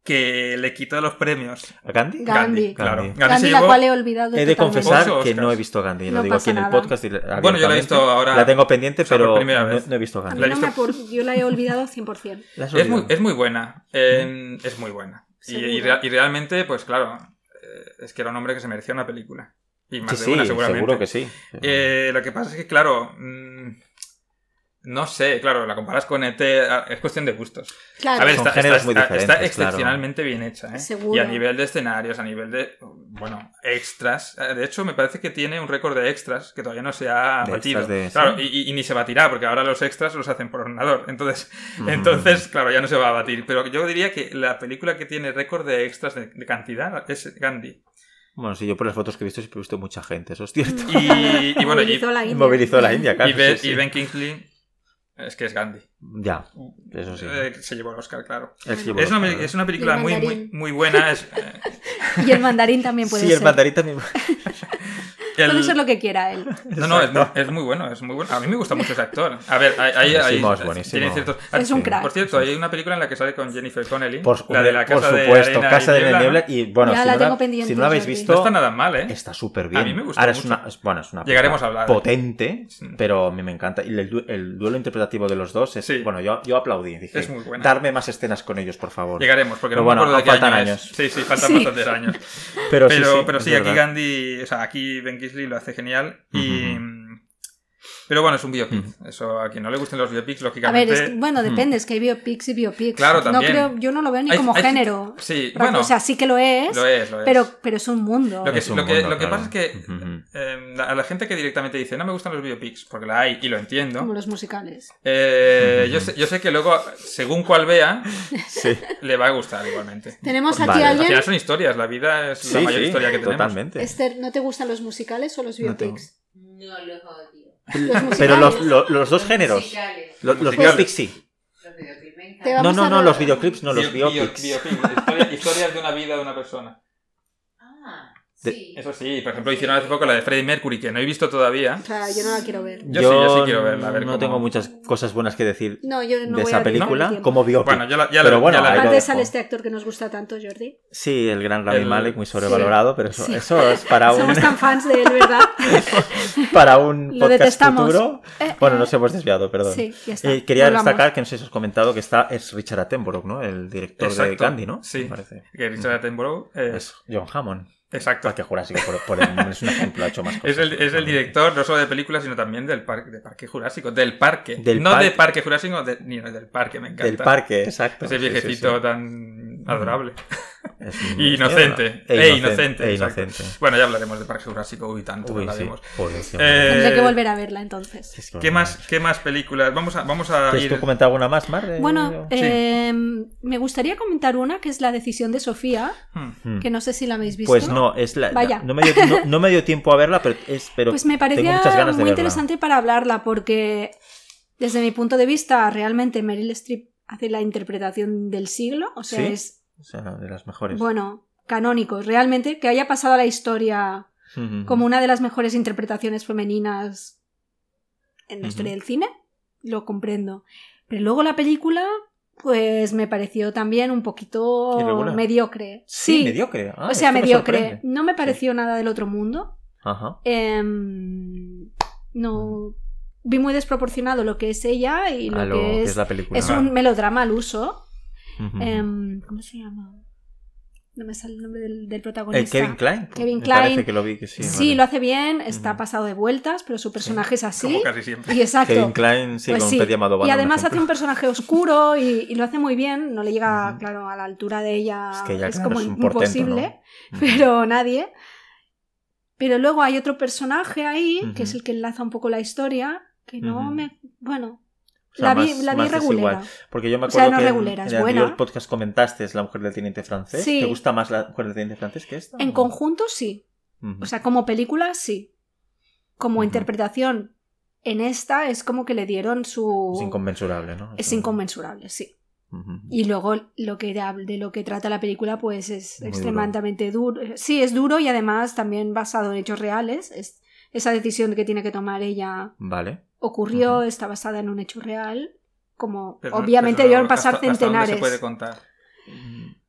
B: que le quitó los premios?
A: ¿A Gandhi?
C: Ga- Gandhi.
B: claro.
A: Gandhi.
B: Gandhi,
C: Gandhi,
B: se
C: la
B: llevó-
C: cual he olvidado.
A: He de
C: totalmente.
A: confesar
B: Ocho
A: que
B: Oscars.
A: no he visto Gandhi.
C: No
A: Lo digo
C: pasa
A: aquí en el
C: nada.
A: podcast. y le-
B: Bueno, yo la he
A: abiertamente.
B: visto ahora-
A: La tengo pendiente,
B: o sea, por
A: pero
B: primera
A: no,
B: vez.
A: no he visto
C: A
A: Gandhi.
C: mí
B: La he
C: no me apur- Yo la he olvidado 100%.
A: La has
B: Es muy,
A: olvidado.
B: es muy buena. eh,
A: Hmm.
B: es muy buena. Y, y
C: Seguro.
B: rea- y realmente, pues claro, eh, es que era un hombre que se merecía una película. Y más
A: Sí,
B: de una,
A: sí,
B: seguramente.
A: seguro que sí.
B: Eh, lo que pasa es que, claro. mm, no sé, claro, la comparas con ET, ah, es cuestión de gustos.
C: Claro.
B: A ver,
A: Son
B: está,
A: géneros
B: está-
A: muy
B: está- está
A: diferentes, claro.
B: excepcionalmente bien hecha, ¿eh?
C: Seguro.
B: Y a nivel de escenarios, a nivel de, bueno, extras. Eh, De hecho, me parece que tiene un récord de extras que todavía no se ha
A: De
B: batido.
A: extras de-
B: Claro,
A: sí.
B: y, y- y ni se batirá, porque ahora los extras los hacen por ordenador. Entonces,
A: Ujú.
B: entonces claro, ya no se va a batir. Pero yo diría que la película que tiene récord de extras de, de cantidad es Gandhi.
A: Bueno, sí, yo por las fotos que he visto siempre he visto mucha gente, eso es cierto.
B: Y, y bueno, y,
C: Movilizó [laughs] la India.
A: Movilizó la India, claro.
B: y Ben,
A: sí, sí.
B: y Ben Kingsley es que es Gandhi.
A: Ya, eso sí.
B: Eh, se llevó el Oscar, claro.
A: El sí,
B: Es una,
A: bueno,
B: peli- es una película muy, muy,
C: mandarín.
B: muy buena. es, eh,
C: Y el mandarín también puede
A: Sí,
C: ser.
A: el mandarín también.
B: el-
C: [laughs] Puede ser lo que quiera él.
B: [laughs] No, no, es muy, es muy bueno, es muy bueno. A mí me gusta mucho ese actor. A ver, hay, hay,
A: Buenísimo,
B: hay-
A: es buenísimo.
B: tiene ciertos...
C: Es un crack.
B: Por cierto, hay una película en la que sale con Jennifer Connelly,
A: Por,
B: la de la
A: por
B: casa
A: supuesto,
B: de arena
A: Casa
B: y
A: de
B: niebla,
A: la
B: ¿no?
A: Niebla. Y bueno,
C: Ya
A: si,
C: la
A: no
C: tengo pendiente,
A: si no la habéis
C: Jordi.
B: No
A: visto,
B: está nada mal, ¿eh?
A: está súper bien.
B: A mí me gusta
A: Ahora
B: mucho.
A: es una, es- bueno, es una
B: Llegaremos
A: película
B: a hablar.
A: potente,
B: Sí.
A: pero me me encanta. Y el, du- el duelo interpretativo de los dos es.
B: Sí.
A: Bueno, yo, yo aplaudí. Dije,
B: Es muy buena.
A: darme más escenas con ellos, por favor.
B: Llegaremos, porque
A: Pero
B: no
A: bueno,
B: me acuerdo de qué
A: aún faltan
B: año es.
A: años.
B: Sí, sí, faltan
C: Sí.
B: bastantes años. Pero, pero sí,
A: es
B: aquí
A: verdad.
B: Gandhi, o sea, aquí Ben Kingsley lo hace genial y...
A: Ujú,
B: Pero bueno, es un biopic. Eso a quien no le gusten los biopics,
C: A ver,
B: lógicamente...
C: es que- bueno, depende, es que hay biopics y biopics.
B: mm. Claro, también.
C: No creo, yo no lo veo ni
B: Hay-
C: como
B: hay-
C: género.
B: Sí,
C: Porque,
B: bueno,
C: o sea, sí que lo es,
B: lo es, lo es.
C: Pero, pero es un mundo.
B: Lo que,
A: Es un
B: lo que-
A: mundo,
B: lo que
A: claro.
B: pasa es que [laughs]
A: Ujú.
B: eh, la- a la gente que directamente dice no me gustan los biopics, porque la hay y lo
C: Como
B: entiendo,
C: los musicales.
B: eh, yo, sé, yo sé que luego, según cuál vea,
A: Sí.
B: le va a gustar igualmente.
C: Tenemos aquí
A: Vale.
C: a
B: Al
C: alguien.
B: final son historias, la vida es la
A: Sí,
B: mayor
A: sí,
B: historia que tenemos.
A: totalmente.
C: Esther, ¿no te gustan los musicales o los
A: No tengo-
C: biopics?
D: No los odio.
C: musicales.
A: Pero los, lo- los dos géneros.
D: Musicales.
A: Los, los
B: Musicales.
A: biopics sí.
D: Los videoclips me
C: Te
D: encantan.
A: No,
C: Vamos
A: no,
C: a
A: no,
C: ver.
A: los videoclips, no, los
B: Bio- bio-
A: biopics.
B: biopic, historia- historias de una vida de una persona.
D: Ah,
A: De-
D: sí.
B: Eso sí, por ejemplo, hicieron hace poco la de Freddie Mercury, que no he visto todavía.
C: O sea, yo no la quiero ver.
B: Yo sí, yo sí quiero verla, a ver
A: no
B: cómo-
A: tengo muchas cosas buenas que decir
C: No, yo no
A: de
C: voy
A: esa
C: a tener
A: película
C: tiempo.
A: como biopic.
B: Bueno, ya la, ya
A: Pero
B: la-
A: bueno,
B: ya la-
A: ahí lo
C: Aparte
A: dejo.
C: sale este actor que nos gusta tanto, Jordi.
A: Sí, el gran Rami
B: El-
A: Malek, muy sobrevalorado, pero eso,
C: Sí.
A: eso es
C: [laughs]
A: para un,
C: Somos tan fans de él, ¿verdad?
A: [laughs] para un
C: Lo
A: podcast
C: detestamos.
A: futuro.
C: Eh,
A: Bueno,
C: eh.
A: nos hemos desviado, perdón.
C: Sí, ya está.
A: Eh, quería
C: Volvamos.
A: destacar que no sé si os he comentado que está es Richard Attenborough, ¿no? El director de
B: Exacto.
A: Candy, ¿no?
B: Sí.
A: Me parece.
B: Que Richard Attenborough es-
A: Es John Hammond.
B: Exacto.
A: Parque Jurásico, por, por el nombre, es un ejemplo, ha hecho más cosas.
B: [laughs] Es el, es el director no solo de películas, sino también del parque, de parque Jurásico. Del parque.
A: Del
B: no
A: par-
B: de Parque Jurásico, de- ni no, del parque, me encanta.
A: Del parque, exacto.
B: Ese
A: Sí, sí,
B: viejecito
A: sí.
B: tan adorable.
A: Es un-
B: Inocente.
A: E
B: E inocente,
A: E
B: exacto.
A: inocente.
B: Bueno, ya hablaremos de Parque Jurásico Uy, tanto
A: Uy, sí.
B: hablaremos.
A: Joder, sí,
B: Eh,
C: Tendré que volver a verla entonces.
A: es que
B: ¿Qué
A: bueno.
B: más, ¿Qué más películas? Vamos a, vamos a
A: ¿Quieres
B: ir.
A: Pues tú comentar alguna más, Mar? de-
C: Bueno,
A: de-
B: Sí.
C: eh, me gustaría comentar una que es la decisión de Sofía,
B: Hmm.
A: Hmm.
C: que no sé si la habéis visto.
A: Pues no, es la,
C: Vaya.
A: No, me dio, no-
C: [laughs]
A: no me dio tiempo a verla, pero, es, pero
C: Pues me
A: tengo
C: parecía
A: muchas ganas de
C: muy
A: verla.
C: interesante para hablarla porque desde mi punto de vista realmente Meryl Streep hace la interpretación del siglo, o sea,
A: ¿Sí?
C: es
A: O sea, de las mejores.
C: bueno, canónico, realmente que haya pasado a la historia
A: Ujú.
C: como una de las mejores interpretaciones femeninas en la
A: Ujú.
C: historia del cine, lo comprendo. Pero luego la película pues me pareció también un poquito
A: Irregular.
C: mediocre.
A: Sí,
C: Sí,
A: mediocre. Ah,
C: o sea,
A: esto me
C: mediocre.
A: sorprende.
C: no me pareció nada del otro mundo.
A: Ajá.
C: Em, no. Vi muy desproporcionado lo que es ella y lo,
A: Mm. A lo
C: que es.
A: la película.
C: es un melodrama al uso.
A: Ujú.
C: Em, ¿Cómo se llama? No me sale el nombre del, del
A: Eh,
C: protagonista.
A: Kevin Klein.
C: Kevin
A: Me parece
C: Kline.
A: que lo vi que sí.
C: Sí,
A: vale.
C: lo hace bien, está
A: Ujú.
C: pasado de vueltas, pero su personaje es así.
B: Como casi siempre.
C: Y exacto.
A: Kevin Klein, sí,
C: Pues
A: con
C: sí.
A: un pez llamado
C: y
A: Bannon,
C: además
A: por
C: hace un personaje oscuro y, y lo hace muy bien. No le llega,
A: Ujú.
C: claro, a la altura de ella.
A: Es
C: Es,
A: que ella, claro,
C: como
A: es un portento,
C: imposible
A: ejemplo.
C: pero nadie. Pero luego hay otro personaje ahí,
A: Ujú.
C: que es el que enlaza un poco la historia, que no
A: Ujú.
C: me... Bueno,
A: O sea,
C: la vi,
A: más-
C: la vi
A: más
C: regulera.
A: desigual. Porque yo me
C: O sea,
A: acuerdo que
C: no
A: en-
C: regulera, es
A: en el
C: buena.
A: anterior podcast comentaste es La Mujer del Teniente Francés.
C: Sí.
A: ¿Te gusta más La Mujer del Teniente Francés que esta?
C: En conjunto sí.
A: Ujú.
C: O sea, como película sí. Como
A: Ujú.
C: interpretación en esta es como que le dieron su...
A: es inconmensurable, ¿no? O
C: Es
A: sea,
C: inconmensurable, sí.
A: ujú.
C: Y luego lo que da- de lo que trata la película pues es
A: Muy
C: extremadamente duro. Sí, es duro y además también basado en hechos reales. Es- esa decisión que tiene que tomar ella
A: Vale.
C: ocurrió,
A: Ujú.
C: está basada en un hecho real, como
B: Pero-
C: obviamente
B: pero
C: deben pasar
B: hasta- hasta dónde
C: centenares.
B: se puede contar.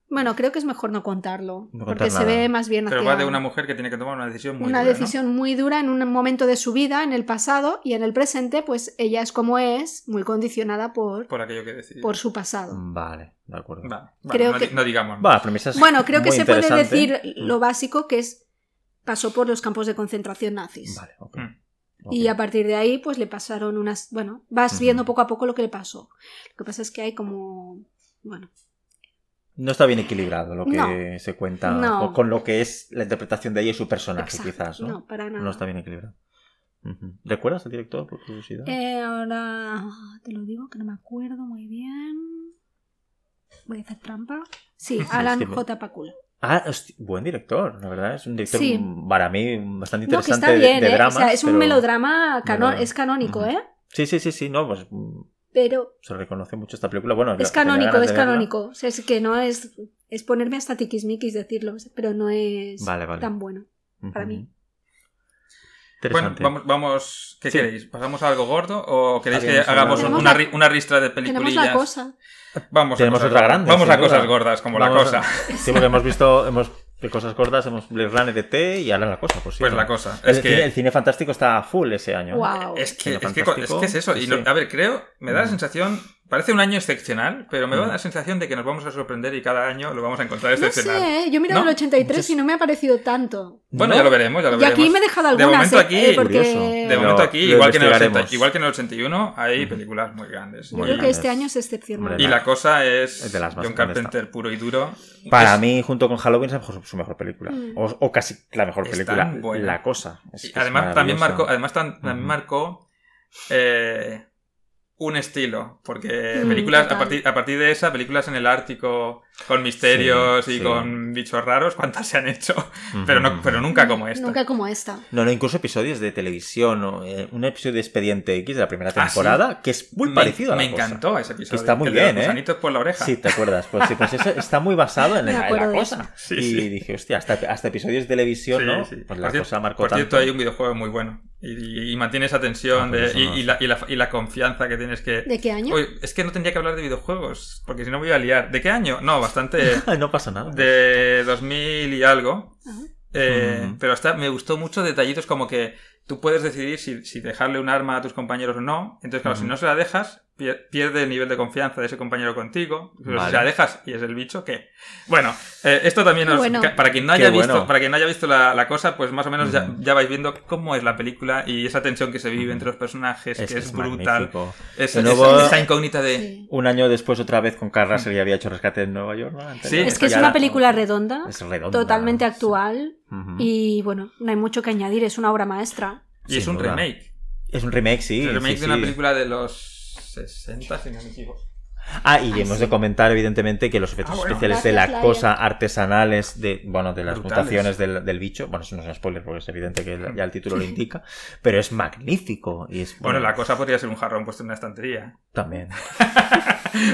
C: Bueno, creo que es mejor no contarlo,
A: No
C: porque
A: contar
C: se
A: nada.
C: ve más bien
B: Pero
C: hacia
B: va de una mujer que tiene que tomar una decisión muy
C: una
B: dura, ¿no?
C: decisión muy dura en un momento de su vida, en el pasado y en el presente, pues ella es como es, muy condicionada por,
B: Por aquello que decidió.
C: por su pasado.
A: Vale, de acuerdo.
B: Vale, vale,
C: Creo
B: no,
C: que-
B: di- no digamos.
A: Bueno, la premisa es
C: Bueno, creo que
A: muy
C: se puede
A: interesante. Mm.
C: decir lo básico que es pasó por los campos de concentración nazis.
A: Vale, ok.
B: Mm.
A: Ok.
C: Y a partir de ahí, pues le pasaron unas. Bueno, vas
A: Ujú.
C: viendo poco a poco lo que le pasó. Lo que pasa es que hay como. Bueno,
A: No está bien equilibrado lo que
C: No.
A: se cuenta
C: No.
A: con- con lo que es la interpretación de ella y su personaje,
C: Exacto.
A: quizás, ¿no?
C: No, para nada.
A: No está bien equilibrado. Ujú. ¿Recuerdas al director, por curiosidad?
C: Eh, ahora te lo digo que no me acuerdo muy bien. Voy a hacer trampa. Sí,
A: [laughs] Es
C: Alan
A: que me-
C: J. Pakula.
A: Ah, hosti- buen director, la verdad. Es un director
C: Sí.
A: mm, para mí bastante
C: No, que
A: interesante
C: está bien,
A: de, de
C: ¿eh?
A: dramas,
C: o sea, es un
A: pero-
C: melodrama, cano-
A: Melodrama.
C: es canónico,
A: Ujú.
C: ¿eh?
A: Sí, sí, sí, sí, no, pues mm,
C: Pero
A: se reconoce mucho esta película. Bueno,
C: es
A: yo tenía
C: canónico,
A: ganas de
C: es
A: verla.
C: canónico. O sea, es que no es. Es ponerme hasta tiquismiquis decirlo, pero no es
A: Vale, vale.
C: tan bueno. para
A: Ujú.
C: mí.
B: Bueno,
A: Interesante.
B: vamos, vamos ¿qué
A: Sí.
B: queréis? ¿Pasamos a algo gordo o queréis que
A: Habíamos
B: hagamos
C: hablado.
B: una,
C: Tenemos
B: ri- una ristra de
C: Tenemos
B: peliculillas?
C: la cosa.
B: Vamos a
A: Tenemos
B: cosas
A: otra
B: gordas.
A: grande,
B: Vamos
A: sin
B: a cosas
A: duda.
B: gordas, como
A: Vamos
B: la
A: a-
B: cosa.
A: Sí, porque hemos visto hemos, de cosas cortas, hemos Blade Runner de T y ahora la cosa, por
B: Pues
A: cierto.
B: la cosa.
A: El,
B: Es que,
A: cine, el cine fantástico está full ese año. ¿eh?
C: Wow.
B: es, que,
A: Cine
B: es, que,
A: fantástico.
B: es que es eso. Y
A: Sí,
B: lo-
A: sí.
B: a ver, creo, me da la
A: Mm.
B: sensación, parece un año excepcional, pero me da
A: Mm.
B: la sensación de que nos vamos a sorprender y cada año lo vamos a encontrar
C: No
B: excepcional.
C: sé, ¿eh? yo he mirado
B: No,
C: el 83
A: yo-
C: y no me ha parecido tanto.
B: Bueno,
A: ¿No?
B: ya lo veremos, ya lo
C: Y aquí
B: veremos.
C: me he dejado
B: De
C: algunas.
B: momento
C: ¿eh?
B: aquí,
C: Eh, porque...
A: curioso.
B: De
A: Lo-
B: momento aquí,
A: lo
B: igual que, en el 80
A: investigaremos.
B: igual que en el 81, hay
A: Mm.
B: películas muy grandes.
C: Yo
A: Muy
C: creo
A: bien.
C: que este año es excepcional.
A: Hombre,
B: Y la cosa es,
A: Es de las más
B: John
A: grandes,
B: Carpenter puro y duro.
A: Para
B: Es-
A: mí, junto con Halloween, es mejor- su mejor película.
C: Mm.
A: O, o casi la mejor
B: Es
A: película.
B: tan buena.
A: La cosa. Es
B: y
A: que es
B: además, también
A: maravillosa.
B: marcó, además tan- también
A: Ujú.
B: marcó eh, un estilo, porque
C: Mm,
B: películas, a
C: total.
B: partir, a partir de esa, películas en el Ártico, con misterios
A: Sí,
B: y
A: sí.
B: con bichos raros, ¿cuántas se han hecho? eh, Pero, no, pero nunca como esta.
C: Nunca como esta.
A: No, no, incluso episodios de televisión. o, eh, un episodio de Expediente X de la primera
B: Ah, sí.
A: temporada que es muy
B: Me-
A: parecido a la
B: Me
A: cosa.
B: encantó ese episodio.
A: está muy
B: el de los
A: bien, ¿eh?
B: gusanitos por la oreja.
A: Sí, te acuerdas. Pues sí, pues eso está muy basado en,
C: [laughs] Me
A: en
C: acuerdo
A: la
C: de
A: cosa.
B: Sí,
A: y
B: sí.
A: dije, hostia, hasta, hasta episodios de televisión,
B: Sí,
A: ¿no?
B: sí.
A: Pues la
B: Por cier-
A: cosa marcó
B: Por
A: tanto.
B: cierto, hay un videojuego muy bueno. Y, y- y mantiene esa
A: Ah,
B: tensión
A: pues eso
B: de- y,
A: no
B: y la, y la- y la confianza que tienes que...
C: ¿De qué año?
B: Uy, es que no tendría que hablar de videojuegos, porque si no me iba a liar. ¿De qué año? No,
A: [laughs]
B: bastante...
A: no pasa nada.
B: de 2000 y algo.
C: Ajá.
B: Eh,
A: Ujú.
B: Pero hasta me gustó mucho detallitos como que tú puedes decidir si, si dejarle un arma a tus compañeros o no. Entonces, claro, si
A: Ujú.
B: no se la dejas, pier- pierde el nivel de confianza de ese compañero contigo. Pero
A: Vale.
B: si la dejas y es el bicho, ¿qué? Bueno, eh, esto también os-
C: Bueno.
B: ca- para quien no
A: Qué
B: haya visto,
A: bueno.
B: para quien no haya visto la, la cosa, pues más o menos ya,
A: Ujú.
B: ya vais viendo cómo es la película y esa tensión que se vive
A: Ujú.
B: entre los personajes, que es, brutal.
A: magnífico.
B: Es,
A: De
B: es-
A: nuevo-
B: esa incógnita de
C: Sí.
A: Un año después, otra vez con Carl Russell, ya había hecho rescate en Nueva York. ¿no? Antes
B: Sí,
A: de-
C: Es que es
A: ya
C: una
A: era-
C: película redonda,
A: Es redonda.
C: totalmente actual
A: Ujú.
C: y bueno, no hay mucho que añadir, es una obra maestra.
B: y es
A: sin
B: un
A: duda.
B: remake.
A: Es un remake, sí.
B: el remake
A: sí,
B: de una
A: sí.
B: película de los 60, si no me equivoco.
A: Ah, y
C: Ah,
A: hemos
C: sí.
A: de comentar, evidentemente, que los efectos
B: Ah, bueno.
A: especiales de
C: Gracias,
A: la
C: Laia.
A: cosa artesanales de, bueno, de las
B: Brutales.
A: mutaciones del, del bicho. Bueno, eso no es un spoiler porque es evidente que ya el título lo indica, pero es magnífico. Y es
B: Bueno, la cosa podría ser un jarrón puesto en una estantería.
A: también.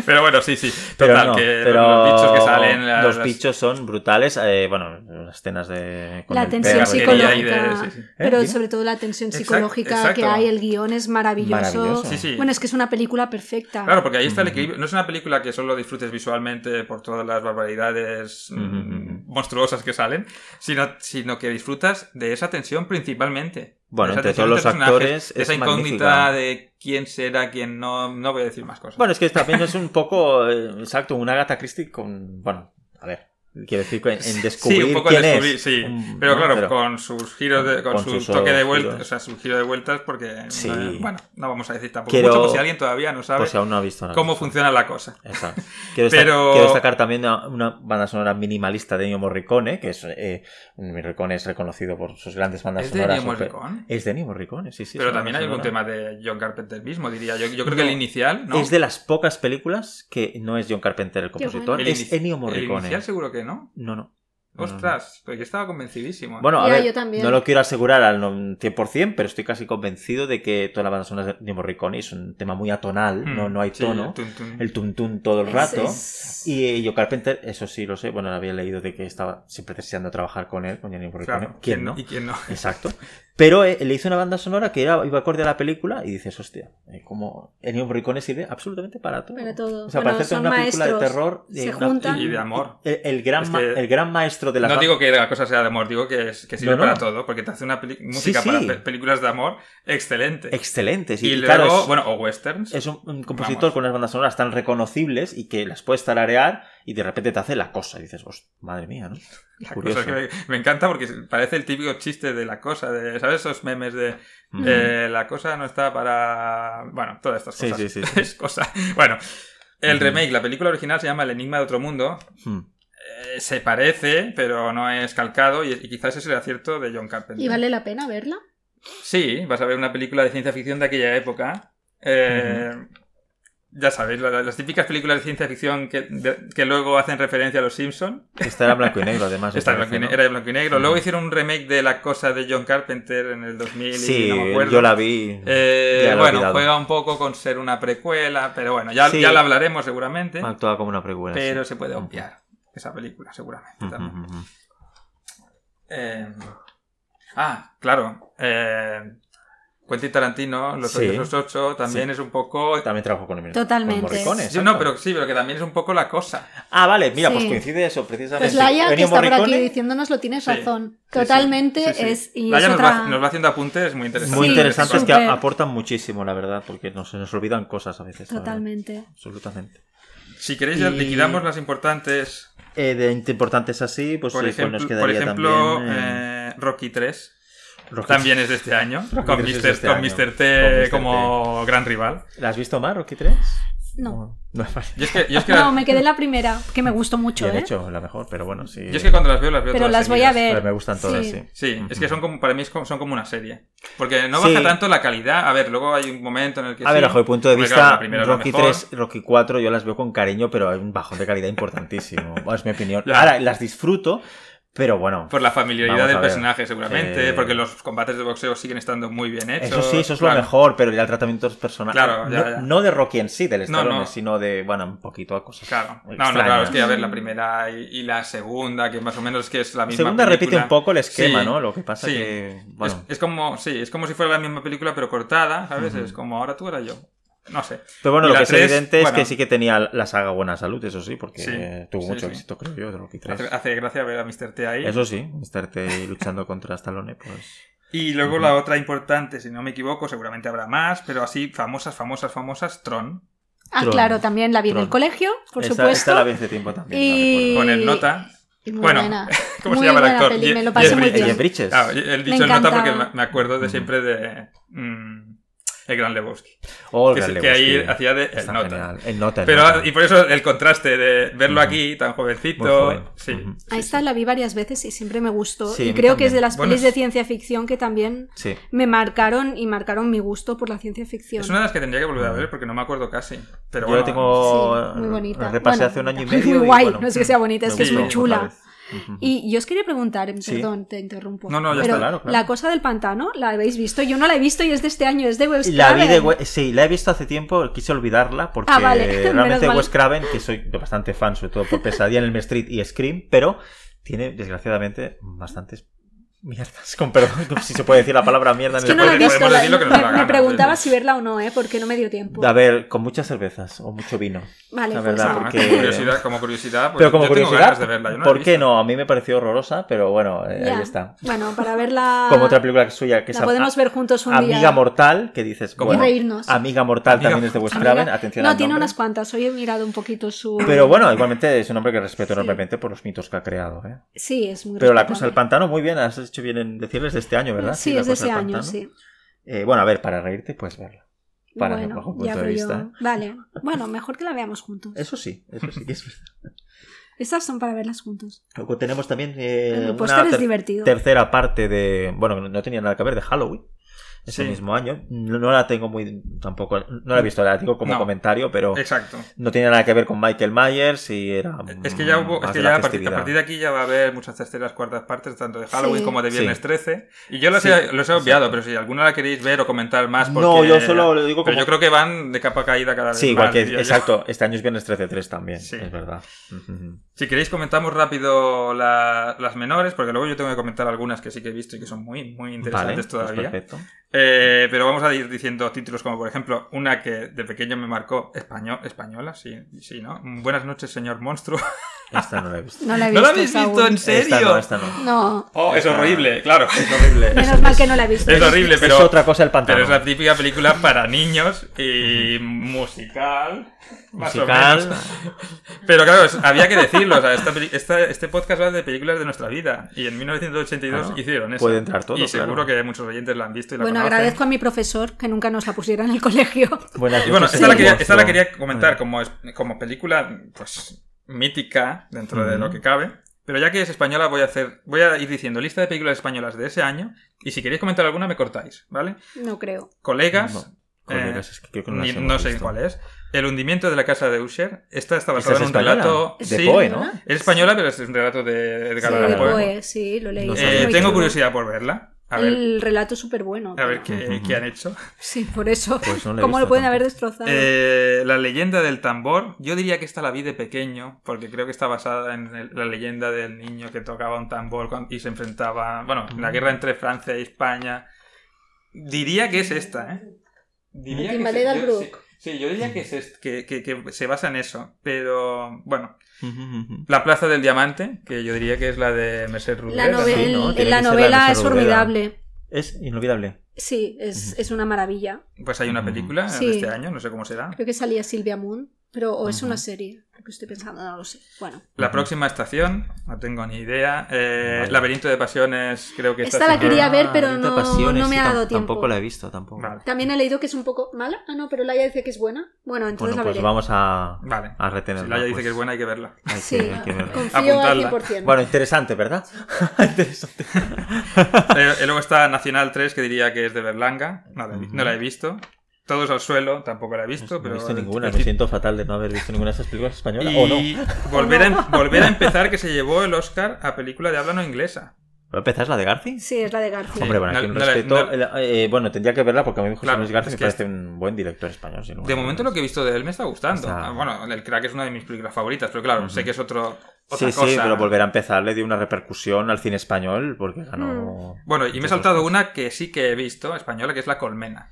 B: Pero bueno, sí, sí.
A: Pero
B: Total,
A: no,
B: que
A: pero
B: los bichos que salen. la-
A: los
B: las-
A: bichos son brutales. eh, bueno, las escenas de. con
C: La
A: el
C: tensión
A: perro y todo.
B: casquería y de-
C: psicológica,
B: sí, sí. ¿Eh?
C: pero
A: Dime.
C: sobre todo la tensión
B: Exact-
C: psicológica que
B: exacto.
C: hay, el guión es maravilloso.
A: Maravilloso.
B: Sí, sí.
C: Bueno, es que es una película perfecta.
B: Claro, porque ahí está el
A: Ujú.
B: equilibrio. No es una película que solo disfrutes visualmente por todas las barbaridades
A: Ujú,
B: mm,
A: ujú.
B: monstruosas que salen, sino, sino que disfrutas de esa tensión principalmente.
A: Bueno,
B: De esa
A: entre
B: tensión
A: todos los
B: personajes,
A: actores
B: de
A: es
B: esa incógnita
A: magnífica.
B: de quién será, quién no. No voy a decir más cosas.
A: Bueno, es que también es un poco, eh, exacto, una Agatha Christie con, bueno, a ver, quiero decir, que en, en descubrir
B: sí, un poco
A: quién
B: descubrir,
A: es.
B: sí.
A: Un-
B: pero
A: ¿no?
B: claro, con sus giros, de- con,
A: con
B: su
A: sus
B: toque de
A: giros.
B: vueltas, o sea, su giro de vueltas, porque.
A: Sí.
B: eh, bueno, no vamos a decir tampoco
A: Quiero-
B: mucho, por si alguien todavía no sabe
A: Pues si aún no ha visto nada.
B: cómo funciona la cosa.
A: Exacto. Quiero, destac-
B: Pero-
A: quiero destacar también una, una banda sonora minimalista de Ennio Morricone, que es eh, Morricone es reconocido por sus grandes bandas
B: Es de
A: sonoras.
B: Ennio
A: super-
B: Morricone.
A: Es de Ennio Morricone, sí, sí. es
B: Pero
A: una
B: también hay
A: banda
B: algún
A: sonora.
B: tema de John Carpenter mismo, diría yo. Yo
A: No.
B: creo que el inicial, ¿no?
A: Es de las pocas películas que no es John Carpenter el compositor,
B: El
A: es
B: inici-
A: Ennio
B: El
A: Morricone.
B: inicial seguro que no.
A: No, no. No, no, no.
B: Ostras, pero yo estaba convencidísimo.
A: Bueno, a
C: Ya,
A: ver,
C: yo también.
A: no lo quiero asegurar al no- 100%, pero estoy casi convencido de que toda la banda sonora de Morricone es un tema muy atonal,
B: Mm,
A: no, no hay
B: sí,
A: tono,
B: tum, tum.
A: el tum-tum todo el
C: Es-
A: rato.
C: es-
A: Y eh, yo Carpenter, eso sí lo sé, bueno, había leído de que estaba siempre deseando trabajar con él, con Johnny Morricone.
B: Claro,
A: ¿Quién no?
B: ¿Y quién no?
A: Exacto. Pero eh, le hizo una banda sonora que era, iba acorde a la película y dices, hostia, eh, como Ennio Morricone sirve absolutamente para todo.
C: Para todo.
A: O sea,
C: Bueno,
A: para hacerte
C: son
A: una película de
C: maestros.
A: terror eh,
C: Se
A: una-
C: juntan.
B: Y de amor.
A: El, el gran,
B: Es
A: ma-
B: que-
A: el gran maestro de la
B: No
A: banda-
B: digo que la cosa sea de amor, digo que, es- que sirve
A: No, no.
B: para todo, porque te hace una peli- música
A: sí.
B: para pe- películas de amor excelente.
A: excelente. sí,
B: y
A: y
B: luego,
A: claro, es-
B: bueno, o westerns.
A: es un, un compositor
B: Vamos.
A: con unas bandas sonoras tan reconocibles y que las puedes tararear y de repente te hace la cosa. Y dices, "Hostia, madre mía, ¿no?
B: La
A: Curioso.
B: cosa que me, me encanta porque parece el típico chiste de la cosa, de, ¿sabes? Esos memes de
A: Mm.
B: eh, la cosa no está para. Bueno, todas estas
A: Sí,
B: cosas.
A: sí,
B: [laughs]
A: sí, sí.
B: es cosa. Bueno, el
A: Ujú.
B: remake, la película original se llama El Enigma de Otro Mundo.
A: Mm.
B: Eh, se parece, pero no es calcado y, y quizás ese es el acierto de John Carpenter.
C: ¿Y vale la pena verla?
B: Sí, vas a ver una película de ciencia ficción de aquella época. Eh, Ya sabéis, la- la- las típicas películas de ciencia ficción que, de- que luego hacen referencia a los Simpson.
A: Esta Este era blanco y negro,
B: [laughs]
A: además. me
B: Esta
A: parece,
B: blanco y ne-
A: ¿no?
B: era de blanco y negro. Luego
A: Ujú.
B: hicieron un remake de La cosa de John Carpenter en el 2000
A: Sí,
B: y no me acuerdo.
A: yo la vi.
B: Eh,
A: ya la he
B: bueno,
A: olvidado.
B: juega un poco con ser una precuela, pero bueno, ya,
A: Sí.
B: ya la hablaremos seguramente.
A: Actuaba como una precuela.
B: Pero
A: sí. Mm,
B: se puede obviar esa película, seguramente
A: Ujú,
B: también.
A: ujú, ujú.
B: Eh, ah, claro. Eh, Quentin Tarantino, Los
A: Sí.
B: Odiosos Ocho, también
A: Sí.
B: es un poco...
A: También trabajó con el
C: Totalmente.
A: con Morricone,
B: Sí,
A: exacto.
B: no, pero sí, pero que también es un poco la cosa.
A: Ah, vale, mira, pues
C: Sí.
A: coincide eso, precisamente.
C: Pues Laia, que
A: Ennio
C: está por aquí
A: Morricone,
C: diciéndonos, lo tienes
B: Sí,
C: razón.
B: sí.
C: Totalmente
B: Sí, sí.
C: es. Y
B: Laia
C: es
B: nos, va,
C: otra-
B: nos va haciendo apuntes muy interesantes.
A: Muy
C: Sí,
A: interesantes
C: sí,
A: que
C: súper.
A: aportan muchísimo, la verdad, porque nos, se nos olvidan cosas a veces. la verdad.
C: Totalmente.
A: Absolutamente.
B: Si queréis, ya
A: Y-
B: liquidamos las importantes.
A: Eh, de importantes así, pues,
B: Por
A: sí, pues
B: ejemplo,
A: nos
B: por
A: quedaría
B: ejemplo
A: también. eh,
B: eh, Rocky 3.
A: Rocky-
B: También es de este año.
A: Rocky
B: con
A: III
B: Mr.
A: es de este
B: con
A: año.
B: Mr. T
A: Con Mr. T.
B: como gran rival.
A: ¿La has visto, Mar, Rocky 3?
C: No.
A: No, es fácil.
B: Yo es que, yo es que
C: [laughs] No,
B: las-
C: me quedé en la primera, que me gustó mucho,
A: Bien
C: ¿eh?
A: hecho, la mejor, pero bueno, sí.
B: yo es que cuando las veo, las veo
C: Pero
B: todas
C: las voy
B: seguidas.
C: a ver.
A: Pero me gustan todas,
C: Sí.
A: sí.
B: Sí, es que son como, para mí es como- son como una serie. Porque no
A: Sí.
B: baja tanto la calidad. A ver, luego hay un momento en el que.
A: A ver,
B: sí.
A: bajo mi punto de
B: Porque,
A: vista,
B: claro, la primera es la
A: Rocky
B: mejor.
A: 3, Rocky 4, yo las veo con cariño, pero hay un bajón de calidad
B: [laughs]
A: importantísimo. Bueno, es mi opinión.
B: Ya.
A: Ahora, las disfruto, pero bueno.
B: Por la familiaridad
A: Vamos a
B: del
A: ver.
B: personaje, seguramente.
A: Sí.
B: Porque los combates de boxeo siguen estando muy bien hechos.
A: Eso sí, eso es
B: claro.
A: lo mejor, pero ya el tratamiento de los personajes.
B: Claro, ya,
A: no,
B: ya.
A: no de Rocky en sí, del
B: No,
A: Stallone,
B: no.
A: sino de, bueno, un poquito a cosas.
B: Claro. No, no,
A: Extrañas.
B: claro, es que a ver, la primera y, y la segunda, que más o menos que es la
A: La
B: misma.
A: segunda repite
B: película.
A: un poco el esquema,
B: Sí.
A: ¿no? Lo que pasa
B: Sí.
A: que.
B: Es,
A: Bueno.
B: es como, sí, es como si fuera la misma película pero cortada, ¿sabes?
A: Ujú.
B: Es como ahora tú, ahora yo. No sé.
A: Pero bueno,
B: y
A: lo
B: la
A: que es
B: tres,
A: evidente es
B: bueno.
A: que sí que tenía la saga buena salud, eso sí, porque
B: Sí,
A: eh, tuvo
B: sí,
A: mucho
B: sí.
A: éxito, creo yo, de Rocky 3.
B: Hace, hace gracia ver a Mr. T ahí.
A: Eso sí, Mr. T luchando contra Stallone, pues.
B: Y luego
A: Ujú.
B: la otra importante, si no me equivoco, seguramente habrá más, pero así, famosas, famosas, famosas, Tron.
C: Ah,
A: Tron.
C: claro, también la vi en el
A: Tron.
C: colegio, por
A: Esta-
C: supuesto.
A: Esta la vi hace tiempo también.
C: Y-
A: la recuerdo.
B: Con el nota.
C: Y muy
B: Bueno,
C: buena.
B: [laughs] ¿Cómo
C: Muy
B: se llama el
C: buena
B: actor?
C: peli,
B: Je-
C: me lo pasé
B: Jeff
C: muy
B: Bridges.
A: Y
C: bien.
A: de Bridges.
B: Claro, he he dicho el
C: encanta.
B: nota porque me- me acuerdo de
A: Ujú.
B: siempre de mm, El Gran Lebowski.
A: Oh,
B: que,
A: el
B: que
A: Gran
B: ahí
A: Lebowski.
B: hacía de el
A: Está
B: nota.
A: genial. El nota. el
B: Pero,
A: nota.
B: y por eso el contraste de verlo
A: Ujú.
B: aquí, tan
A: Muy
B: jovencito.
A: joven.
B: Sí.
A: Ujú.
C: A esta la vi varias veces y siempre me gustó.
A: Sí,
C: y
A: a mí
C: creo que es de
A: también.
C: las
B: Bueno,
C: pelis
B: es-
C: de ciencia ficción que también
A: Sí.
C: me marcaron y marcaron mi gusto por la ciencia ficción.
B: Es una de las que tendría que volver a ver porque no me acuerdo casi. Pero
A: Yo
B: bueno,
A: la tengo.
C: Sí, muy bonita.
A: la repasé
C: Bueno,
A: hace un año y
C: bonita.
A: medio.
C: [laughs] Muy
A: y
C: guay,
A: bueno,
C: no es que sea bonita, es
A: me
B: que es muy
A: gustó
C: chula.
A: otra vez. Ujú.
C: Y yo os quería preguntar, em,
A: Sí.
C: perdón, te interrumpo.
B: No, no, ya
C: pero
A: está, claro, claro.
C: La cosa del pantano, ¿la habéis visto? Yo no la he visto y es de este año, es de Wes
A: La vi de
C: Craven.
A: We- sí, la he visto hace tiempo, quise olvidarla porque
C: Ah, vale, [laughs] menos
A: realmente
C: mal.
A: Wes Craven, que soy bastante fan, sobre todo por Pesadilla en el Street y Scream, pero tiene desgraciadamente bastantes mierdas, [laughs] con perdón, no sé si se puede decir la palabra mierda en
C: Es
A: el
C: que no la he
A: podcast.
B: Podemos
C: visto.
B: decir
C: la-
B: lo que nos da
C: me,
B: la
C: me
B: gana,
C: preguntaba
B: sí.
C: si verla o no, ¿eh? Porque no me dio tiempo.
A: A ver, con muchas cervezas o mucho vino.
C: Vale,
A: la
C: pues
A: verdad,
C: nada.
B: ah,
A: porque-
B: como curiosidad, como curiosidad, pues
A: pero como
B: yo tengo
A: curiosidad,
B: ganas de verla, yo no la he
A: ¿por qué
B: visto.
A: no? A mí me pareció horrorosa, pero bueno, eh,
C: Ya.
A: ahí está.
C: Bueno, para verla.
A: Como otra película que suya que es
C: La
A: a-
C: podemos ver juntos un
A: Amiga
C: día.
A: Mortal, que dices,
B: Y
A: bueno,
C: reírnos.
A: Amiga Mortal
B: Amiga-
A: también es de Wes
C: Amiga-
A: Craven, atención
C: No,
A: al
C: tiene
A: nombre.
C: unas cuantas. Hoy he mirado un poquito su.
A: Pero bueno, igualmente es un hombre que respeto
C: Sí.
A: enormemente por los mitos que ha creado. ¿eh?
C: Sí, es muy
A: Pero la
C: respetable.
A: cosa del pantano, muy bien, has hecho bien en decirles de este año, ¿verdad?
C: Sí,
A: la
C: es de
A: cosa
C: ese
A: del
C: año,
A: pantano.
C: sí.
A: Eh, bueno, a ver, para reírte puedes verla. Para mí, bajo punto de
C: pero
A: vista.
C: Vale, bueno, mejor que la veamos juntos.
A: Eso sí, eso sí que es
C: [laughs]
A: verdad.
C: Estas son para verlas juntos.
A: Luego tenemos también eh,
C: El
A: una
C: póster es
A: ter-
C: divertido.
A: tercera parte de. Bueno, no tenía nada que ver de Halloween. Ese
B: Sí.
A: mismo año. No, no la tengo muy. Tampoco. No la he visto, la digo como
B: No.
A: comentario, pero.
B: Exacto.
A: No tiene nada que ver con Michael Myers y era.
B: Es que ya hubo,
A: Mm, más
B: es que
A: de la
B: ya a partir, a
A: festividad.
B: partir de aquí ya va a haber muchas terceras, cuartas partes, tanto de Halloween
C: Sí.
B: como de Viernes
A: Sí.
B: 13. Y yo los,
A: Sí,
B: he, los he obviado,
A: exacto.
B: pero si alguna la queréis ver o comentar más, porque...
A: No, yo solo lo digo
B: Pero
A: como-
B: yo creo que van de capa caída cada vez
A: Sí,
B: más,
A: igual que.
B: diría yo.
A: Exacto, este año es viernes 13-3 también,
B: Sí.
A: es verdad. Ujú.
B: Si queréis comentamos rápido la- las menores, porque luego yo tengo que comentar algunas que sí que he visto y que son muy, muy
A: Vale, pues
B: interesantes todavía.
A: perfecto.
B: Eh, pero vamos a ir diciendo títulos como, por ejemplo, una que de pequeño me marcó español, española, sí, sí, ¿no? Buenas noches, señor monstruo.
A: Esta no la he visto.
C: No la he
B: ¿No
C: visto.
B: la habéis visto
C: Saúl.
B: [laughs] en serio?
A: Esta no, esta no.
C: No,
B: Oh, es horrible, claro.
A: Es horrible.
C: menos mal que no la he visto.
B: Es horrible, pero,
A: es otra cosa el pantano.
B: pero es la típica película para niños y musical. Más O
A: Musical.
B: menos. Pero claro, es- había que decirlo. o sea, esta peli- esta- este podcast habla de películas de nuestra vida. Y en 1982
A: Claro,
B: hicieron eso.
A: puede entrar todo,
B: Y seguro
A: claro.
B: que muchos oyentes la han visto y la
C: Bueno,
B: conocen.
C: agradezco a mi profesor que nunca nos la pusiera en el [laughs] colegio.
A: Buenas
B: Y bueno,
A: noches,
B: esta la,
A: señor
B: quería, esta la
A: monstruo.
B: quería comentar como, es- como película, pues, mítica dentro de
A: Ujú.
B: lo que cabe. Pero ya que es española, voy a hacer, voy a ir diciendo lista de películas españolas de ese año. Y si queréis comentar alguna, me cortáis, ¿vale?
C: No creo.
B: Colegas, Eh,
A: No, colegas, es que creo que no las
B: ni-
A: hemos
B: no sé
A: visto.
B: cuál es. El hundimiento de la casa de Usher. Esta está
A: Esta
B: basada
A: es
B: en un
A: española,
B: relato.
A: de
B: sí,
A: Poe, ¿no?
B: Es española, pero es un relato de
C: Sí,
B: Edgar
A: Claro,
C: de
B: Allan
A: claro.
B: Poe.
C: Poe, sí, lo leí.
A: No
C: Sí,
A: sabía.
B: Eh,
C: lo
B: tengo
C: leí.
B: curiosidad por verla. A ver,
C: El relato es súper bueno.
B: a ver qué,
A: Ujú.
B: qué han hecho.
C: Sí, por eso.
A: Pues no la he
C: ¿Cómo lo
A: visto
C: pueden haber
A: tampoco.
C: destrozado?
B: Eh, la leyenda del tambor. Yo diría que esta la vi de pequeño, porque creo que está basada en el- la leyenda del niño que tocaba un tambor cuan- y se enfrentaba. Bueno, en la guerra entre Francia y España. Diría que es esta, ¿eh? Diría
C: Timbaleda
B: yo-
C: Brook.
B: Sí, sí, yo diría que, es est- que, que- que se basa en eso. Pero bueno,
A: Ujú, ujú.
B: La Plaza del Diamante, que yo diría que es la de Merced Rubén.
C: la novela,
A: sí, ¿no? Tiene
C: la
A: que ser la
C: novela
A: Rosa
C: es
A: Rubera.
C: formidable.
A: Es inolvidable.
C: Sí, es, es una maravilla.
B: Pues hay una película
C: Sí.
B: de este año, no sé cómo será.
C: Creo que salía Silvia Moon. Pero o es
A: Ujú.
C: una serie, lo que estoy pensando, no lo sé. Bueno,
B: La próxima estación, no tengo ni idea. eh,
A: Vale.
B: Laberinto de Pasiones, creo que
C: Esta la
B: sin-
C: quería
A: Ah,
C: ver, pero
A: Laberinto de
C: no-
A: Pasiones,
C: no me
A: sí,
C: ha
A: tam-
C: dado tiempo.
A: Tampoco la he visto, tampoco.
B: Vale,
C: también he leído que es un poco mala. Ah, no, pero Laia dice que es buena. Bueno, entonces
A: Bueno,
C: la
A: pues
C: veré.
A: vamos a,
B: vale.
A: a
B: Si
A: retenerla.
B: Laia dice
A: pues.
B: que es buena, hay que verla.
A: Hay que-
C: Sí,
A: hay que verla.
C: confío
B: Apuntarla.
C: al 100%.
A: Bueno, interesante, ¿verdad? [laughs] interesante.
B: Eh, y luego está Nacional 3, que diría que es de Berlanga. No la, he vi- no la he visto. Todos al suelo, tampoco la he visto.
A: No
B: pero
A: he visto
B: el-
A: ninguna,
B: el
A: me
B: tit-
A: siento fatal de no haber visto ninguna de esas películas españolas. ¿O no?
B: Y volver, a,
C: [laughs]
B: em- volver a empezar, que se llevó el Oscar a película de habla no inglesa.
A: ¿Pero empezás la de Garci?
C: Sí, es la de Garfield.
A: Hombre, bueno,
B: no-
A: aquí un
B: no la-
A: respeto.
B: no
A: eh, eh, bueno, tendría que verla porque a mí José
B: Claro,
A: Luis Garci
B: es
A: me
B: que
A: parece un buen director español. sin lugar
B: De
A: a
B: momento
A: dudas.
B: lo que he visto de él me está gustando.
A: Está-
B: Ah, Bueno, el crack es una de mis películas favoritas, pero claro,
A: Ujú.
B: sé que es otro, otra
A: Sí,
B: cosa.
A: sí, pero volver a empezar le dio una repercusión al cine español porque ganó.
C: Mm.
A: pues,
B: Bueno, y me he saltado una que sí que he visto, española, que es La Colmena.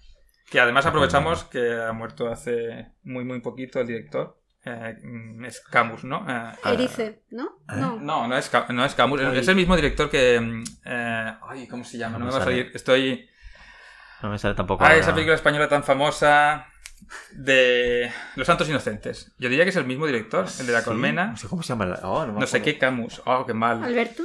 B: Que además aprovechamos que ha muerto hace muy, muy poquito el director. Eh, mm, es Camus, ¿no? Eh,
C: Erice, ¿no?
A: ¿Eh?
C: No.
B: no, no es, Ca- no es Camus.
A: Ah. Ay.
B: Es el mismo director que... mm, eh, ay, ¿cómo se llama? No
A: No
B: me
A: me
B: va a
A: sale.
B: salir. Estoy...
A: No me sale tampoco.
B: Ah,
A: ahora.
B: esa película española tan famosa de Los Santos Inocentes. Yo diría que es el mismo director, el de La
A: Sí,
B: Colmena.
A: No sé cómo se llama. la- oh, me
B: No sé
A: acuerdo.
B: qué Camus. Oh, qué mal.
C: Alberto.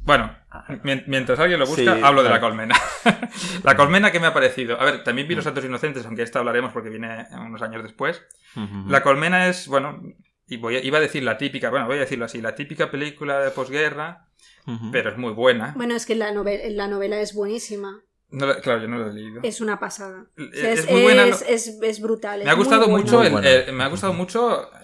B: Bueno,
A: Ah.
B: mien- mientras alguien lo busca,
A: Sí,
B: hablo de la
A: vale.
B: colmena. [laughs] la colmena que me ha parecido. A ver, también vi
A: Mm.
B: Los Santos Inocentes, aunque esta hablaremos porque viene unos años después.
A: Ujú.
B: La colmena es, bueno, y voy a- iba a decir la típica, bueno, voy a decirlo así, la típica película de posguerra,
A: Ujú.
B: pero es muy buena.
C: Bueno, es que la, nove- la novela es buenísima.
B: No la- claro, yo no la he leído.
C: Es una pasada.
B: Es-
C: O sea,
B: es muy buena,
C: Es,
B: no-
C: es- es brutal.
B: me
C: es
B: ha gustado
C: muy buena.
B: mucho,
A: Muy
B: el-
A: buena.
B: el- me ha gustado mucho eh,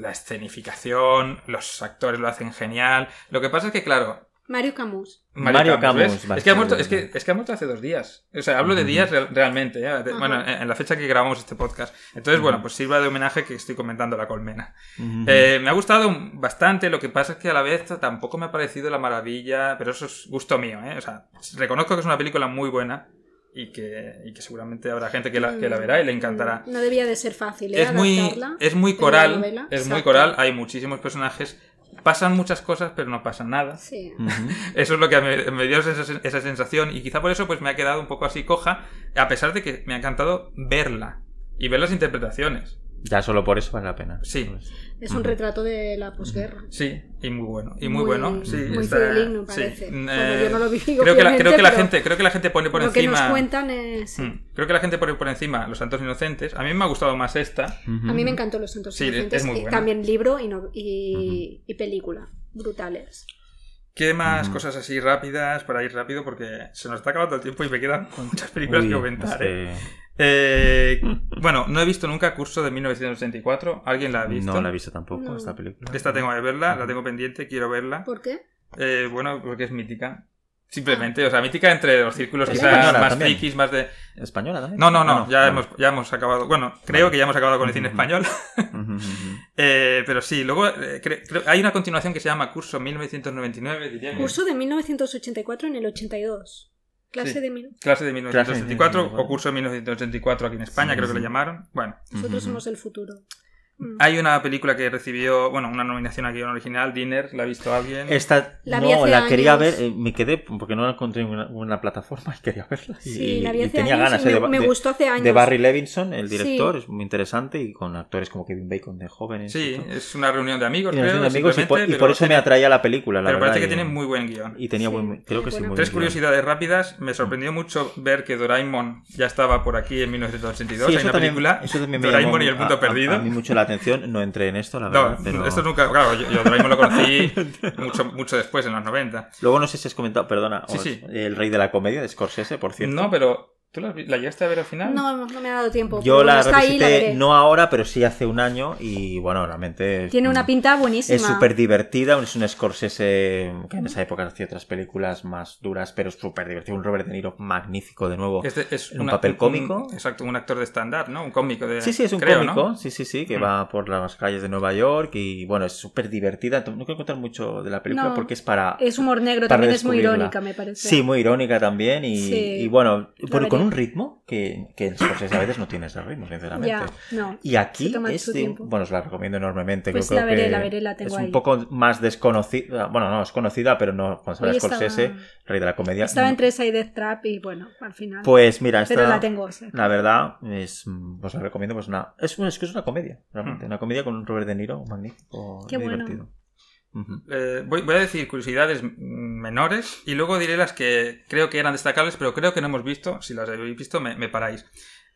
B: la escenificación, los actores lo hacen genial. Lo que pasa es que, claro,
C: Mario Camus.
A: Mario Camus,
B: ¿ves?
A: va a
B: Es que, ha
A: ser
B: muerto,
A: el-
B: es, que, es que ha muerto hace dos días. O sea, hablo de
A: Ujú.
B: días real- realmente, ¿eh? De-
C: Ajá.
B: bueno, en, en la fecha que grabamos este podcast. Entonces,
A: Ujú.
B: bueno, pues sirva de homenaje que estoy comentando la colmena.
A: Ujú.
B: Eh, me ha gustado bastante, lo que pasa es que a la vez tampoco me ha parecido la maravilla, pero eso es gusto mío, ¿eh? O sea, reconozco que es una película muy buena y que, y que seguramente habrá gente que la, que
C: Mm.
B: la verá y le encantará
C: No debía de ser fácil, ¿eh?
B: es muy,
C: Adaptarla.
B: es muy
C: la
B: coral,
C: novela.
B: es muy
C: Exacto.
B: coral, hay muchísimos personajes, pasan muchas cosas, pero no pasa nada.
C: Sí.
A: Ujú.
B: Eso es lo que me, me dio esa, sen- esa sensación y quizá por eso pues me ha quedado un poco así coja, a pesar de que me ha encantado verla y ver las interpretaciones.
A: Ya solo por eso vale la pena. Pues,
B: Sí.
C: Es un
A: Ujú.
C: retrato de la posguerra.
B: Sí, y muy bueno, y muy, bueno. Sí,
C: muy
B: está-
C: fidedigno,
B: sí.
C: parece.
B: Mm,
C: Bueno, yo no lo vi,
B: creo que la, creo que la
C: obviamente,
B: gente, creo que la gente pone por
C: lo que
B: encima.
C: nos cuentan es...
B: Mm, creo que la gente pone por encima Los Santos Inocentes. A mí me ha gustado más esta.
A: Ujú.
C: A mí me encantó Los Santos
B: Sí, es- es
C: Inocentes,
B: muy
C: y
B: buena.
C: también libro y, no- y, y película. Brutales.
B: ¿Qué más
A: Ujú.
B: cosas así rápidas para ir rápido? Porque se nos está acabando el tiempo y me quedan [laughs] muchas películas
A: Uy,
B: que comentar. ¿eh?
A: este,
B: Eh, bueno, no he visto nunca Curso de 1984. ¿Alguien la ha visto?
A: No la he visto tampoco,
C: No.
A: esta película.
B: Esta tengo que verla, la tengo pendiente, quiero verla.
C: ¿Por qué?
B: Eh, bueno, porque es mítica. Simplemente, o sea, mítica entre los círculos
A: Es
B: quizás
A: española
B: más
A: también.
B: frikis, más de...
A: ¿Española también?
B: No, no, no,
A: Ah,
B: ya,
A: vale.
B: hemos, ya hemos acabado. Bueno, creo
A: Vale.
B: que ya hemos acabado con el cine
A: Ujú.
B: español. [laughs]
A: Ujú, ujú, ujú.
B: Eh, pero sí, luego eh, cre- creo- hay una continuación que se llama Curso 1999, diría que...
C: Curso de 1984 en el 82. Clase
B: Sí.
C: de... mil-
B: Clase de 1984
A: Clase de
B: o Curso 1984 aquí en España,
A: Sí,
B: creo que
A: sí.
B: le llamaron. Bueno.
C: Nosotros
A: Ujú.
C: somos el futuro. Mm.
B: Hay una película que recibió, bueno, una nominación a guión original, Dinner, ¿la ha visto alguien?
A: Esta
C: La vi
A: no,
C: hace
A: la
C: años.
A: quería ver, eh, me quedé porque no la encontré en una, una plataforma y quería verla. Y,
C: Sí, la vi
A: y
C: hace
A: tenía
C: años
A: ganas eh,
C: y me,
A: de, ba-
C: me
A: de-
C: gustó hace años.
A: de Barry Levinson, el director,
C: Sí.
A: es muy interesante y con actores como Kevin Bacon de jóvenes. y
B: Sí,
A: todo.
B: es una reunión de amigos,
A: Y nos
B: creo,
A: hicieron amigos y por, y
B: simplemente,
A: por
B: pero
A: eso me
B: tiene-
A: atraía la película. La
B: Pero
A: verdad,
B: parece que
A: y-
B: tiene muy buen guión.
A: Y tenía
C: Sí,
A: buen. Creo que sí,
C: buena
A: muy
B: Tres
A: buen guion.
B: curiosidades rápidas. Me sorprendió mucho ver que Doraemon ya estaba por aquí en 1982.
A: Sí,
B: Hay
A: eso
B: una
A: también-
B: película,
A: eso también me
B: Doraemon
A: llamó
B: y el mundo
A: a- a-
B: perdido.
A: A, mí mucho la atención, no entré en esto, la verdad.
B: no,
A: pero-
B: esto nunca, claro, yo, yo Doraemon
A: [laughs]
B: lo conocí mucho, mucho después, en los 90.
A: Luego no sé si has comentado, perdona,
B: Sí,
A: os-
B: sí.
A: El Rey de la Comedia de Scorsese, por cierto.
B: No, pero ¿tú la, vi- la llegaste a ver al final?
C: No, no me ha dado tiempo.
A: Yo
C: pero
A: la
C: está ahí, la
A: revisité
C: veré.
A: no ahora, pero sí hace un año y bueno, realmente... es-
C: Tiene una pinta buenísima.
A: Es súper divertida, es un Scorsese que en esa época hacía otras películas más duras, pero es súper divertido. Un Robert De Niro magnífico de nuevo.
B: Este es
A: ¿Un papel cómico?
B: exacto, un actor de stand-up, ¿no? Un cómico de.
A: Sí, sí, es un
B: creo,
A: cómico,
B: ¿no?
A: sí, sí, sí, que
B: Mm.
A: va por las calles de Nueva York y bueno, es súper divertida. No quiero contar mucho de la película
C: No,
A: porque es para...
C: Es humor negro,
A: Para
C: también es muy
A: descubrirla.
C: irónica, me parece.
A: Sí, muy irónica también y,
C: Sí,
A: y bueno,
C: la
A: por-
C: veré.
A: con un ritmo que, que en Scorsese a veces no tiene ese ritmo, sinceramente.
C: Ya, no.
A: Y aquí,
C: Se toma su
A: es de-
C: tiempo.
A: bueno, os la recomiendo enormemente.
C: Pues
A: yo creo
C: la veré,
A: que
C: la veré, la tengo
A: Es un
C: ahí.
A: poco más desconocida, bueno, no, es conocida, pero no, cuando se
C: Hoy
A: habla de
C: estaba-
A: Scorsese, rey de la comedia. mm,
C: Estaba entre esa y Death Trap y bueno, al final.
A: Pues Mm, mira, esta,
C: pero la tengo. o sea.
A: la verdad, es, mm, os la recomiendo, pues una, es, una- es que es una comedia,
B: Mm.
A: realmente, una comedia con un Robert De Niro magnífico,
C: Qué
A: muy
C: bueno.
A: divertido. Ujú.
B: Eh, voy, voy a decir curiosidades mm, menores y luego diré las que creo que eran destacables, pero creo que no hemos visto. Si las habéis visto, me, me paráis.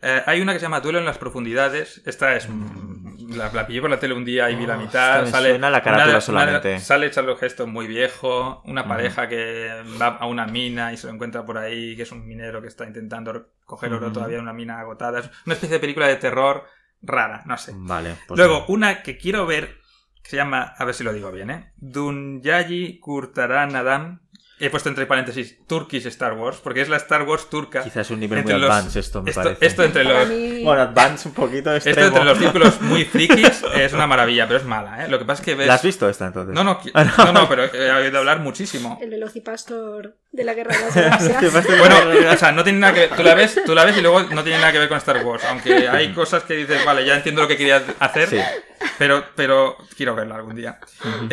B: Eh, hay una que se llama Duelo en las profundidades. Esta es. mm, La, la pillé por la tele un día y vi la
A: Oh,
B: mitad.
A: esta me
B: sale
A: suena la carátula
B: una de-
A: solamente.
B: una de- sale Charles Heston muy viejo, una
A: Ujú.
B: pareja que va a una mina y se lo encuentra por ahí, que es un minero que está intentando coger oro
A: Ujú.
B: todavía en una mina agotada. Es una especie de película de terror rara, no sé.
A: Vale, pues
B: Luego,
A: no.
B: una que quiero ver, que se llama, a ver si lo digo bien, ¿eh? Dunyayi Kurtaran Adam. He puesto entre paréntesis Turkish Star Wars, porque es la Star Wars turca.
A: quizás es un nivel muy
B: entre los-
A: advanced esto, me
B: Esto,
A: parece.
B: esto entre
C: Para
B: los...
C: mí,
A: Bueno, advanced un poquito
B: Esto
A: extremo.
B: entre los
A: [laughs]
B: círculos muy frikis es una maravilla, pero es mala, ¿eh? Lo que pasa es que ves...
A: ¿La has visto esta entonces? [laughs]
B: No, no, qui-
A: Ah, no.
B: no, no, pero he oído hablar
C: [laughs]
B: muchísimo.
C: el velocipastor de la guerra de las
A: [laughs]
C: galaxias.
A: pues.
B: [laughs] Bueno, o sea, no tiene nada que ver. Tú la ves, tú la ves y luego no tiene nada que ver con Star Wars. Aunque
A: [laughs]
B: hay cosas que dices, vale, ya entiendo lo que querías hacer,
A: Sí.
B: pero, pero quiero verla algún día.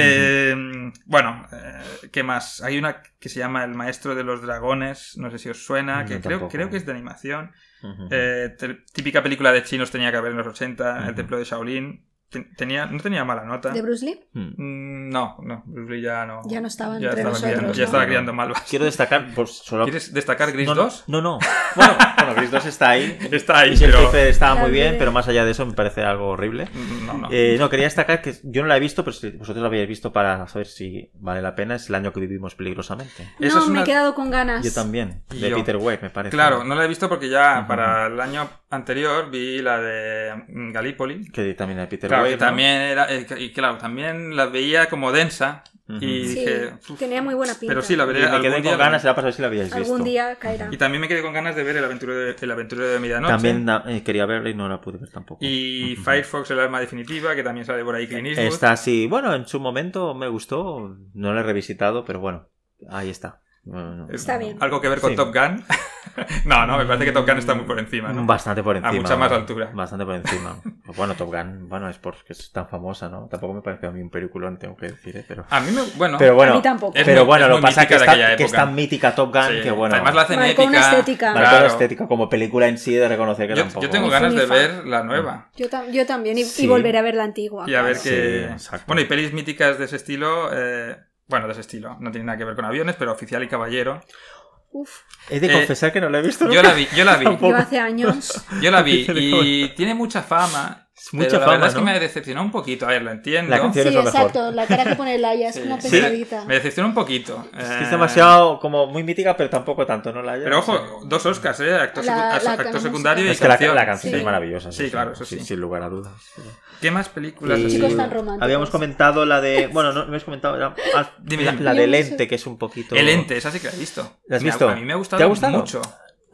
B: Eh, bueno, eh, ¿qué más? Hay una que se llama El Maestro de los Dragones, no sé si os suena,
A: No,
B: que creo,
A: tampoco.
B: creo que es de animación.
A: Ujú.
B: Eh, te- típica película de chinos tenía que haber en los 80,
A: Ujú.
B: El Templo de Shaolin. Ten- Tenía, no tenía mala nota.
C: ¿De Bruce Lee?
A: Mm.
B: Mm, No, no, Bruce Lee ya no.
C: Ya no estaba
B: ya
C: entre
B: estaba
C: nosotros,
B: criando-
C: ¿no?
B: ya estaba criando malvas.
A: Quiero destacar, pues solo.
B: ¿Quieres destacar Gris
A: no,
B: 2?
A: No,
B: [laughs]
A: no. Bueno, bueno, Gris 2 está ahí.
B: Está [laughs] ahí,
A: Y siempre
B: pero-
A: fue- estaba muy
C: La
A: bien,
C: veré.
A: pero más allá de eso me parece algo horrible.
B: No, no.
A: Eh, no, quería destacar que yo no la he visto, pero si vosotros la habéis visto para saber si vale la pena, es el año que vivimos peligrosamente.
B: Esa
C: no,
B: es
C: me
B: una-
C: he quedado con ganas.
A: Yo también,
B: Y
A: de
B: yo.
A: Peter Webb, me parece.
B: Claro, no la he visto porque ya
A: Ujú.
B: para el año anterior vi la de mm, Gallipoli.
A: Que también era de Peter
B: Claro,
A: Webb.
B: que
A: ¿no?
B: también era, eh, y claro, también la veía como densa
A: Ujú.
B: y
C: Sí,
B: dije, "Uf".
C: tenía muy buena pinta.
B: Pero sí, la
A: Y
B: veré
A: me
B: algún
A: quedé
B: día
A: con ganas,
B: también.
A: era para saber si la habíais visto.
C: Algún día caerá.
B: Y también me quedé con ganas de ver el aventurero de, el aventurero de medianoche.
A: También eh, quería verla y no la pude ver tampoco.
B: Y
A: Ujú.
B: Firefox, el alma definitiva, que también sale por ahí Clint Eastwood.
A: Está así. Bueno, en su momento me gustó. No la he revisitado, pero bueno, ahí está. No, no,
C: Está
A: no.
C: bien.
B: Algo que ver con
A: Sí.
B: Top Gun. [laughs] Ah, no, no, me parece que Top Gun está muy por encima, ¿no?
A: Bastante por encima.
B: mucha más altura.
A: Bastante por
B: [laughs]
A: encima. bueno, Top Gun, bueno, es porque es tan famosa, ¿no? Tampoco me parece a mí un peliculón, tengo que decir, ¿eh? Pero,
B: A mí me, bueno,
A: pero bueno,
C: A mí tampoco.
B: Es
A: pero
B: muy-
A: bueno
B: es
A: lo
B: muy
A: pasa
B: mítica
A: que
B: de
A: está,
B: aquella
A: que es
B: época.
A: tan mítica Top Gun
B: sí.
A: que bueno.
B: Además la hacen
C: Marcó
B: épica.
C: una estética.
A: marcó la
B: Claro.
A: estética como película en sí de reconocer que
B: Yo,
A: tampoco.
B: yo tengo
C: Yo
B: ganas
C: soy
B: de
C: fan.
B: ver la nueva.
C: Yo, tam- yo también, y, y
A: Sí.
C: volveré a ver la antigua.
B: Y a ver
A: Sí,
B: qué.
A: exacto.
B: Bueno, y pelis míticas de ese estilo. eh, Bueno, de ese estilo. No tiene nada que ver con aviones, pero Oficial
A: [laughs]
B: y Caballero.
C: Uf,
A: He de
B: Eh,
A: confesar que no la he visto.
B: Yo
A: nunca.
B: la vi, yo la vi.
A: Tampoco.
C: yo hace años.
B: Yo la vi
A: Oficial y
B: y tiene mucha fama.
A: [laughs] Es
B: Mucha
A: mucha
B: pero la verdad
A: fama,
B: es que
A: ¿no?
B: me decepcionó un poquito. A ver, lo entiendo.
A: La canción-
C: Sí,
A: Tienes lo mejor.
C: exacto, la cara que pone Laia es
B: Sí.
C: como
B: ¿Sí?
C: pesadita.
B: Me decepcionó un poquito.
A: Es que es
B: Eh,
A: demasiado, como muy mítica, pero tampoco tanto, ¿no? La haya-
B: Pero ojo, dos Oscars, ¿eh? Actor,
C: La-
B: secu-
C: la
B: actor
C: canción
B: secundario
C: musical.
B: y
A: Es que la, la canción
C: Sí.
A: es maravillosa.
B: Sí, claro, eso sí.
A: Sin, sin lugar a dudas.
B: ¿Qué más películas?
A: Y
B: así?
C: Chicos tan románticos.
A: Habíamos comentado la de. Bueno, no habíamos comentado. La, ah,
B: [laughs] Dime,
A: la-
B: dime.
A: la
C: Yo
A: del
C: no sé.
A: ente, que es un poquito.
B: El ente, esa sí que la he visto.
A: ¿La has
B: Me ha-
A: visto?
B: a mí me ha gustado,
A: ¿Te ha gustado?
B: mucho.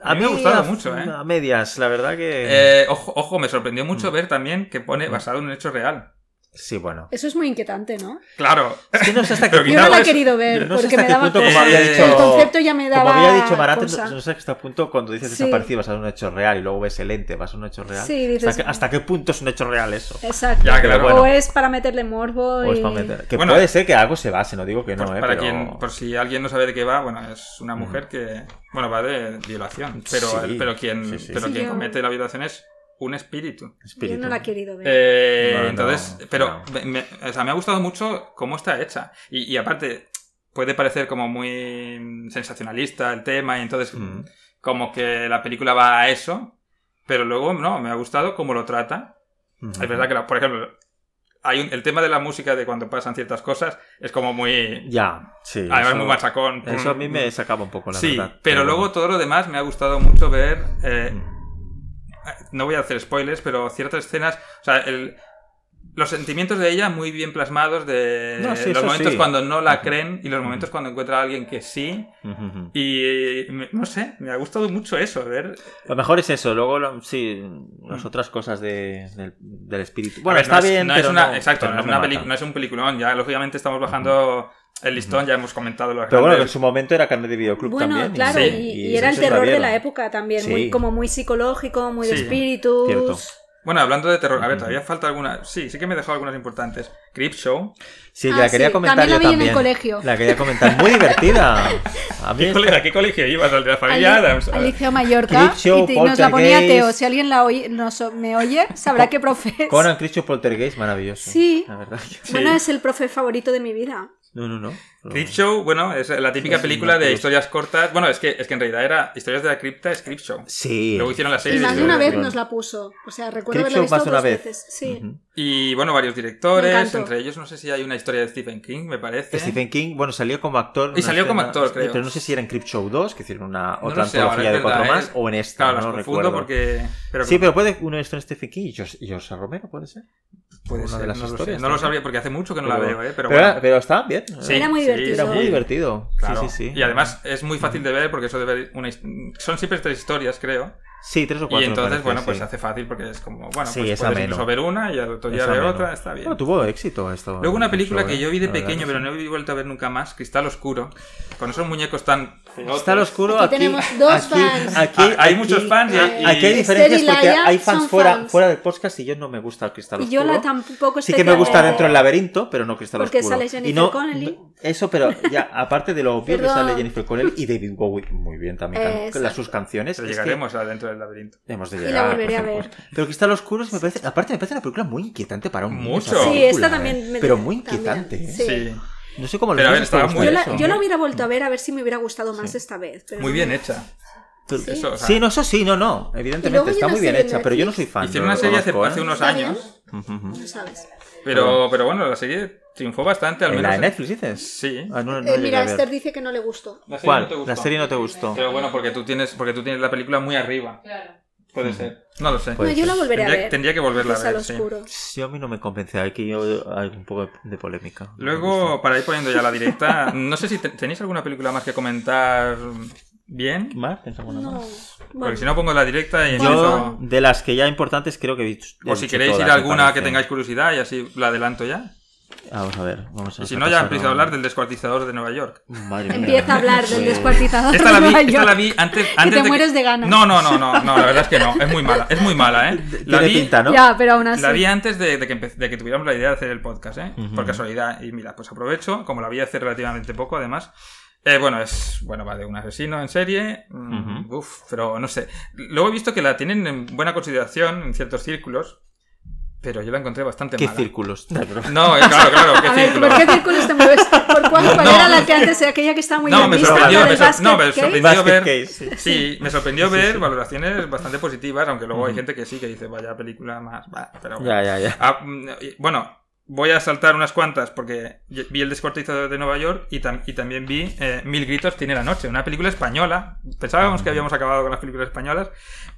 B: A mí, me ha gustado mucho, ¿eh?
A: A medias, la Mm. verdad que.
B: Eh, ojo, ojo, me sorprendió mucho ver también que pone basado en un hecho real.
A: sí,
B: [laughs]
A: bueno.
C: Eso es muy inquietante, ¿no?
B: Claro.
A: Es que no sé hasta qué
B: Pero
A: punto.
C: Yo no la he
B: es-
C: querido ver,
A: no sé
C: porque
A: hasta
C: me
A: qué
C: daba
A: punto,
C: cosa.
A: como había dicho.
C: El concepto ya me daba
A: Como había dicho Marat,
C: cosa.
A: no, no sé hasta qué punto cuando dices
C: Sí.
A: desaparecido vas a un hecho real y luego ves el ente, vas a un hecho real.
C: Sí, dices-
A: ¿Hasta, qué, hasta qué punto es un hecho real eso?
C: Exacto.
B: Ya, claro.
A: Pero bueno.
C: O es para meterle morbo.
A: O es
C: y-
A: para meter- Que
B: Bueno,
A: puede ser que algo se base, no digo que no,
B: por,
A: ¿eh?
B: [laughs] para
A: pero- Mm.
B: quien, por si alguien no sabe de qué va, bueno, es una mujer que, bueno, va de violación, pero,
A: Sí.
B: pero quien,
A: Sí, sí,
B: pero
C: sí.
B: quien
C: Sí, yo-
B: comete la violación es un espíritu.
C: Yo
A: espíritu.
C: no la he querido ver.
B: Eh,
A: No, no,
B: entonces, pero,
A: no.
B: me- me- o sea, me ha gustado mucho cómo está hecha. Y, y aparte, puede parecer como muy sensacionalista el tema, y entonces,
A: Mm.
B: como que la película va a eso, pero luego, no, me ha gustado cómo lo trata.
A: Ujú.
B: Es verdad que, la- por ejemplo, hay un- el tema de la música de cuando pasan ciertas cosas es como muy.
A: Ya, sí.
B: Además,
A: eso-
B: muy machacón.
A: Eso a mí me sacaba un poco la
B: Eh, Sí,
A: verdad. Mm.
B: pero luego
A: bueno.
B: todo lo demás me ha gustado mucho ver. eh, no voy a hacer spoilers, pero ciertas escenas. O sea, el- los sentimientos de ella muy bien plasmados. De
A: No, sí,
B: los
A: eso
B: momentos
A: sí.
B: cuando no la
A: Ujú.
B: creen y los momentos
A: Ujú.
B: cuando encuentra a alguien que sí.
A: Ujú, ujú.
B: Y eh, me- no sé, me ha gustado mucho eso. Ver
A: Lo mejor es eso, luego lo- sí, las otras cosas de- del, del espíritu. Bueno,
B: Mm. A ver,
A: está
B: no es-
A: bien,
B: no
A: pero
B: es una,
A: no,
B: exacto,
A: pero
B: no,
A: no
B: es
A: me
B: una
A: mata.
B: peli- no es un peliculón, ya lógicamente estamos bajando El listón, ya hemos comentado los
A: Pero bueno, que en
B: grandes.
A: su momento era carne de videoclub
C: Bueno,
A: también.
C: claro,
B: Sí,
C: y, y era el
A: eso es
C: terror de
A: vieron.
C: la época también,
A: Sí.
C: muy, como muy psicológico, muy de
B: Sí,
C: espíritus.
A: cierto.
B: Bueno, hablando de terror, a ver,
A: Ujú.
B: todavía falta alguna. Sí, sí que me he dejado algunas importantes. Creepshow.
A: Sí, que
C: Ah,
A: la quería
C: sí,
A: comentar
C: también la
A: yo
C: vi en el
A: también.
C: colegio.
A: La quería comentar.
C: [laughs]
A: Muy
B: [laughs]
A: divertida. A mí
B: ¿Qué colegio, ¿Qué colegio ibas? ¿Al de la familia Adams?
C: Alicia
B: A ver.
C: Liceo Mallorca
A: Clip show,
C: y te- nos la ponía
A: poltergeist.
C: Teo. Si alguien la oye, nos, me oye, sabrá qué profe es.
A: Conan Christian Poltergeist, maravilloso.
C: Sí.
A: La verdad. [laughs]
C: Bueno,
B: Sí.
C: es el profe favorito de mi vida.
A: No, no, no. Pero-
B: Creepshow, bueno, es la típica
A: Sí,
B: película
A: más
B: de
A: curioso.
B: historias cortas. Bueno, es que, es que en realidad era Historias de la Cripta, es Creepshow.
A: Sí.
B: Luego hicieron la
C: Y
B: serie.
C: más de
A: sí,
C: una vez
A: claro.
C: nos la puso. O sea, recuerdo haberla
A: Creepshow
C: visto
A: más de una
C: otras
A: vez.
C: veces. Sí.
A: Ujú.
B: Y bueno, varios
C: Me
B: directores,
C: encantó.
B: entre ellos no sé si hay una historia de Stephen King, me parece.
A: Stephen King, bueno, salió como actor.
B: ¿Eh? Y
A: no
B: salió
A: sé,
B: como
A: no-
B: actor, creo.
A: Pero no sé si era en Creepshow 2, que hicieron una
B: No
A: otra
B: lo sé, ahora
A: antología
B: es
A: de
B: verdad,
A: cuatro
B: ¿eh?
A: más, o en esta,
B: Claro, las
A: no
B: confundo
A: recuerdo.
B: porque. Pero
A: Sí, pero puede uno estar en Stephen King y Jos- y José Romero, puede ser.
B: puede
A: una
B: ser,
A: de las
B: no, lo sé,
A: historias
B: no lo
A: también.
B: sabría porque hace mucho que no la
A: Pero-
B: veo, ¿eh?
A: Pero,
B: Pero, bueno.
A: era- pero estaban bien. ¿eh?
B: Sí,
C: Era muy
B: sí,
C: divertido.
A: Era muy
B: sí.
A: divertido.
B: Claro.
A: Sí, sí, sí.
B: Y además es muy fácil de ver porque eso de ver una his- son siempre tres historias, creo.
A: Sí, tres o cuatro.
B: y
A: me
B: entonces,
A: parece,
B: bueno, pues
A: sí.
B: se hace fácil porque es como, bueno,
A: Sí,
B: pues
A: es
B: puedes
A: ameno.
B: incluso ver una y al otro día
A: Es
B: ver
A: ameno.
B: otra, está bien.
A: Bueno, tuvo éxito esto.
B: Luego una película
A: Creepshow,
B: que
A: eh,
B: yo vi de
A: la verdad
B: pequeño,
A: que
B: pero
A: sí.
B: no he vuelto a ver nunca más, Cristal Oscuro, con esos muñecos tan... feotes.
A: Está al oscuro
C: Aquí
A: aquí.
C: tenemos dos
A: aquí-
C: fans.
A: aquí-
B: Ah, hay
A: aquí-
B: muchos fans y-
A: eh,
B: y-
A: Aquí hay diferencias
C: Esther y
A: porque
C: Laia
A: hay fans
C: son
A: fuera,
C: fans.
A: fuera del podcast y yo no me gusta el cristal
C: Y
A: oscuro.
C: yo la tampoco
A: Sí que me gusta
C: especialmente.
A: dentro del laberinto, pero no Cristal
C: Porque
A: Oscuro.
C: sale Jennifer
A: y no,
C: Connelly.
A: no- eso, pero ya,
C: [laughs]
A: aparte de lo obvio que
C: Perdón.
A: sale Jennifer Connelly y David Bowie, muy bien también, can-
C: Exacto.
A: las sus canciones.
B: Pero
A: es que
B: llegaremos a dentro del laberinto.
A: Hemos de
C: Y la
A: llegar, por
C: volveré a
A: supuesto.
C: ver.
A: [laughs] Pero Cristal Oscuro me parece, aparte me parece una película muy inquietante para un niño,
B: Mucho.
A: esa
B: Sí,
A: película,
C: esta
A: ¿eh?
C: también me-
A: Pero muy
C: también,
A: inquietante. ¿eh?
B: Sí.
C: Sí.
A: No sé cómo lo
B: Pero a
A: niños
B: ver,
A: les
B: estaba
A: gusta
B: muy-
C: Yo
A: eso.
C: la, yo la hubiera vuelto a ver a ver si me hubiera gustado más esta vez. pero
B: Muy
C: no.
B: bien hecha.
A: Pero-
B: Eso, o sea,
A: Sí, no, eso sí, no, no.
C: Y luego
A: Evidentemente,
C: hay
A: está
C: una
A: muy bien
C: serie en
A: hecha, pero yo no soy
C: Netflix.
A: fan.
B: Hicieron
A: no
B: una
A: lo
B: serie hace,
A: conozco,
B: hace
A: ¿eh?
B: unos
C: ¿Está bien?
B: años,
A: Ujú, ujú.
C: No sabes.
B: pero, pero bueno, la serie triunfó bastante, al
A: Ah. ¿En
B: menos...
A: la de Netflix dices?
B: Sí.
A: Ah, no, no
C: Eh,
A: llegué
C: mira,
A: a ver.
C: Esther dice que no le gustó.
B: La serie no
A: ¿Cuál?
B: te gustó.
A: la serie no te gustó.
B: Pero bueno, porque tú tienes porque tú tienes la película muy arriba.
D: Claro.
A: Mm.
B: Puede ser. No lo sé.
A: Puede
C: no, yo la
A: ser.
C: volveré a
B: Tendría,
C: ver.
B: tendría que volverla a
C: Cristal
B: ver, sí.
C: oscuro.
A: Sí, a mí no me convence. Aquí hay un poco de polémica.
B: Luego, para ir poniendo ya la directa, [laughs] no sé si te- tenéis alguna película más que comentar bien.
A: ¿Más? ¿Tienes alguna
C: No.
A: más?
C: Bueno.
B: Porque si no pongo la directa y
A: Yo,
B: empiezo...
A: de las que ya importantes, creo que he dicho. he
B: O si
A: dicho
B: queréis
A: todas,
B: ir a alguna
A: me
B: que
A: parece.
B: tengáis curiosidad y así la adelanto ya.
A: Vamos a ver. Vamos a
B: Y si
A: ver
B: no,
A: qué
B: ya
A: pasa,
B: empiezo
A: ¿no?
B: a hablar del descuartizador de Nueva York.
A: Madre mía.
C: Empieza a hablar del
A: Pues-
C: descuartizador
B: Esta
C: Ah, de
B: la vi,
C: Nueva
B: esta
C: York.
B: la vi antes, antes
C: Que te
B: de
C: mueres de ganas.
B: No, no, no, no, no, la verdad es que no. Es muy mala, es muy mala, ¿eh?
A: [laughs]
B: La
A: Tiene
B: vi,
A: pinta, ¿no?
C: Ya, pero aún así.
B: la vi antes de, de que empe- de que tuviéramos la idea de hacer el podcast, ¿eh?
A: Ujú.
B: Por casualidad. Y mira, pues aprovecho, como la vi hace relativamente poco, además. Eh, bueno, es. Bueno, va de un asesino en serie. mm, Uf, pero no sé. Luego he visto que la tienen en buena consideración en ciertos círculos. Pero yo la encontré bastante
A: ¿Qué
B: mala.
A: círculos? [laughs]
B: No, eh, claro, claro, ¿qué
C: [laughs] A ver,
B: círculo?
C: ¿por qué círculos te mueves? ¿Por cuál, cuál
B: No.
C: era la que antes, aquella que estaba muy
B: No,
C: bien
B: me
C: vista?
B: sorprendió,
C: la
B: me
C: del
B: sor-
C: basket
B: no, me
C: cake?
B: sorprendió. [laughs]
A: Basket
B: ver-
A: case, sí.
B: Sí, me sorprendió ver valoraciones bastante positivas, aunque luego hay gente que sí, que dice, vaya película más. va, pero bueno.
A: Ya, ya, ya.
B: Ah, mm, y- bueno, voy a saltar unas cuantas porque yo- vi El descuartizador de Nueva York y, tam- y también vi eh, Mil gritos tiene la noche, una película española. Pensábamos que habíamos acabado con las películas españolas,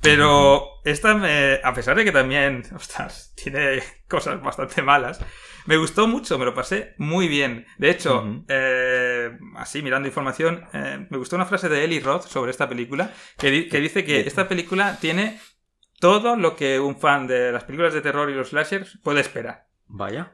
B: pero esta, me- a pesar de que también, [laughs] ostras, tiene cosas bastante malas, me gustó mucho, me lo pasé muy bien. De hecho,
A: Ujú.
B: eh, así mirando información, eh, me gustó una frase de Eli Roth sobre esta película que, di- que dice que esta película tiene todo lo que un fan de las películas de terror y los slashers puede esperar.
A: Vaya.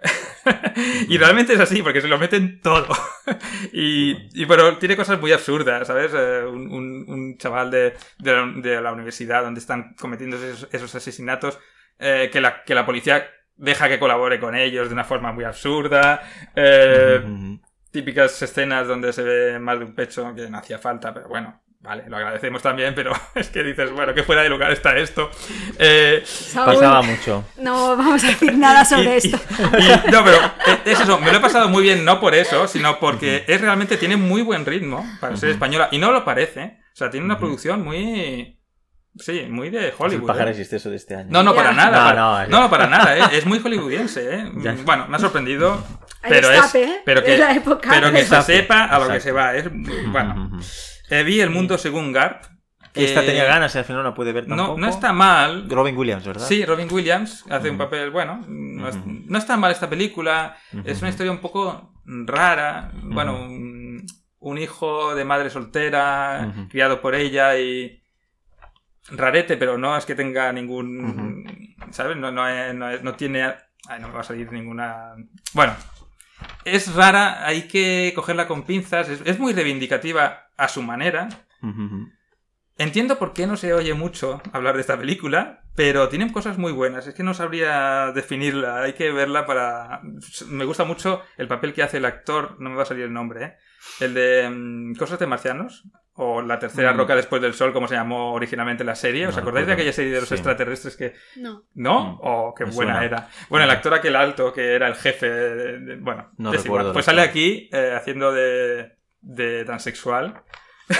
B: Y realmente es así, porque se lo meten todo. [laughs] y, y pero tiene cosas muy absurdas, ¿sabes? Eh, un, un- un chaval de, de la, de la universidad donde están cometiendo esos, esos asesinatos eh, que, la, que la policía deja que colabore con ellos de una forma muy absurda. Eh,
A: Ujú.
B: típicas escenas donde se ve más de un pecho que no hacía falta, pero bueno, vale, lo agradecemos también, pero [laughs] es que dices, bueno, que fuera de lugar está esto. Eh,
C: Saúl,
A: Pasaba mucho.
C: No vamos a decir nada sobre
B: y-
C: esto.
B: y- no, pero eh, es eso, me lo he pasado muy bien, no por eso, sino porque es realmente tiene muy buen ritmo para ser española, y no lo parece. O sea, tiene una
A: Ujú.
B: producción muy. Sí, muy de
A: Es El
B: Hollywood.
A: pájaro
B: ¿eh?
A: existe eso de este año.
B: No, no, para
C: Ya.
B: nada.
A: No,
B: para- No,
A: no,
B: no,
A: es-
B: para nada, ¿eh? Es muy hollywoodiense, ¿eh?
A: [laughs] Ya.
B: Bueno, me ha sorprendido.
C: El
B: Pero es,
C: destape, ¿eh?
B: pero que,
C: Es la época
B: pero que
C: del
B: se
A: destape.
B: sepa a lo que
A: Exacto.
B: se va. Es, bueno,
A: Ujú.
B: Eh, vi El Mundo según Garp. que-
A: Mm-hmm. Esta tenía ganas y al final no la pude ver
B: Eh, No,
A: tampoco.
B: no está mal.
A: Robin Williams, ¿verdad?
B: Sí, Robin Williams hace un
A: Ujú.
B: papel bueno. No, es-
A: Ujú.
B: no está mal esta película. Es
A: Ujú.
B: una historia un poco rara. Bueno, un, un hijo de madre soltera,
A: Ujú.
B: criado por ella y. Rarete, pero no es que tenga ningún. ¿Sabes? No, no, es- no es- no tiene. ay, no me va a salir ninguna. Bueno. es rara, hay que cogerla con pinzas, es, es muy reivindicativa a su manera.
A: Ujú, ujú.
B: Entiendo por qué no se oye mucho hablar de esta película, pero tienen cosas muy buenas. Es que no sabría definirla, hay que verla para... Me gusta mucho el papel que hace el actor, no me va a salir el nombre, ¿eh? El de mm, Cosas de Marcianos, o La Tercera
A: Mm.
B: Roca Después del Sol, como se llamó originalmente la serie. ¿Os
A: No
B: acordáis de
A: recuerdo.
B: aquella serie de los
A: Sí.
B: extraterrestres que
C: No.
B: ¿No?
A: Mm.
B: Oh, qué
A: Me
B: buena
A: suena.
B: era. Bueno, el actor aquel alto que era el jefe. de- de- bueno,
A: No
B: es igual.
A: recuerdo el
B: Pues sale
A: actor.
B: aquí eh, haciendo de, de transexual. [laughs]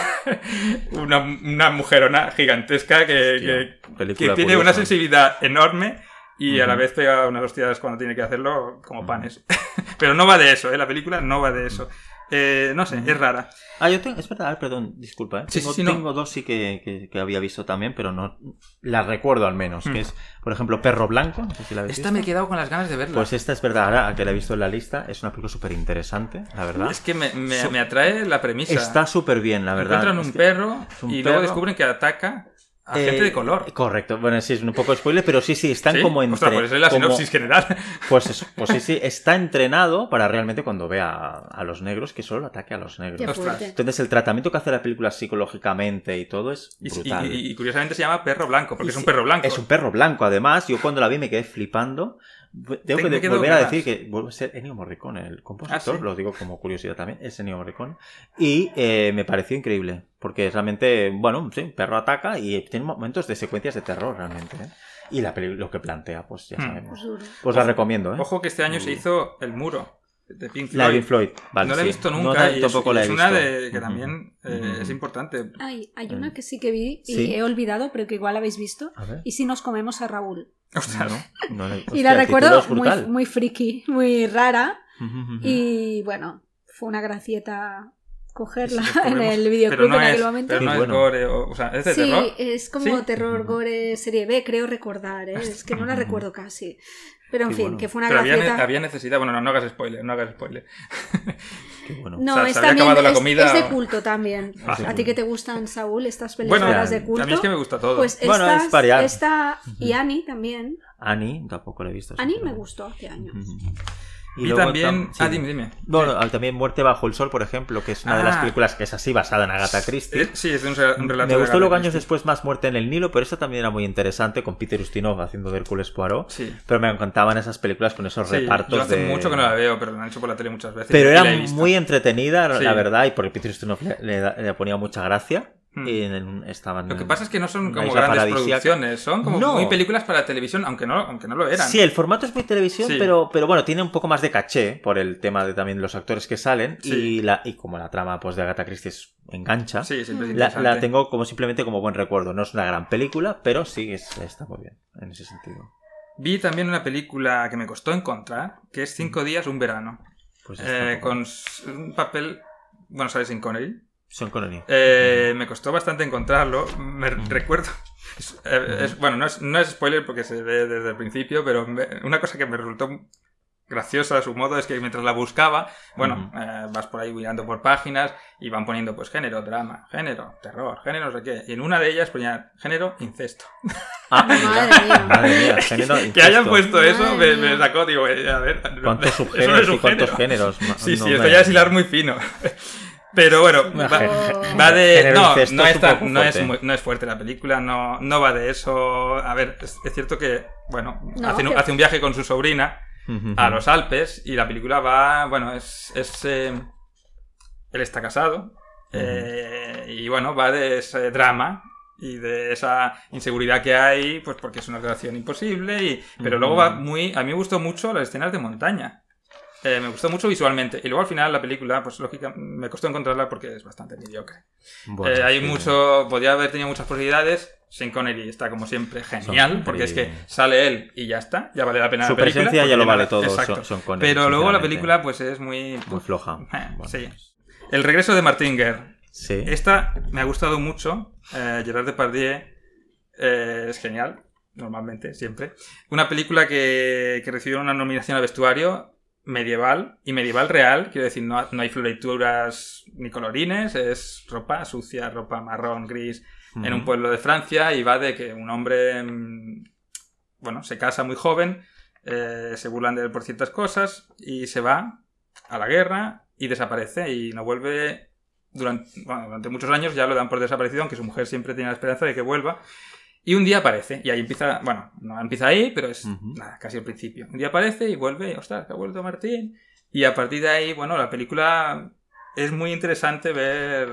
B: una, una mujerona gigantesca que, que-
A: Hostia,
B: que
A: película
B: tiene una
A: curiosa.
B: sensibilidad enorme y a la
A: Ujú.
B: vez pega unas hostias cuando tiene que hacerlo como
A: Ujú.
B: panes. [laughs] Pero no va de eso, ¿eh? la película no va de eso. Eh, no sé,
A: Ujú.
B: es rara.
A: Ah, yo tengo. Es verdad, ah, perdón, disculpa. ¿eh?
B: Sí,
A: tengo
B: sí, sí, no.
A: tengo dos sí que, que- que había visto también, pero no. Las recuerdo al menos.
B: Mm.
A: Que es, por ejemplo, Perro Blanco. No sé si la habéis
B: Esta
A: visto.
B: me he quedado con las ganas de verla.
A: Pues esta es verdad, ahora que la he visto en la lista, es una película súper interesante, la verdad.
B: es que me, me-
A: So-
B: me atrae la premisa.
A: Está súper bien, la verdad.
B: Encuentran un
A: Es que-
B: perro
A: es un
B: y luego
A: perro.
B: descubren que ataca a
A: eh,
B: gente de color.
A: Correcto, bueno, sí, es un poco spoiler, pero sí, sí, están
B: ¿Sí?
A: como entre...
B: Ostras, pues esa es la
A: como-
B: sinopsis general.
A: [laughs]
B: [laughs]
A: Pues eso, pues sí, sí, está entrenado para realmente cuando vea a, a los negros que solo ataque a los negros.
C: Qué
B: Ostras.
C: fuerte.
A: Entonces el tratamiento que hace la película psicológicamente y todo es
B: Y,
A: brutal.
B: y- y- y curiosamente se llama perro blanco, porque
A: Y
B: es un
A: sí,
B: perro blanco.
A: Es un perro blanco, además. Yo cuando la vi me quedé flipando. Tengo
B: Te-
A: que
B: me
A: de-
B: quedo
A: volver a
B: con
A: decir que vuelve a ser Ennio Morricone, el compositor,
B: Ah, ¿sí?
A: lo digo como curiosidad también, es Ennio Morricone. Y eh, me pareció increíble, porque realmente, bueno, sí, un perro ataca y tiene momentos de secuencias de terror realmente. ¿eh? Y la peli- lo que plantea, pues ya
B: Hmm.
A: sabemos.
C: Absurdo.
A: Pues la recomiendo, ¿eh?
B: Ojo que este año se
A: Mm.
B: hizo El Muro de Pink
A: la de
B: Floyd.
A: Pink Floyd, vale.
B: no la he
A: sí.
B: visto
A: No
B: nunca
A: la-
B: y es,
A: tampoco la he
B: es una
A: visto.
B: de que
A: Ujú.
B: también eh,
A: Ujú.
B: es importante. [laughs]
C: Ay, hay
A: Mm.
C: una que sí que vi y
A: Sí.
C: he olvidado, pero que igual habéis visto.
A: A ver.
C: Y si nos comemos a Raúl.
B: Ostras,
A: No, no la he-
C: y
A: Hostia,
C: la
A: el título
C: recuerdo
A: es
C: muy,
A: brutal.
C: muy friki, muy rara.
A: Ujú,
B: Mm.
A: ujú.
C: Y bueno, fue una gracieta cogerla
B: Sí, sí,
C: en
B: comemos.
C: el
B: pero
C: videoclub
B: no
C: en
B: es,
C: aquel momento.
B: pero no
A: Sí,
B: es
A: bueno.
B: gore, o, o sea, es de
C: sí,
B: terror.
C: es como
B: ¿Sí? Mm.
C: terror gore serie B, creo recordar, ¿eh? es que no la
A: Ujú.
C: recuerdo casi. Pero en
A: Qué
C: fin,
A: bueno.
C: que fue una
B: Pero había, ne-
C: gracieta.
B: había necesidad, bueno, no, no hagas spoiler, no hagas spoiler.
A: Qué bueno.
C: No,
B: o sea, se
C: es
B: había
C: también
B: acabado la
C: es-
B: comida
C: es de
B: o-
C: culto también.
A: Ah,
C: A ti que te gustan, Saúl, estas
B: Bueno,
C: películas de
B: a mí es
C: culto.
B: que me gusta todo.
C: Pues
A: Bueno, es
C: estas,
A: variar.
C: esta y
A: Ujú.
C: Annie también.
A: Annie, tampoco la he visto.
C: Annie me
A: sinceramente.
C: gustó hace años.
A: Ujú.
B: y
A: luego
B: también...
A: tam- sí.
B: Ah, dime, dime.
A: Bueno, ah, también Muerte bajo el sol, por ejemplo, que es una de las
B: Ah.
A: películas que es así, basada en Agatha Christie.
B: Eh, Sí, es un, re- un relato
A: me
B: de
A: gustó luego
B: Agatha
A: años después más Muerte en el Nilo, pero esta también era muy interesante con Peter Ustinov haciendo de Hércules Poirot.
B: Christie. Sí.
A: Pero me encantaban esas películas con esos
B: Sí,
A: repartos
B: yo hace
A: de...
B: mucho que no la veo, pero la han hecho por la tele muchas veces.
A: Pero
B: y
A: era
B: la he visto.
A: muy entretenida,
B: Sí.
A: la verdad, y porque Peter Ustinov le, le da- le ponía mucha gracia.
B: Hmm.
A: Y en el- estaban
B: Lo que pasa es que no son
A: Una
B: como
A: isla
B: grandes
A: paradisíaca.
B: producciones, son como
A: No.
B: muy películas para televisión, aunque no, aunque no lo eran.
A: Sí, el formato es muy televisión,
B: Sí.
A: pero, pero bueno, tiene un poco más de caché por el tema de también los actores que salen
B: Sí.
A: y, la, y como la trama pues, de Agatha Christie es- engancha.
B: Sí, siempre es
A: La,
B: interesante.
A: la tengo como simplemente como buen recuerdo. No es una gran película, pero sí es- está muy bien en ese sentido.
B: Vi también una película que me costó encontrar, que es Cinco días, un verano,
A: Mm. Pues
B: eh,
A: está
B: con s- un papel, bueno, sabes, sin Connery.
A: Sean Connery.
B: Eh, me costó bastante encontrarlo, me recuerdo... [laughs] es- eh, es- bueno, no es, no es spoiler porque se ve desde el principio, pero me- una cosa que me resultó graciosa a su modo es que mientras la buscaba, bueno, eh, vas por ahí mirando por páginas y van poniendo pues género, drama, género, terror, género, no sé qué. Y en una de ellas ponían género, incesto.
A: Ah,
C: Madre mía.
A: madre mía, género
B: [laughs] Que
A: incesto.
B: hayan puesto eso
C: Madre
B: me, me
C: mía.
B: sacó, digo, eh, a ver,
A: ¿Cuántos
B: [laughs] eso no es
A: subgéneros
B: un
A: y cuántos
B: género.
A: géneros? Ma-
B: Sí,
A: no
B: sí,
A: me-
B: esto ya es hilar muy fino. [laughs] Pero bueno,
C: Sí,
B: va,
C: pero-
B: va de...
A: Género
B: No,
A: incesto
B: no
A: es
B: es,
A: un
B: tan-
A: poco
B: no, es
A: fuerte.
B: muy- no es fuerte la película, no, no va de eso. A ver, es, es cierto que, bueno,
C: No,
B: hace, un,
C: pero-
B: hace un viaje con su sobrina
A: Ujú.
B: a Ah, los Alpes y la película va, bueno, es... es, eh, él está casado eh, y bueno, va de ese drama y de esa inseguridad que hay, pues porque es una relación imposible, y, pero luego va muy... A mí me gustó mucho las escenas de montaña. Eh, me gustó mucho visualmente. Y luego al final la película, pues lógica, me costó encontrarla porque es bastante mediocre.
A: Bueno,
B: Eh, hay
A: sí.
B: mucho, podría haber tenido muchas posibilidades. Sin Connery está como siempre genial,
A: Sean
B: porque es que
A: Connery.
B: sale él y ya está, ya vale la pena
A: Su
B: la película.
A: presencia ya
B: porque
A: lo
B: nada-
A: vale todo,
B: exacto.
A: Sean- Sean Connery,
B: Pero luego la
A: sinceramente.
B: película pues es muy...
A: Muy
B: [laughs]
A: floja.
B: Eh,
A: Bueno, pues,
B: sí. El regreso de Martinger,
A: Sí.
B: esta me ha gustado mucho. Eh, Gerard Depardieu eh, es genial, normalmente, siempre. Una película que, que recibió una nominación a vestuario medieval y medieval real. Quiero decir, no, no hay florituras ni colorines, es ropa sucia, ropa marrón, gris, en un
A: Ujú.
B: pueblo de Francia y va de que un hombre, mm, bueno, se casa muy joven, eh, se burlan de él por ciertas cosas y se va a la guerra y desaparece y no vuelve durante, bueno, durante muchos años, ya lo dan por desaparecido, aunque su mujer siempre tiene la esperanza de que vuelva. Y un día aparece, y ahí empieza, bueno, no empieza ahí, pero es
A: Ujú.
B: nada, casi el principio. Un día aparece y vuelve, y, ostras, que ha vuelto Martín. Y a partir de ahí, bueno, la película es muy interesante ver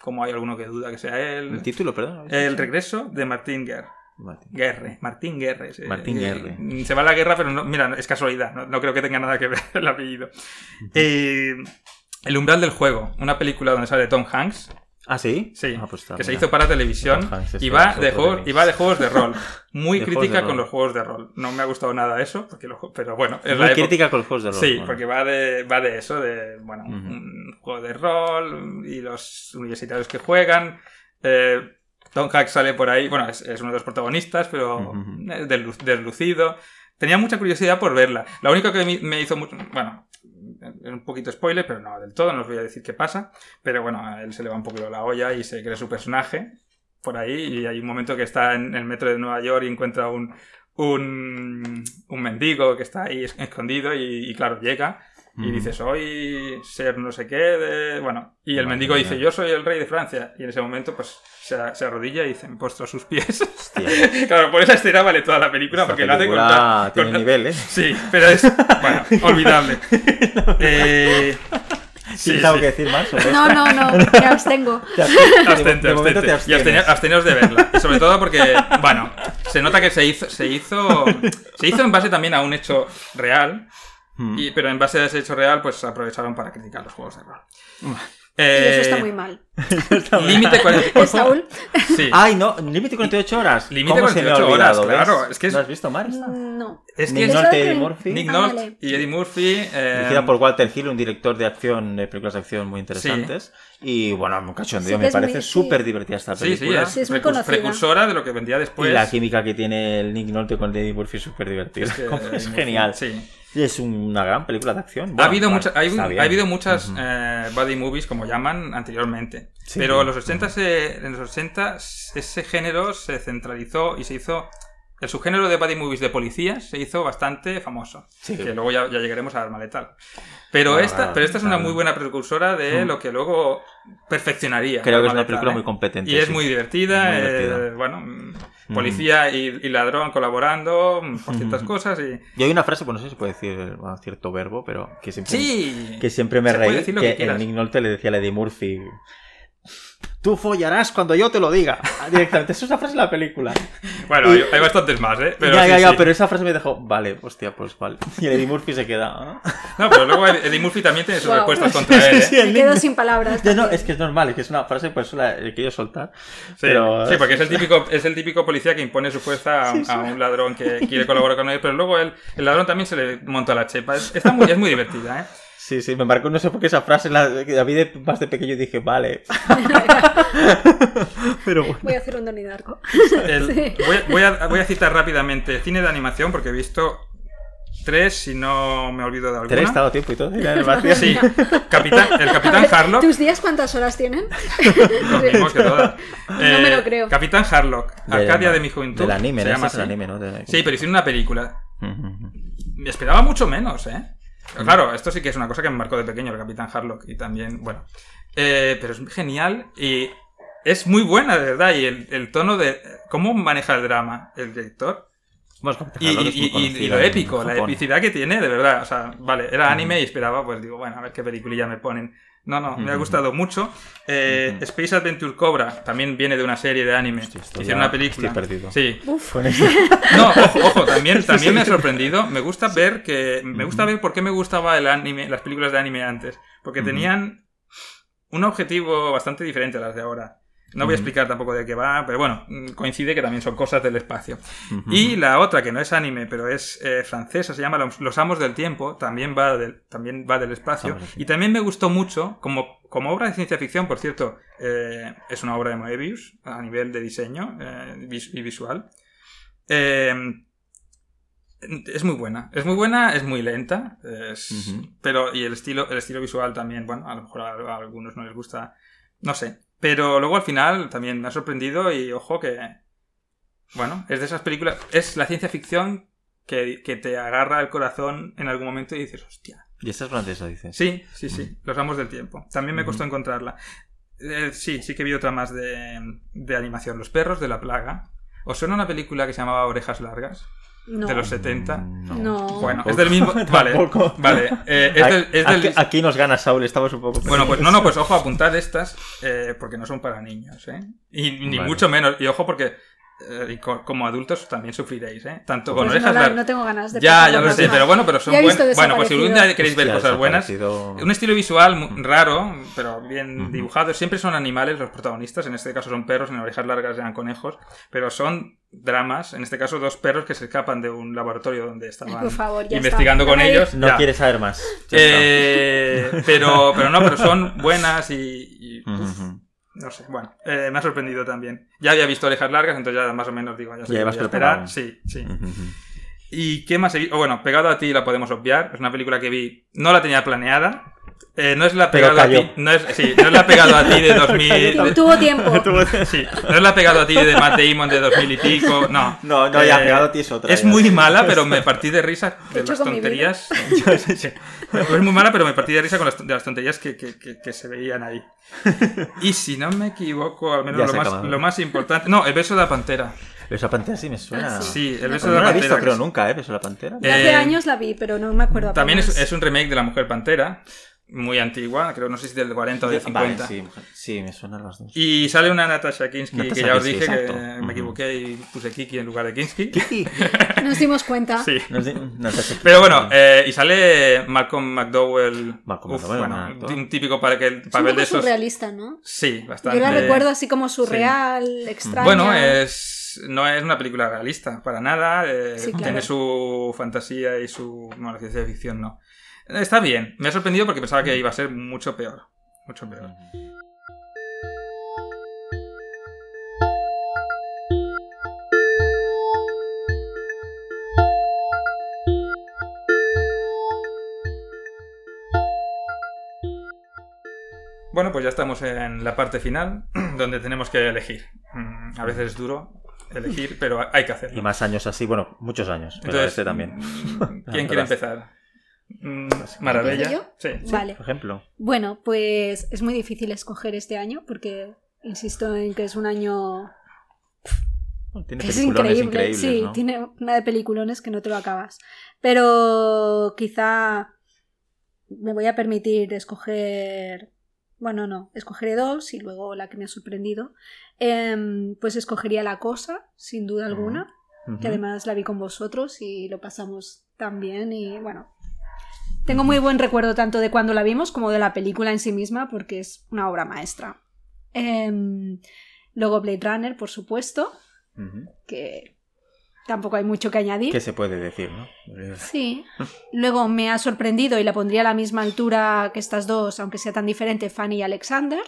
B: cómo hay alguno que duda que sea él.
A: El título, perdón.
B: El regreso de Martín Guerre.
A: Vale.
B: Guerre, Martín Guerre. ese-
A: Martín
B: eh,
A: Guerre.
B: Se va a la guerra, pero no, mira, no, es casualidad, no, no creo que tenga nada que [laughs] ver el apellido. Eh, el umbral del juego, una película donde sale Tom Hanks,
A: Ah, sí.
B: Sí,
A: Ah, pues está,
B: que se
A: mira.
B: hizo para televisión
A: Tom Hanks,
B: y
A: eso
B: va,
A: es
B: de
A: otro
B: juegos,
A: de mis-
B: y va de juegos de rol.
A: [laughs]
B: Muy
A: De juegos de
B: crítica con
A: rol.
B: los juegos de rol. No me ha gustado nada eso, porque los ju- pero bueno, es
A: Muy
B: la época-
A: crítica con los juegos de rol.
B: Sí,
A: bueno.
B: porque va de, va de eso, de, bueno,
A: Ujú.
B: un juego de rol y los universitarios que juegan. Eh, Tom Hanks sale por ahí, bueno, es, es uno de los protagonistas, pero
A: Ujú.
B: eh, deslu- deslucido. Tenía mucha curiosidad por verla. Lo único que mi- me hizo mucho, bueno, es un poquito spoiler, pero no del todo, no os voy a decir qué pasa. Pero bueno, a él se le va un poquito la olla y se cree su personaje por ahí. Y hay un momento que está en el metro de Nueva York y encuentra un, un, un mendigo que está ahí es- escondido y, y claro, llega y
A: Ujú.
B: dice, soy ser no sé qué, de... bueno, y el
A: Madre
B: mendigo dice,
A: mía.
B: yo soy el rey de Francia. Y en ese momento, pues, se, a- se arrodilla y dice, me postro a sus pies. [laughs]
A: Hostia,
B: claro, por esa escena vale toda la película,
A: esta
B: porque la hace
A: película
B: contar.
A: Tiene nivel, ¿eh?
B: Sí, pero es, bueno,
A: [laughs]
B: olvidable. Eh, sí,
A: ¿Tienes algo
B: sí.
A: que decir más? sobre
C: No, no, no, me abstengo.
A: [laughs] Te abstienes.
B: Abstente,
A: de momento
B: abstente.
A: te
B: Y abstene-
A: abstienes.
B: absteneos de verla. Y Sobre todo porque, bueno, se nota que se hizo, se hizo, se hizo en base también a un hecho real,
A: Mm.
B: y- pero en base a ese hecho real, pues aprovecharon para criticar los juegos de rol.
C: Y
B: Eh,
C: eso está muy mal.
B: [laughs] Límite 48
C: ¿Eh, Saúl?
B: Sí.
A: Ay, no, límite 48 horas.
B: Límite
A: ¿Cómo se me ha
B: 48 horas,
A: olvidado, ves?
B: claro, es que es-
A: ¿No has visto Marta?
C: mm, No.
B: Es que
A: Nick
B: es
A: Nolte
C: Creo
A: y
C: que-
A: Murphy.
B: Nick
C: Ah,
B: Nolte
C: vale.
B: y Eddie Murphy. eh,
A: Dirigida por Walter Hill, un director de acción, de películas de acción muy interesantes. Y bueno, un
C: Sí
A: cachondeo,
C: que
A: me
C: es muy-
A: parece
C: sí.
A: súper divertida esta
B: Sí, sí,
A: película.
B: es,
C: Sí, es muy
B: precu-
C: conocida.
B: precursora de lo que vendía después.
A: Y la química que tiene el Nick Nolte con Eddie Murphy es súper divertida. [laughs]
B: que-
A: es genial.
B: Sí.
A: Y es una gran película de acción.
B: Ha
A: Bueno,
B: habido,
A: bueno,
B: mucha- hay-
A: está bien.
B: ha habido muchas
A: Ujú.
B: eh, buddy movies, como llaman, anteriormente.
A: Sí.
B: Pero en los, 80 se- en los 80 ese género se centralizó y se hizo... El subgénero de buddy movies de policías se hizo bastante famoso.
A: Sí.
B: [laughs] Que luego ya, ya llegaremos a Arma Letal. Pero,
A: Bueno,
B: esta,
A: claro,
B: pero esta es una
A: claro.
B: muy buena precursora de
A: Mm.
B: lo que luego perfeccionaría.
A: Creo que es
B: Arma
A: una
B: Letal,
A: película
B: ¿eh?
A: muy competente.
B: Y es
A: sí.
B: muy divertida,
A: Muy
B: eh,
A: divertida. Hmm.
B: bueno, mm, policía y, y ladrón colaborando mm, por ciertas
A: Ujú.
B: cosas y...
A: Y hay una frase, pues no sé si puede decir bueno, cierto verbo, pero que siempre
B: ¡Sí!
A: que siempre me
B: Se puede
A: reí que,
B: decir lo que
A: el
B: quieras.
A: Nick Nolte le decía a Eddie Murphy tú follarás cuando yo te lo diga Ah, directamente eso es una frase de la película
B: Bueno, hay, hay bastantes más, ¿eh? Pero
A: ya
B: sí,
A: ya ya
B: sí.
A: pero esa frase me dejó vale hostia pues vale y el Eddie Murphy se queda ¿ah?
B: No, pero luego Eddie Murphy también tiene sus
C: Wow.
B: respuestas contra él,
A: [laughs]
B: ¿eh?
A: Sí,
B: Sí,
A: el
C: Me
A: Nick-
C: quedo sin palabras.
A: Ya, no, es que es normal es que es una frase pues la he querido soltar pero
B: sí, porque es el, típico, es el típico policía que impone su fuerza a, a un ladrón que quiere colaborar con él, pero luego el, el ladrón también se le monta la chepa. Es, está muy, es muy divertida, ¿eh?
A: sí sí me marcó no sé por qué esa frase la, que la vi de- más de pequeño y dije
B: [laughs]
A: vale pero bueno
C: Voy a hacer un Donnie Darko.
B: El-
C: Sí.
B: voy, a- voy a, voy a citar rápidamente cine de animación porque he visto tres, si no me olvido de
A: te he
B: alguna.
A: estado tiempo y todo
B: [laughs]
A: ya, gracias.
B: Sí, Capitán, el
C: A [laughs]
B: Capitán
C: ver,
B: Harlock.
C: ¿Tus días cuántas horas tienen?
B: Lo mismo que todas. Eh,
C: No me lo creo.
B: Capitán Harlock,
A: Del-
B: Arcadia de mi juventud.
A: del anime
B: se
A: ¿no?
B: llama
A: Ese es el
B: así.
A: anime no De-
B: Sí, pero hicieron una película.
A: Ujú.
B: Me esperaba mucho menos, ¿eh?
A: Mm.
B: Pero claro, esto sí que es una cosa que me marcó de pequeño, el Capitán Harlock, y también, bueno. Eh, pero es genial y es muy buena, de verdad, y el, el tono de cómo maneja el drama el director
A: Bueno, es que
B: y,
A: Harlock es muy
B: y- y- y
A: conocido
B: lo
A: en
B: épico, la
A: Japón.
B: epicidad que tiene, de verdad. O sea, vale, era anime y esperaba, pues digo, bueno, a ver qué peliculilla me ponen. No, no, me ha
A: Ujú.
B: gustado mucho. Eh,
A: Ujú.
B: Space Adventure Cobra también viene de una serie de anime.
A: Hostia, estoy
B: Hicieron
A: ya-
B: una película.
A: estoy perdido.
B: Sí,
C: Uf,
A: [laughs] Con eso-
B: no, ojo, ojo,
A: [laughs]
B: también, también me ha sorprendido. Me gusta ver que. Me gusta ver por qué me gustaba el anime, las películas de anime antes. Porque
A: Ujú.
B: tenían un objetivo bastante diferente a las de ahora. No voy a
A: Ujú.
B: explicar tampoco de qué va, pero bueno, mm, coincide que también son cosas del espacio. [laughs] Y la otra, que no es anime, pero es eh, francesa, se llama Los- Los Amos del Tiempo, también va del, también va del espacio.
A: Amos del Tiempo.
B: Y también me gustó mucho, como, como obra de ciencia ficción, por cierto, eh, es una obra de Moebius a nivel de diseño eh, vis- y visual. Eh, es muy buena, es muy buena, es muy lenta, es-
A: Ujú.
B: pero y el estilo, el estilo visual también, bueno, a lo mejor a, a algunos no les gusta, no sé. Pero luego al final también me ha sorprendido y ojo que, bueno, es de esas películas, es la ciencia ficción que, que te agarra el corazón en algún momento y dices, hostia,
A: [laughs] Y esta es francesa, dices.
B: Sí, sí, sí. Los Amos del Tiempo. También me costó encontrarla. Eh, sí, sí que vi otra más de, de animación. Los perros de la plaga. ¿Os suena una película que se llamaba Orejas Largas?
C: No.
B: De los 70.
C: No. Pues
B: Bueno, es del mismo.
A: [laughs]
B: Vale,
A: Tampoco.
B: vale. eh, es del- es del-
A: Aquí, aquí nos gana Saul, estamos un poco.
B: Bueno, pues no, no, pues ojo, apuntad estas, eh, porque no son para niños, ¿eh? Y ni
A: Vale.
B: mucho menos. Y ojo, porque eh, y co- como adultos también sufriréis, ¿eh? Tanto con
C: Pues
B: orejas
C: no, la-
B: largas-
C: no tengo ganas de
B: Ya,
C: pasar
B: ya
C: la
B: lo sé,
C: próxima.
B: pero bueno, pero son
C: Ya he
B: buenos.
C: visto
B: Bueno, pues si algún día
C: desaparecido.
B: queréis ver
A: Hostia,
B: cosas buenas.
A: desaparecido.
B: Un estilo visual mu- raro, pero bien
A: Mm. Ujú.
B: dibujado. Siempre son animales los protagonistas, en este caso son perros, en orejas largas eran conejos, pero son dramas, en este caso dos perros que se escapan de un laboratorio donde
C: Ay,
B: estaban
C: Por favor, ya
B: investigando
C: está.
B: con
C: Ay,
B: ellos.
A: No
B: Ya.
A: quieres saber más. Ya está.
B: Eh, pero, pero no, pero son buenas y. y,
A: Ujú,
B: uf,
A: ujú.
B: no sé, bueno, eh, me ha sorprendido también. Ya había visto orejas largas, entonces ya más o menos digo, ya sé
A: Ya
B: qué
A: ibas
B: voy a
A: preparado.
B: esperar. Sí, sí.
A: Ujú, ujú.
B: ¿Y qué más he visto? bueno, Pegado a ti la podemos obviar. Es una película que vi, no la tenía planeada. Eh, no es la
A: Pero
B: pegado a ti.
A: cayó.
B: No es, sí, no es la pegado a ti de 2000.
C: Tu- Tuvo tiempo.
B: de- [laughs] sí, no es la pegado a ti de Matt Damon de 2000 y pico. No.
A: [laughs] No, no, ya
B: Eh,
A: pegado a ti es otra.
B: Es
A: ya.
B: muy mala,
A: [laughs]
B: pero me partí de risa
C: Te
B: de
C: echo
B: las
C: con mi vida.
B: tonterías. [laughs] Yo, sí, sí. Es muy mala, pero me partí de risa con las, de las tonterías que, que- que- que se
A: [laughs]
B: veían ahí. Y si no me equivoco, al
A: Ya
B: menos
A: se
B: lo
A: ha
B: más,
A: acabado.
B: lo más importante. No, el beso de la pantera.
A: Beso a Pantera sí me suena.
C: Ah,
B: Sí, el
C: No,
B: beso
A: Ah. Pero
B: de
A: no la
B: la
A: he
B: pantera.
A: visto,
B: que
A: creo,
B: es-
A: nunca, ¿eh? Beso a la Pantera.
B: Eh,
C: Hace años la vi, pero no me acuerdo.
B: También es,
C: apenas.
B: es un remake de La Mujer Pantera, muy antigua, creo, no sé si del 40 o del 50.
A: Vale, sí, sí, me suenan las [laughs] dos.
B: Y sale una Natasha Kinsky,
A: Natasha
B: que ya os
A: Kinsky,
B: dije que
A: exacto. Ujú.
B: me equivoqué y puse Kiki en lugar de Kinsky.
C: Nos dimos
B: [laughs]
C: cuenta.
B: Sí.
A: No sé- no sé-
B: Pero bueno, eh, y sale Malcolm McDowell,
A: Malcolm
B: uf,
A: McDowell,
B: bueno,
A: un actor.
B: un típico para que el
C: Es un
B: papel
C: poco
B: de esos...
C: surrealista, ¿no?
B: Sí, bastante.
C: Yo la recuerdo así como surreal, extraña.
B: Bueno, eh, es, no es una película realista, para nada. eh,
C: Sí, claro.
B: Tiene su fantasía y su... Bueno, la ciencia ficción no. Está bien. Me ha sorprendido porque pensaba que iba a ser mucho peor. Mucho peor. Bueno, pues ya estamos en la parte final, [clears throat] donde tenemos que elegir. Mm, A veces es duro elegir, pero hay que hacerlo.
A: Y más años así, bueno, muchos años. Pero este también. [laughs]
B: mm, ¿Quién quiere
A: Vas.
B: empezar? Mm,
C: ¿Empiezo
B: Marabella. Sí.
C: Vale.
A: Por ejemplo.
C: Bueno, pues es muy difícil escoger este año porque insisto en que es un año
A: Tiene
C: que es
A: peliculones
C: increíble.
A: increíbles,
C: sí,
A: ¿no?
C: tiene una de peliculones que no te lo acabas. Pero quizá me voy a permitir escoger. Bueno, no, escogeré dos y luego la que me ha sorprendido. Em, pues escogería La Cosa, sin duda
A: Ujú.
C: alguna.
A: Ujú.
C: que además la vi con vosotros y lo pasamos tan bien y bueno. Tengo muy buen recuerdo tanto de cuando la vimos como de la película en sí misma porque es una obra maestra. Em, luego Blade Runner, por supuesto,
A: Ujú.
C: que tampoco hay mucho que añadir.
A: ¿Qué se puede decir, no?
C: Sí. [laughs] Luego me ha sorprendido y la pondría a la misma altura que estas dos, aunque sea tan diferente, Fanny y Alexander.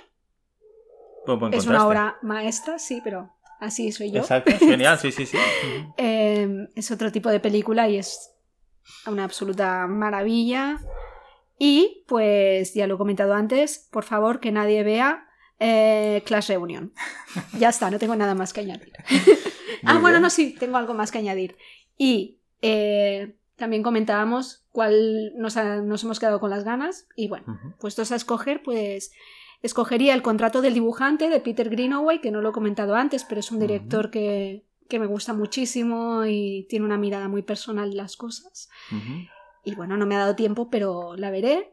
A: Buen- buen
C: Es una
A: contraste.
C: obra maestra, sí, pero así soy yo.
A: Exacto, genial, sí,
C: [laughs]
A: sí, sí. Ujú.
C: Eh, es otro tipo de película y es una absoluta maravilla. Y pues ya lo he comentado antes, por favor que nadie vea eh,
A: [laughs]
C: Clash Reunion. Ya está, no tengo nada más que añadir. ah,
A: Muy
C: bueno,
A: bien.
C: no, sí, tengo algo más que añadir. Y eh, también comentábamos cuál nos, ha- nos hemos quedado con las ganas. Y bueno,
A: Ujú.
C: puestos a escoger, pues escogería el contrato del dibujante de Peter Greenaway, que no lo he comentado antes, pero es un director que, que me gusta muchísimo y tiene una mirada muy personal de las cosas.
A: Ujú.
C: Y bueno, no me ha dado tiempo, pero la veré.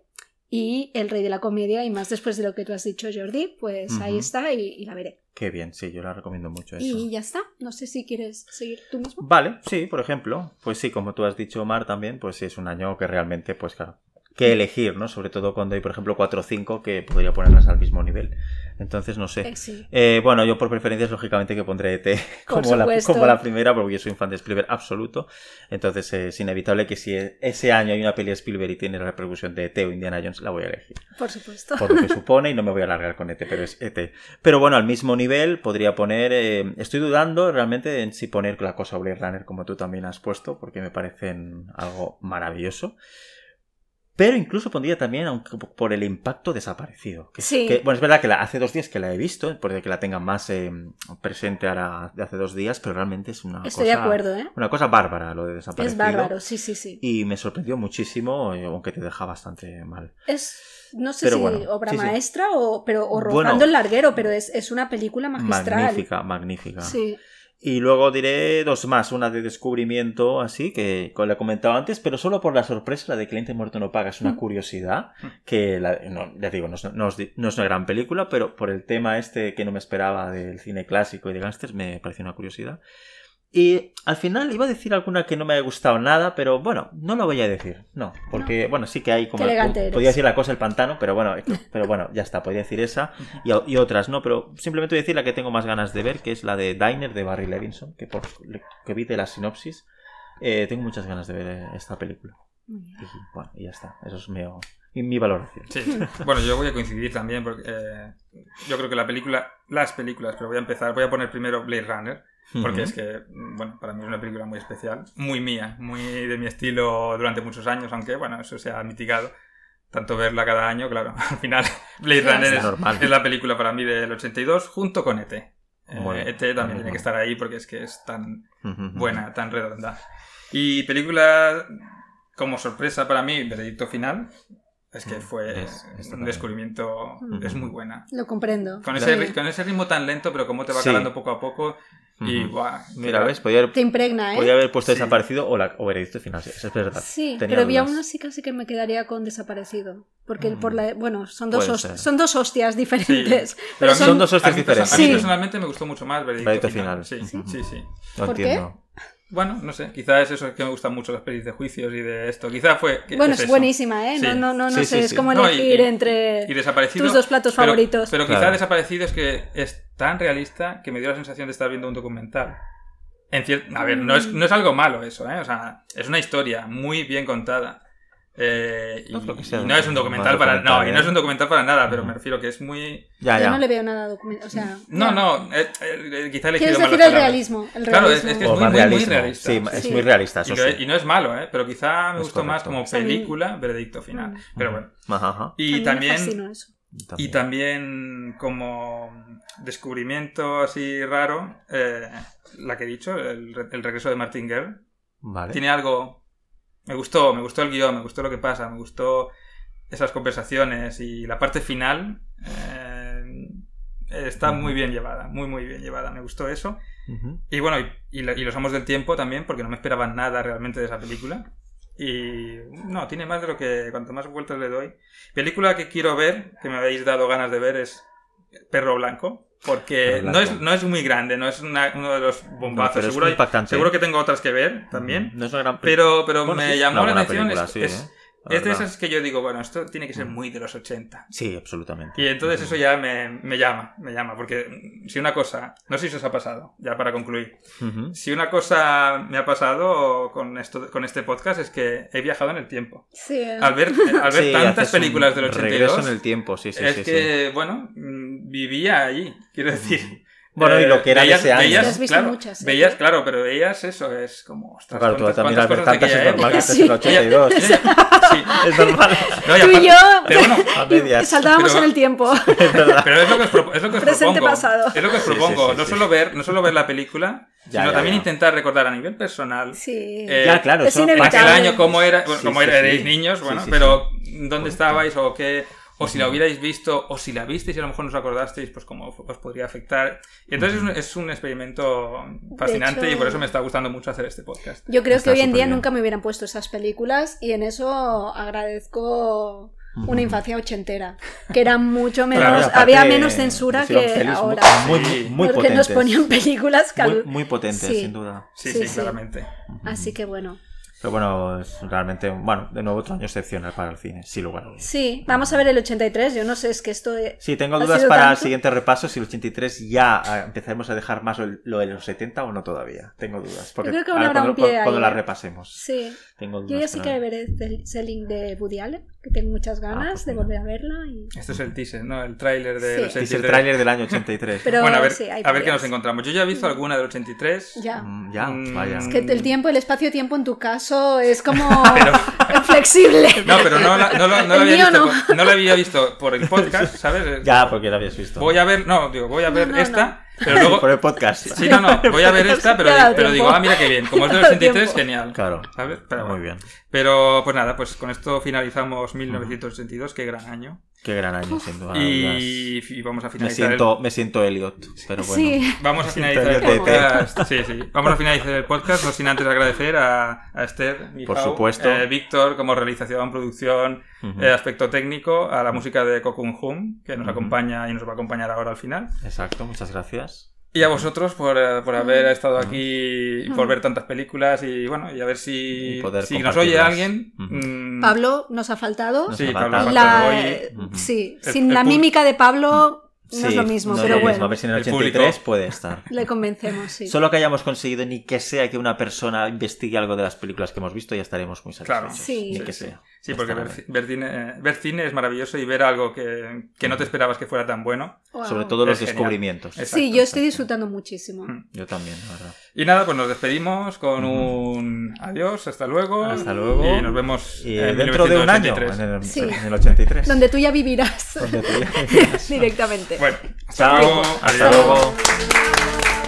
C: Y El Rey de la Comedia, y más después de lo que tú has dicho, Jordi, pues ahí
A: Ujú.
C: está y, y la veré.
A: Qué bien, sí, yo la recomiendo mucho eso.
C: Y ya está. No sé si quieres seguir tú mismo.
A: Vale, sí, por ejemplo. Pues sí, como tú has dicho, Omar, también, pues sí, es un año que realmente, pues claro, que elegir, ¿no? Sobre todo cuando hay, por ejemplo, cuatro o cinco que podría ponerlas al mismo nivel. Entonces, no sé.
C: Eh, sí.
A: Eh, bueno, yo por preferencias, lógicamente, que pondré [laughs] ET
C: Por
A: como, la,
C: supuesto.
A: como la primera, porque yo soy un fan de Spielberg absoluto. Entonces, eh, es inevitable que si e- ese año hay una peli de Spielberg y tiene la repercusión de ET o Indiana Jones, la voy a elegir
C: Por supuesto.
A: por lo que supone y no me voy a alargar con ET, pero es ET. Pero bueno, al mismo nivel podría poner... eh, estoy dudando realmente en si poner la cosa Blade Runner como tú también has puesto, porque me parecen algo maravilloso. Pero incluso pondría también, aunque po- por el impacto desaparecido. Que,
C: Sí.
A: que- bueno, es verdad que la- hace dos días que la he visto, puede que la tenga más eh, presente ahora de hace dos días, pero realmente es una cosa.
C: Estoy de acuerdo, ¿eh?
A: Una cosa bárbara lo de desaparecido.
C: Es bárbaro, sí, sí, sí.
A: Y me sorprendió muchísimo, eh, aunque te deja bastante mal.
C: Es, no sé
A: Pero
C: si
A: bueno,
C: obra
A: sí, sí.
C: maestra o, pero, o
A: Bueno.
C: rozando el larguero, pero es, es una película magistral.
A: Magnífica, magnífica.
C: Sí.
A: Y luego diré dos más, una de descubrimiento, así, que con la he comentado antes, pero solo por la sorpresa, la de Cliente Muerto no paga, es una
C: Mm.
A: curiosidad,
B: Mm.
A: que, la, no, ya digo, no es, no es- no es una gran película, pero por el tema este que no me esperaba del cine clásico y de gángsters, me pareció una curiosidad. Y al final iba a decir alguna que no me ha gustado nada, pero bueno, no lo voy a decir, no, porque bueno, sí que hay como...
C: Qué elegante
A: pod-
C: eres.
A: podía decir la cosa el pantano, pero bueno, pero bueno, ya está, podría decir esa y, a- y otras no, pero simplemente voy a decir la que tengo más ganas de ver, que es la de Diner de Barry Levinson, que por lo que vi de la sinopsis, eh, tengo muchas ganas de ver eh, esta película.
C: Muy bien.
A: Y bueno, y ya está, eso es mi, y mi valoración.
B: Sí, [laughs] sí. Bueno, yo voy a coincidir también porque eh, yo creo que la película, las películas, pero voy a empezar, voy a poner primero Blade Runner, porque
A: Ujú.
B: es que, mm, bueno, para mí es una película muy especial, muy mía, muy de mi estilo durante muchos años, aunque, bueno, eso se ha mitigado. Tanto verla cada año, claro, [laughs] al final Blade
C: Claro,
B: Runner
A: sí.
B: es,
A: Normal.
B: es la película para mí del 82 junto con ET. Eh,
A: Muy bien.
B: ET también tiene
A: Ujú.
B: que estar ahí porque es que es tan,
A: Ujú.
B: buena, tan redonda. Y película como sorpresa para mí, Veredicto Final, es que
A: Mm,
B: fue
A: es- es
B: un
A: totalmente.
B: descubrimiento,
C: Mm.
B: es muy buena.
C: Lo comprendo.
B: Con
A: Sí.
B: ese, ri- con ese ritmo tan lento, pero como te va
A: Sí.
B: calando poco a poco. Y
A: Ujú.
B: buah,
A: Mira,
B: qué-
A: ves, podía haber,
C: Te impregna, ¿eh?
A: podía haber puesto
B: Sí.
A: desaparecido o, la, o veredicto final, sí, eso es verdad.
C: Sí,
A: Tenía
C: pero vi
A: dudas.
C: aún así casi que me quedaría con desaparecido. Porque
A: Mm.
C: por la. Bueno, son dos,
A: Puede
C: host-
A: ser.
C: son dos hostias
B: [laughs]
C: diferentes.
B: Pero a mí-
A: son dos hostias
B: a mí perso-
A: diferentes.
B: A mí
C: Sí.
B: personalmente me gustó mucho más Veredicto,
A: Veredicto
B: Final.
A: Final.
B: Sí,
A: Ujú.
B: sí, sí.
A: No
C: ¿Por qué?
A: entiendo.
B: Bueno, no sé, quizás es eso que me gustan mucho las pelis de juicios y de esto. Quizás fue. que-
C: Bueno,
B: es
C: es,
B: eso.
C: buenísima, ¿eh?
B: Sí.
C: No, no, no, no
A: Sí,
C: sé,
A: sí,
C: es
A: sí.
C: como
B: No, y-
C: elegir
B: y-
C: entre
B: y desaparecido.
C: tus dos platos
B: pero-
C: favoritos.
B: Pero quizá
A: Claro.
B: desaparecido es que es tan realista que me dio la sensación de estar viendo un documental. En cier- A ver, no es,
C: Mm.
B: no es algo malo eso, ¿eh? O sea, es una historia muy bien contada. Eh, y,
A: No
B: y
A: creo
B: no
A: que sea
B: es un
A: un mal
B: documental para. No,
A: documental,
B: y
A: ¿eh?
B: no es un documental para nada, pero
A: Ujú.
B: me refiero que es muy.
A: Ya,
C: Yo
A: ya.
C: no le veo nada documental. O sea.
B: No,
C: ya.
B: no, eh, eh, quizá he elegido
C: Quieres
B: mal
C: decir
B: las
C: el
B: palabras.
C: realismo. El
B: Claro,
C: realismo.
B: es que
A: O
B: muy,
A: más
B: muy, muy
A: realismo.
B: realista.
A: Sí, es
C: Sí.
A: muy realista,
B: Y,
A: eso
B: lo-
A: sí.
B: y no es malo, ¿eh? Pero quizá me
A: Es
B: gustó más
A: correcto.
B: como
C: sea, a mí-
B: película, veredicto final.
C: Mm.
B: Pero bueno.
A: Ajá, ajá.
C: A mí
B: Y
C: me
B: también,
C: fascinó eso.
A: También.
B: Y también como descubrimiento así raro, eh, la que he dicho, el, re- el regreso de Martin Guerre.
A: Vale.
B: Tiene algo... Me gustó, me gustó el guión, me gustó lo que pasa, me gustó esas conversaciones y la parte final eh, está muy bien llevada, muy muy bien llevada, me gustó eso.
A: Ujú.
B: Y bueno, y, y la- y los amos del tiempo también, porque no me esperaba nada realmente de esa película. Y no, tiene más de lo que cuanto más vueltas le doy. Película que quiero ver, que me habéis dado ganas de ver, es Perro Blanco. Porque
A: Perro
B: No, es,
A: Blanco.
B: no es muy grande, no es una- uno de los
A: No,
B: bombazos.
A: pero es
B: seguro,
A: muy impactante.
B: seguro que tengo otras que ver también.
A: No es una gran
B: Pero, pero
A: Bueno, sí,
B: me
A: es
B: llamó
A: una
B: la
A: buena
B: atención.
A: película,
B: es,
A: sí,
B: es-
A: ¿eh? La
B: es de
A: verdad.
B: esas que yo digo, bueno, esto tiene que ser
A: Mm.
B: muy de los 80.
A: Sí, absolutamente.
B: Y entonces eso
A: Ujú.
B: ya me, me llama, me llama. Porque mm, si una cosa, no sé si os ha pasado, ya para concluir.
A: Ujú.
B: Si una cosa me ha pasado con, esto, con este podcast es que he viajado en el tiempo.
C: Sí.
B: Al ver, al ver
A: Sí,
B: tantas
A: haces un
B: películas del
A: Regreso
B: 82,
A: en el tiempo, sí, sí,
B: es
A: sí, sí.
B: que, bueno, mm, vivía allí, quiero decir. eh,
A: Bueno, y lo que era de
B: veías-
A: ese año.
B: veías-
A: Te
C: has visto
B: claro,
C: muchas, ¿eh?
B: veías, claro, pero veías eso, es como... ostras,
A: Claro, tú
B: cuántas-
A: también al ver
B: cuántas cosas de
A: tantas es
B: aquella
A: normal que
B: época.
A: estés en el
C: [laughs]
A: 82.
B: Sí, sí.
A: Es normal.
B: No, y
C: Tú y
B: aparte-
C: yo
B: pero bueno,
A: A medias.
C: saltábamos
B: Pero-
C: en el tiempo.
A: [laughs] Es verdad.
B: Pero es lo que os, propo- es lo que os
C: Presente,
B: propongo.
C: pasado.
B: Es lo que os
A: Sí, sí,
B: propongo.
A: sí,
B: no,
A: sí.
B: Solo ver, no solo ver la película,
A: Ya,
B: sino
A: ya,
B: también
A: ya.
B: intentar recordar a nivel personal
C: Sí.
B: Eh,
A: Ya, claro,
C: es
A: son
B: [laughs]
C: inevitable.
B: aquel
A: páginas-
B: año cómo era, bueno,
A: Sí,
B: cómo
A: sí,
B: erais
A: sí.
B: niños,
A: Sí,
B: bueno,
A: sí,
B: pero dónde
A: Correcto.
B: estabais o qué, o si la hubierais visto, o si la visteis y a lo mejor no os acordasteis, pues cómo os podría afectar. Y entonces es un, es un experimento fascinante
C: hecho-
B: y por eso me está gustando mucho hacer este podcast.
C: Yo creo
A: Está
C: que hoy en día
A: superbién.
C: nunca me hubieran puesto esas películas y en eso agradezco
A: Ujú.
C: una infancia ochentera, que era mucho menos,
B: Claro,
A: aparte,
C: había menos censura
A: hicieron
C: que
A: pelis
C: ahora.
A: Muy,
B: Sí.
A: muy, muy
C: porque
A: potentes.
C: nos ponían películas cal-
A: muy, muy potentes,
C: Sí.
A: sin duda.
B: Sí,
C: Sí,
B: sí,
C: sí.
B: claramente.
C: Así que bueno.
A: Pero bueno, es realmente, bueno, de nuevo otro año excepcional para el cine, sin lugar a dudas.
C: Sí, vamos a ver el 83, yo no sé, es que esto de-
A: Sí, tengo
C: ¿Ha
A: dudas
C: sido
A: para el
C: tanto?
A: siguiente repaso, si el 83 ya eh, empezaremos a dejar más el- lo de los 70 o no todavía. Tengo dudas. Porque
C: creo que aún
A: ahora
C: habrá
A: cuando,
C: un pie
A: cuando
C: ahí,
A: la
C: ¿eh?
A: repasemos.
C: Sí,
A: Tengo dudas.
C: yo ya sí
A: pero-
C: que veré el Selling de Woody Allen, que tengo muchas ganas
A: pues
C: de
A: mira.
C: volver a verla. y-
B: Este es el teaser, ¿no? El tráiler de
C: Sí.
B: los
A: Este es el
B: 83.
A: tráiler del año 83.
C: Pero
B: bueno, a ver,
C: sí, hay
B: a ver qué
C: varias.
B: nos encontramos. Yo ya he visto alguna del 83.
C: Ya.
A: Mm, Ya,
B: Mm,
A: vaya.
C: Es que el tiempo, el espacio-tiempo en tu eso es
A: [laughs]
C: como
B: Pero-
C: flexible.
B: No, pero no, la- no, lo- no lo
C: El
B: había
C: mío
B: visto
C: no.
B: por- no lo había visto por el podcast, ¿sabes?
A: Ya, porque la habías visto.
B: Voy a ver, no, digo, voy a ver
C: no,
B: esta,
C: no.
B: pero
A: [laughs]
B: luego.
A: Por el podcast.
B: Sí, no, no, voy a ver esta, pero,
C: Ya da
B: pero digo,
C: tiempo.
B: ah, mira qué bien. Como es del
C: [laughs] Ya da
B: 83,
C: tiempo.
B: genial.
A: Claro.
B: ¿Sabes? Pero,
A: Muy
B: bueno.
A: bien.
B: pero pues nada, pues con esto finalizamos 1982, qué gran año.
A: Qué gran año, sin duda.
B: Y, y vamos a
A: Me
B: finalizar. el-
A: siento, me siento Elliot, pero bueno.
C: Sí,
A: [laughs]
B: Vamos a finalizar el
A: Siento yo
B: podcast. Sí, sí. Vamos a finalizar el podcast, no sin antes agradecer a, a Esther, Mijau,
A: Por supuesto.
B: eh, Víctor, como realización, producción,
A: Ujú,
B: eh, aspecto técnico, a la música de Cocoon Hum, que nos
A: Ujú.
B: acompaña y nos va a acompañar ahora al final.
A: Exacto, muchas gracias.
B: Y a vosotros por, eh, por haber estado aquí, por ver tantas películas y bueno, y a ver si,
A: Y poder
B: si nos oye
A: compartirlas.
B: alguien.
A: Ujú.
B: mm,
C: [laughs] Pablo nos ha faltado.
A: Nos
B: Sí,
A: ha
B: Pablo
A: faltado.
B: Falcón
C: La-
B: Goyi.
A: Ujú.
C: Sí,
B: El-
C: sin
B: el
C: la
B: pul-
C: mímica de Pablo no es
A: Sí,
C: lo mismo,
A: no es
C: pero
A: lo
C: bueno,
A: mismo, A ver si en el
B: El público.
A: 83 puede estar.
C: le convencemos, [laughs] sí.
A: Solo que hayamos conseguido ni que sea que una persona investigue algo de las películas que hemos visto, ya estaremos muy satisfechos.
B: Claro.
C: Sí.
A: Ni
B: Sí,
A: que
B: sí.
A: sea.
B: Sí,
A: Ya
B: porque
A: está.
B: ver, ci- ver cine, eh, ver cine es maravilloso y ver algo que, que no te esperabas que fuera tan bueno.
C: Wow.
A: Sobre todo los
B: Es genial.
A: descubrimientos.
B: Es-
C: Sí,
B: Exacto,
C: yo estoy
A: exacto.
C: disfrutando muchísimo.
B: Mm.
A: Yo también, la verdad.
B: Y nada, pues nos despedimos con
A: Ujú.
B: un adiós, hasta luego.
A: Hasta luego.
B: Y nos vemos
A: Y
B: en
A: dentro de un año,
B: 1983.
A: en el,
C: Sí.
A: en el 83.
C: Donde tú ya vivirás [laughs]
A: Donde tú ya-
C: directamente.
B: Bueno, hasta
A: Chao.
B: luego.
A: Hasta
B: adiós.
A: luego.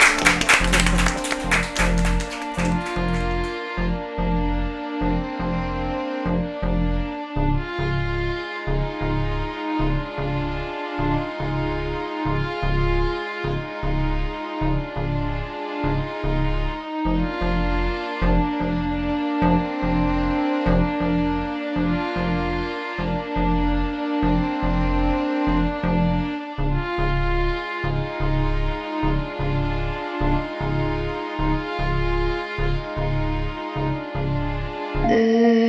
E: This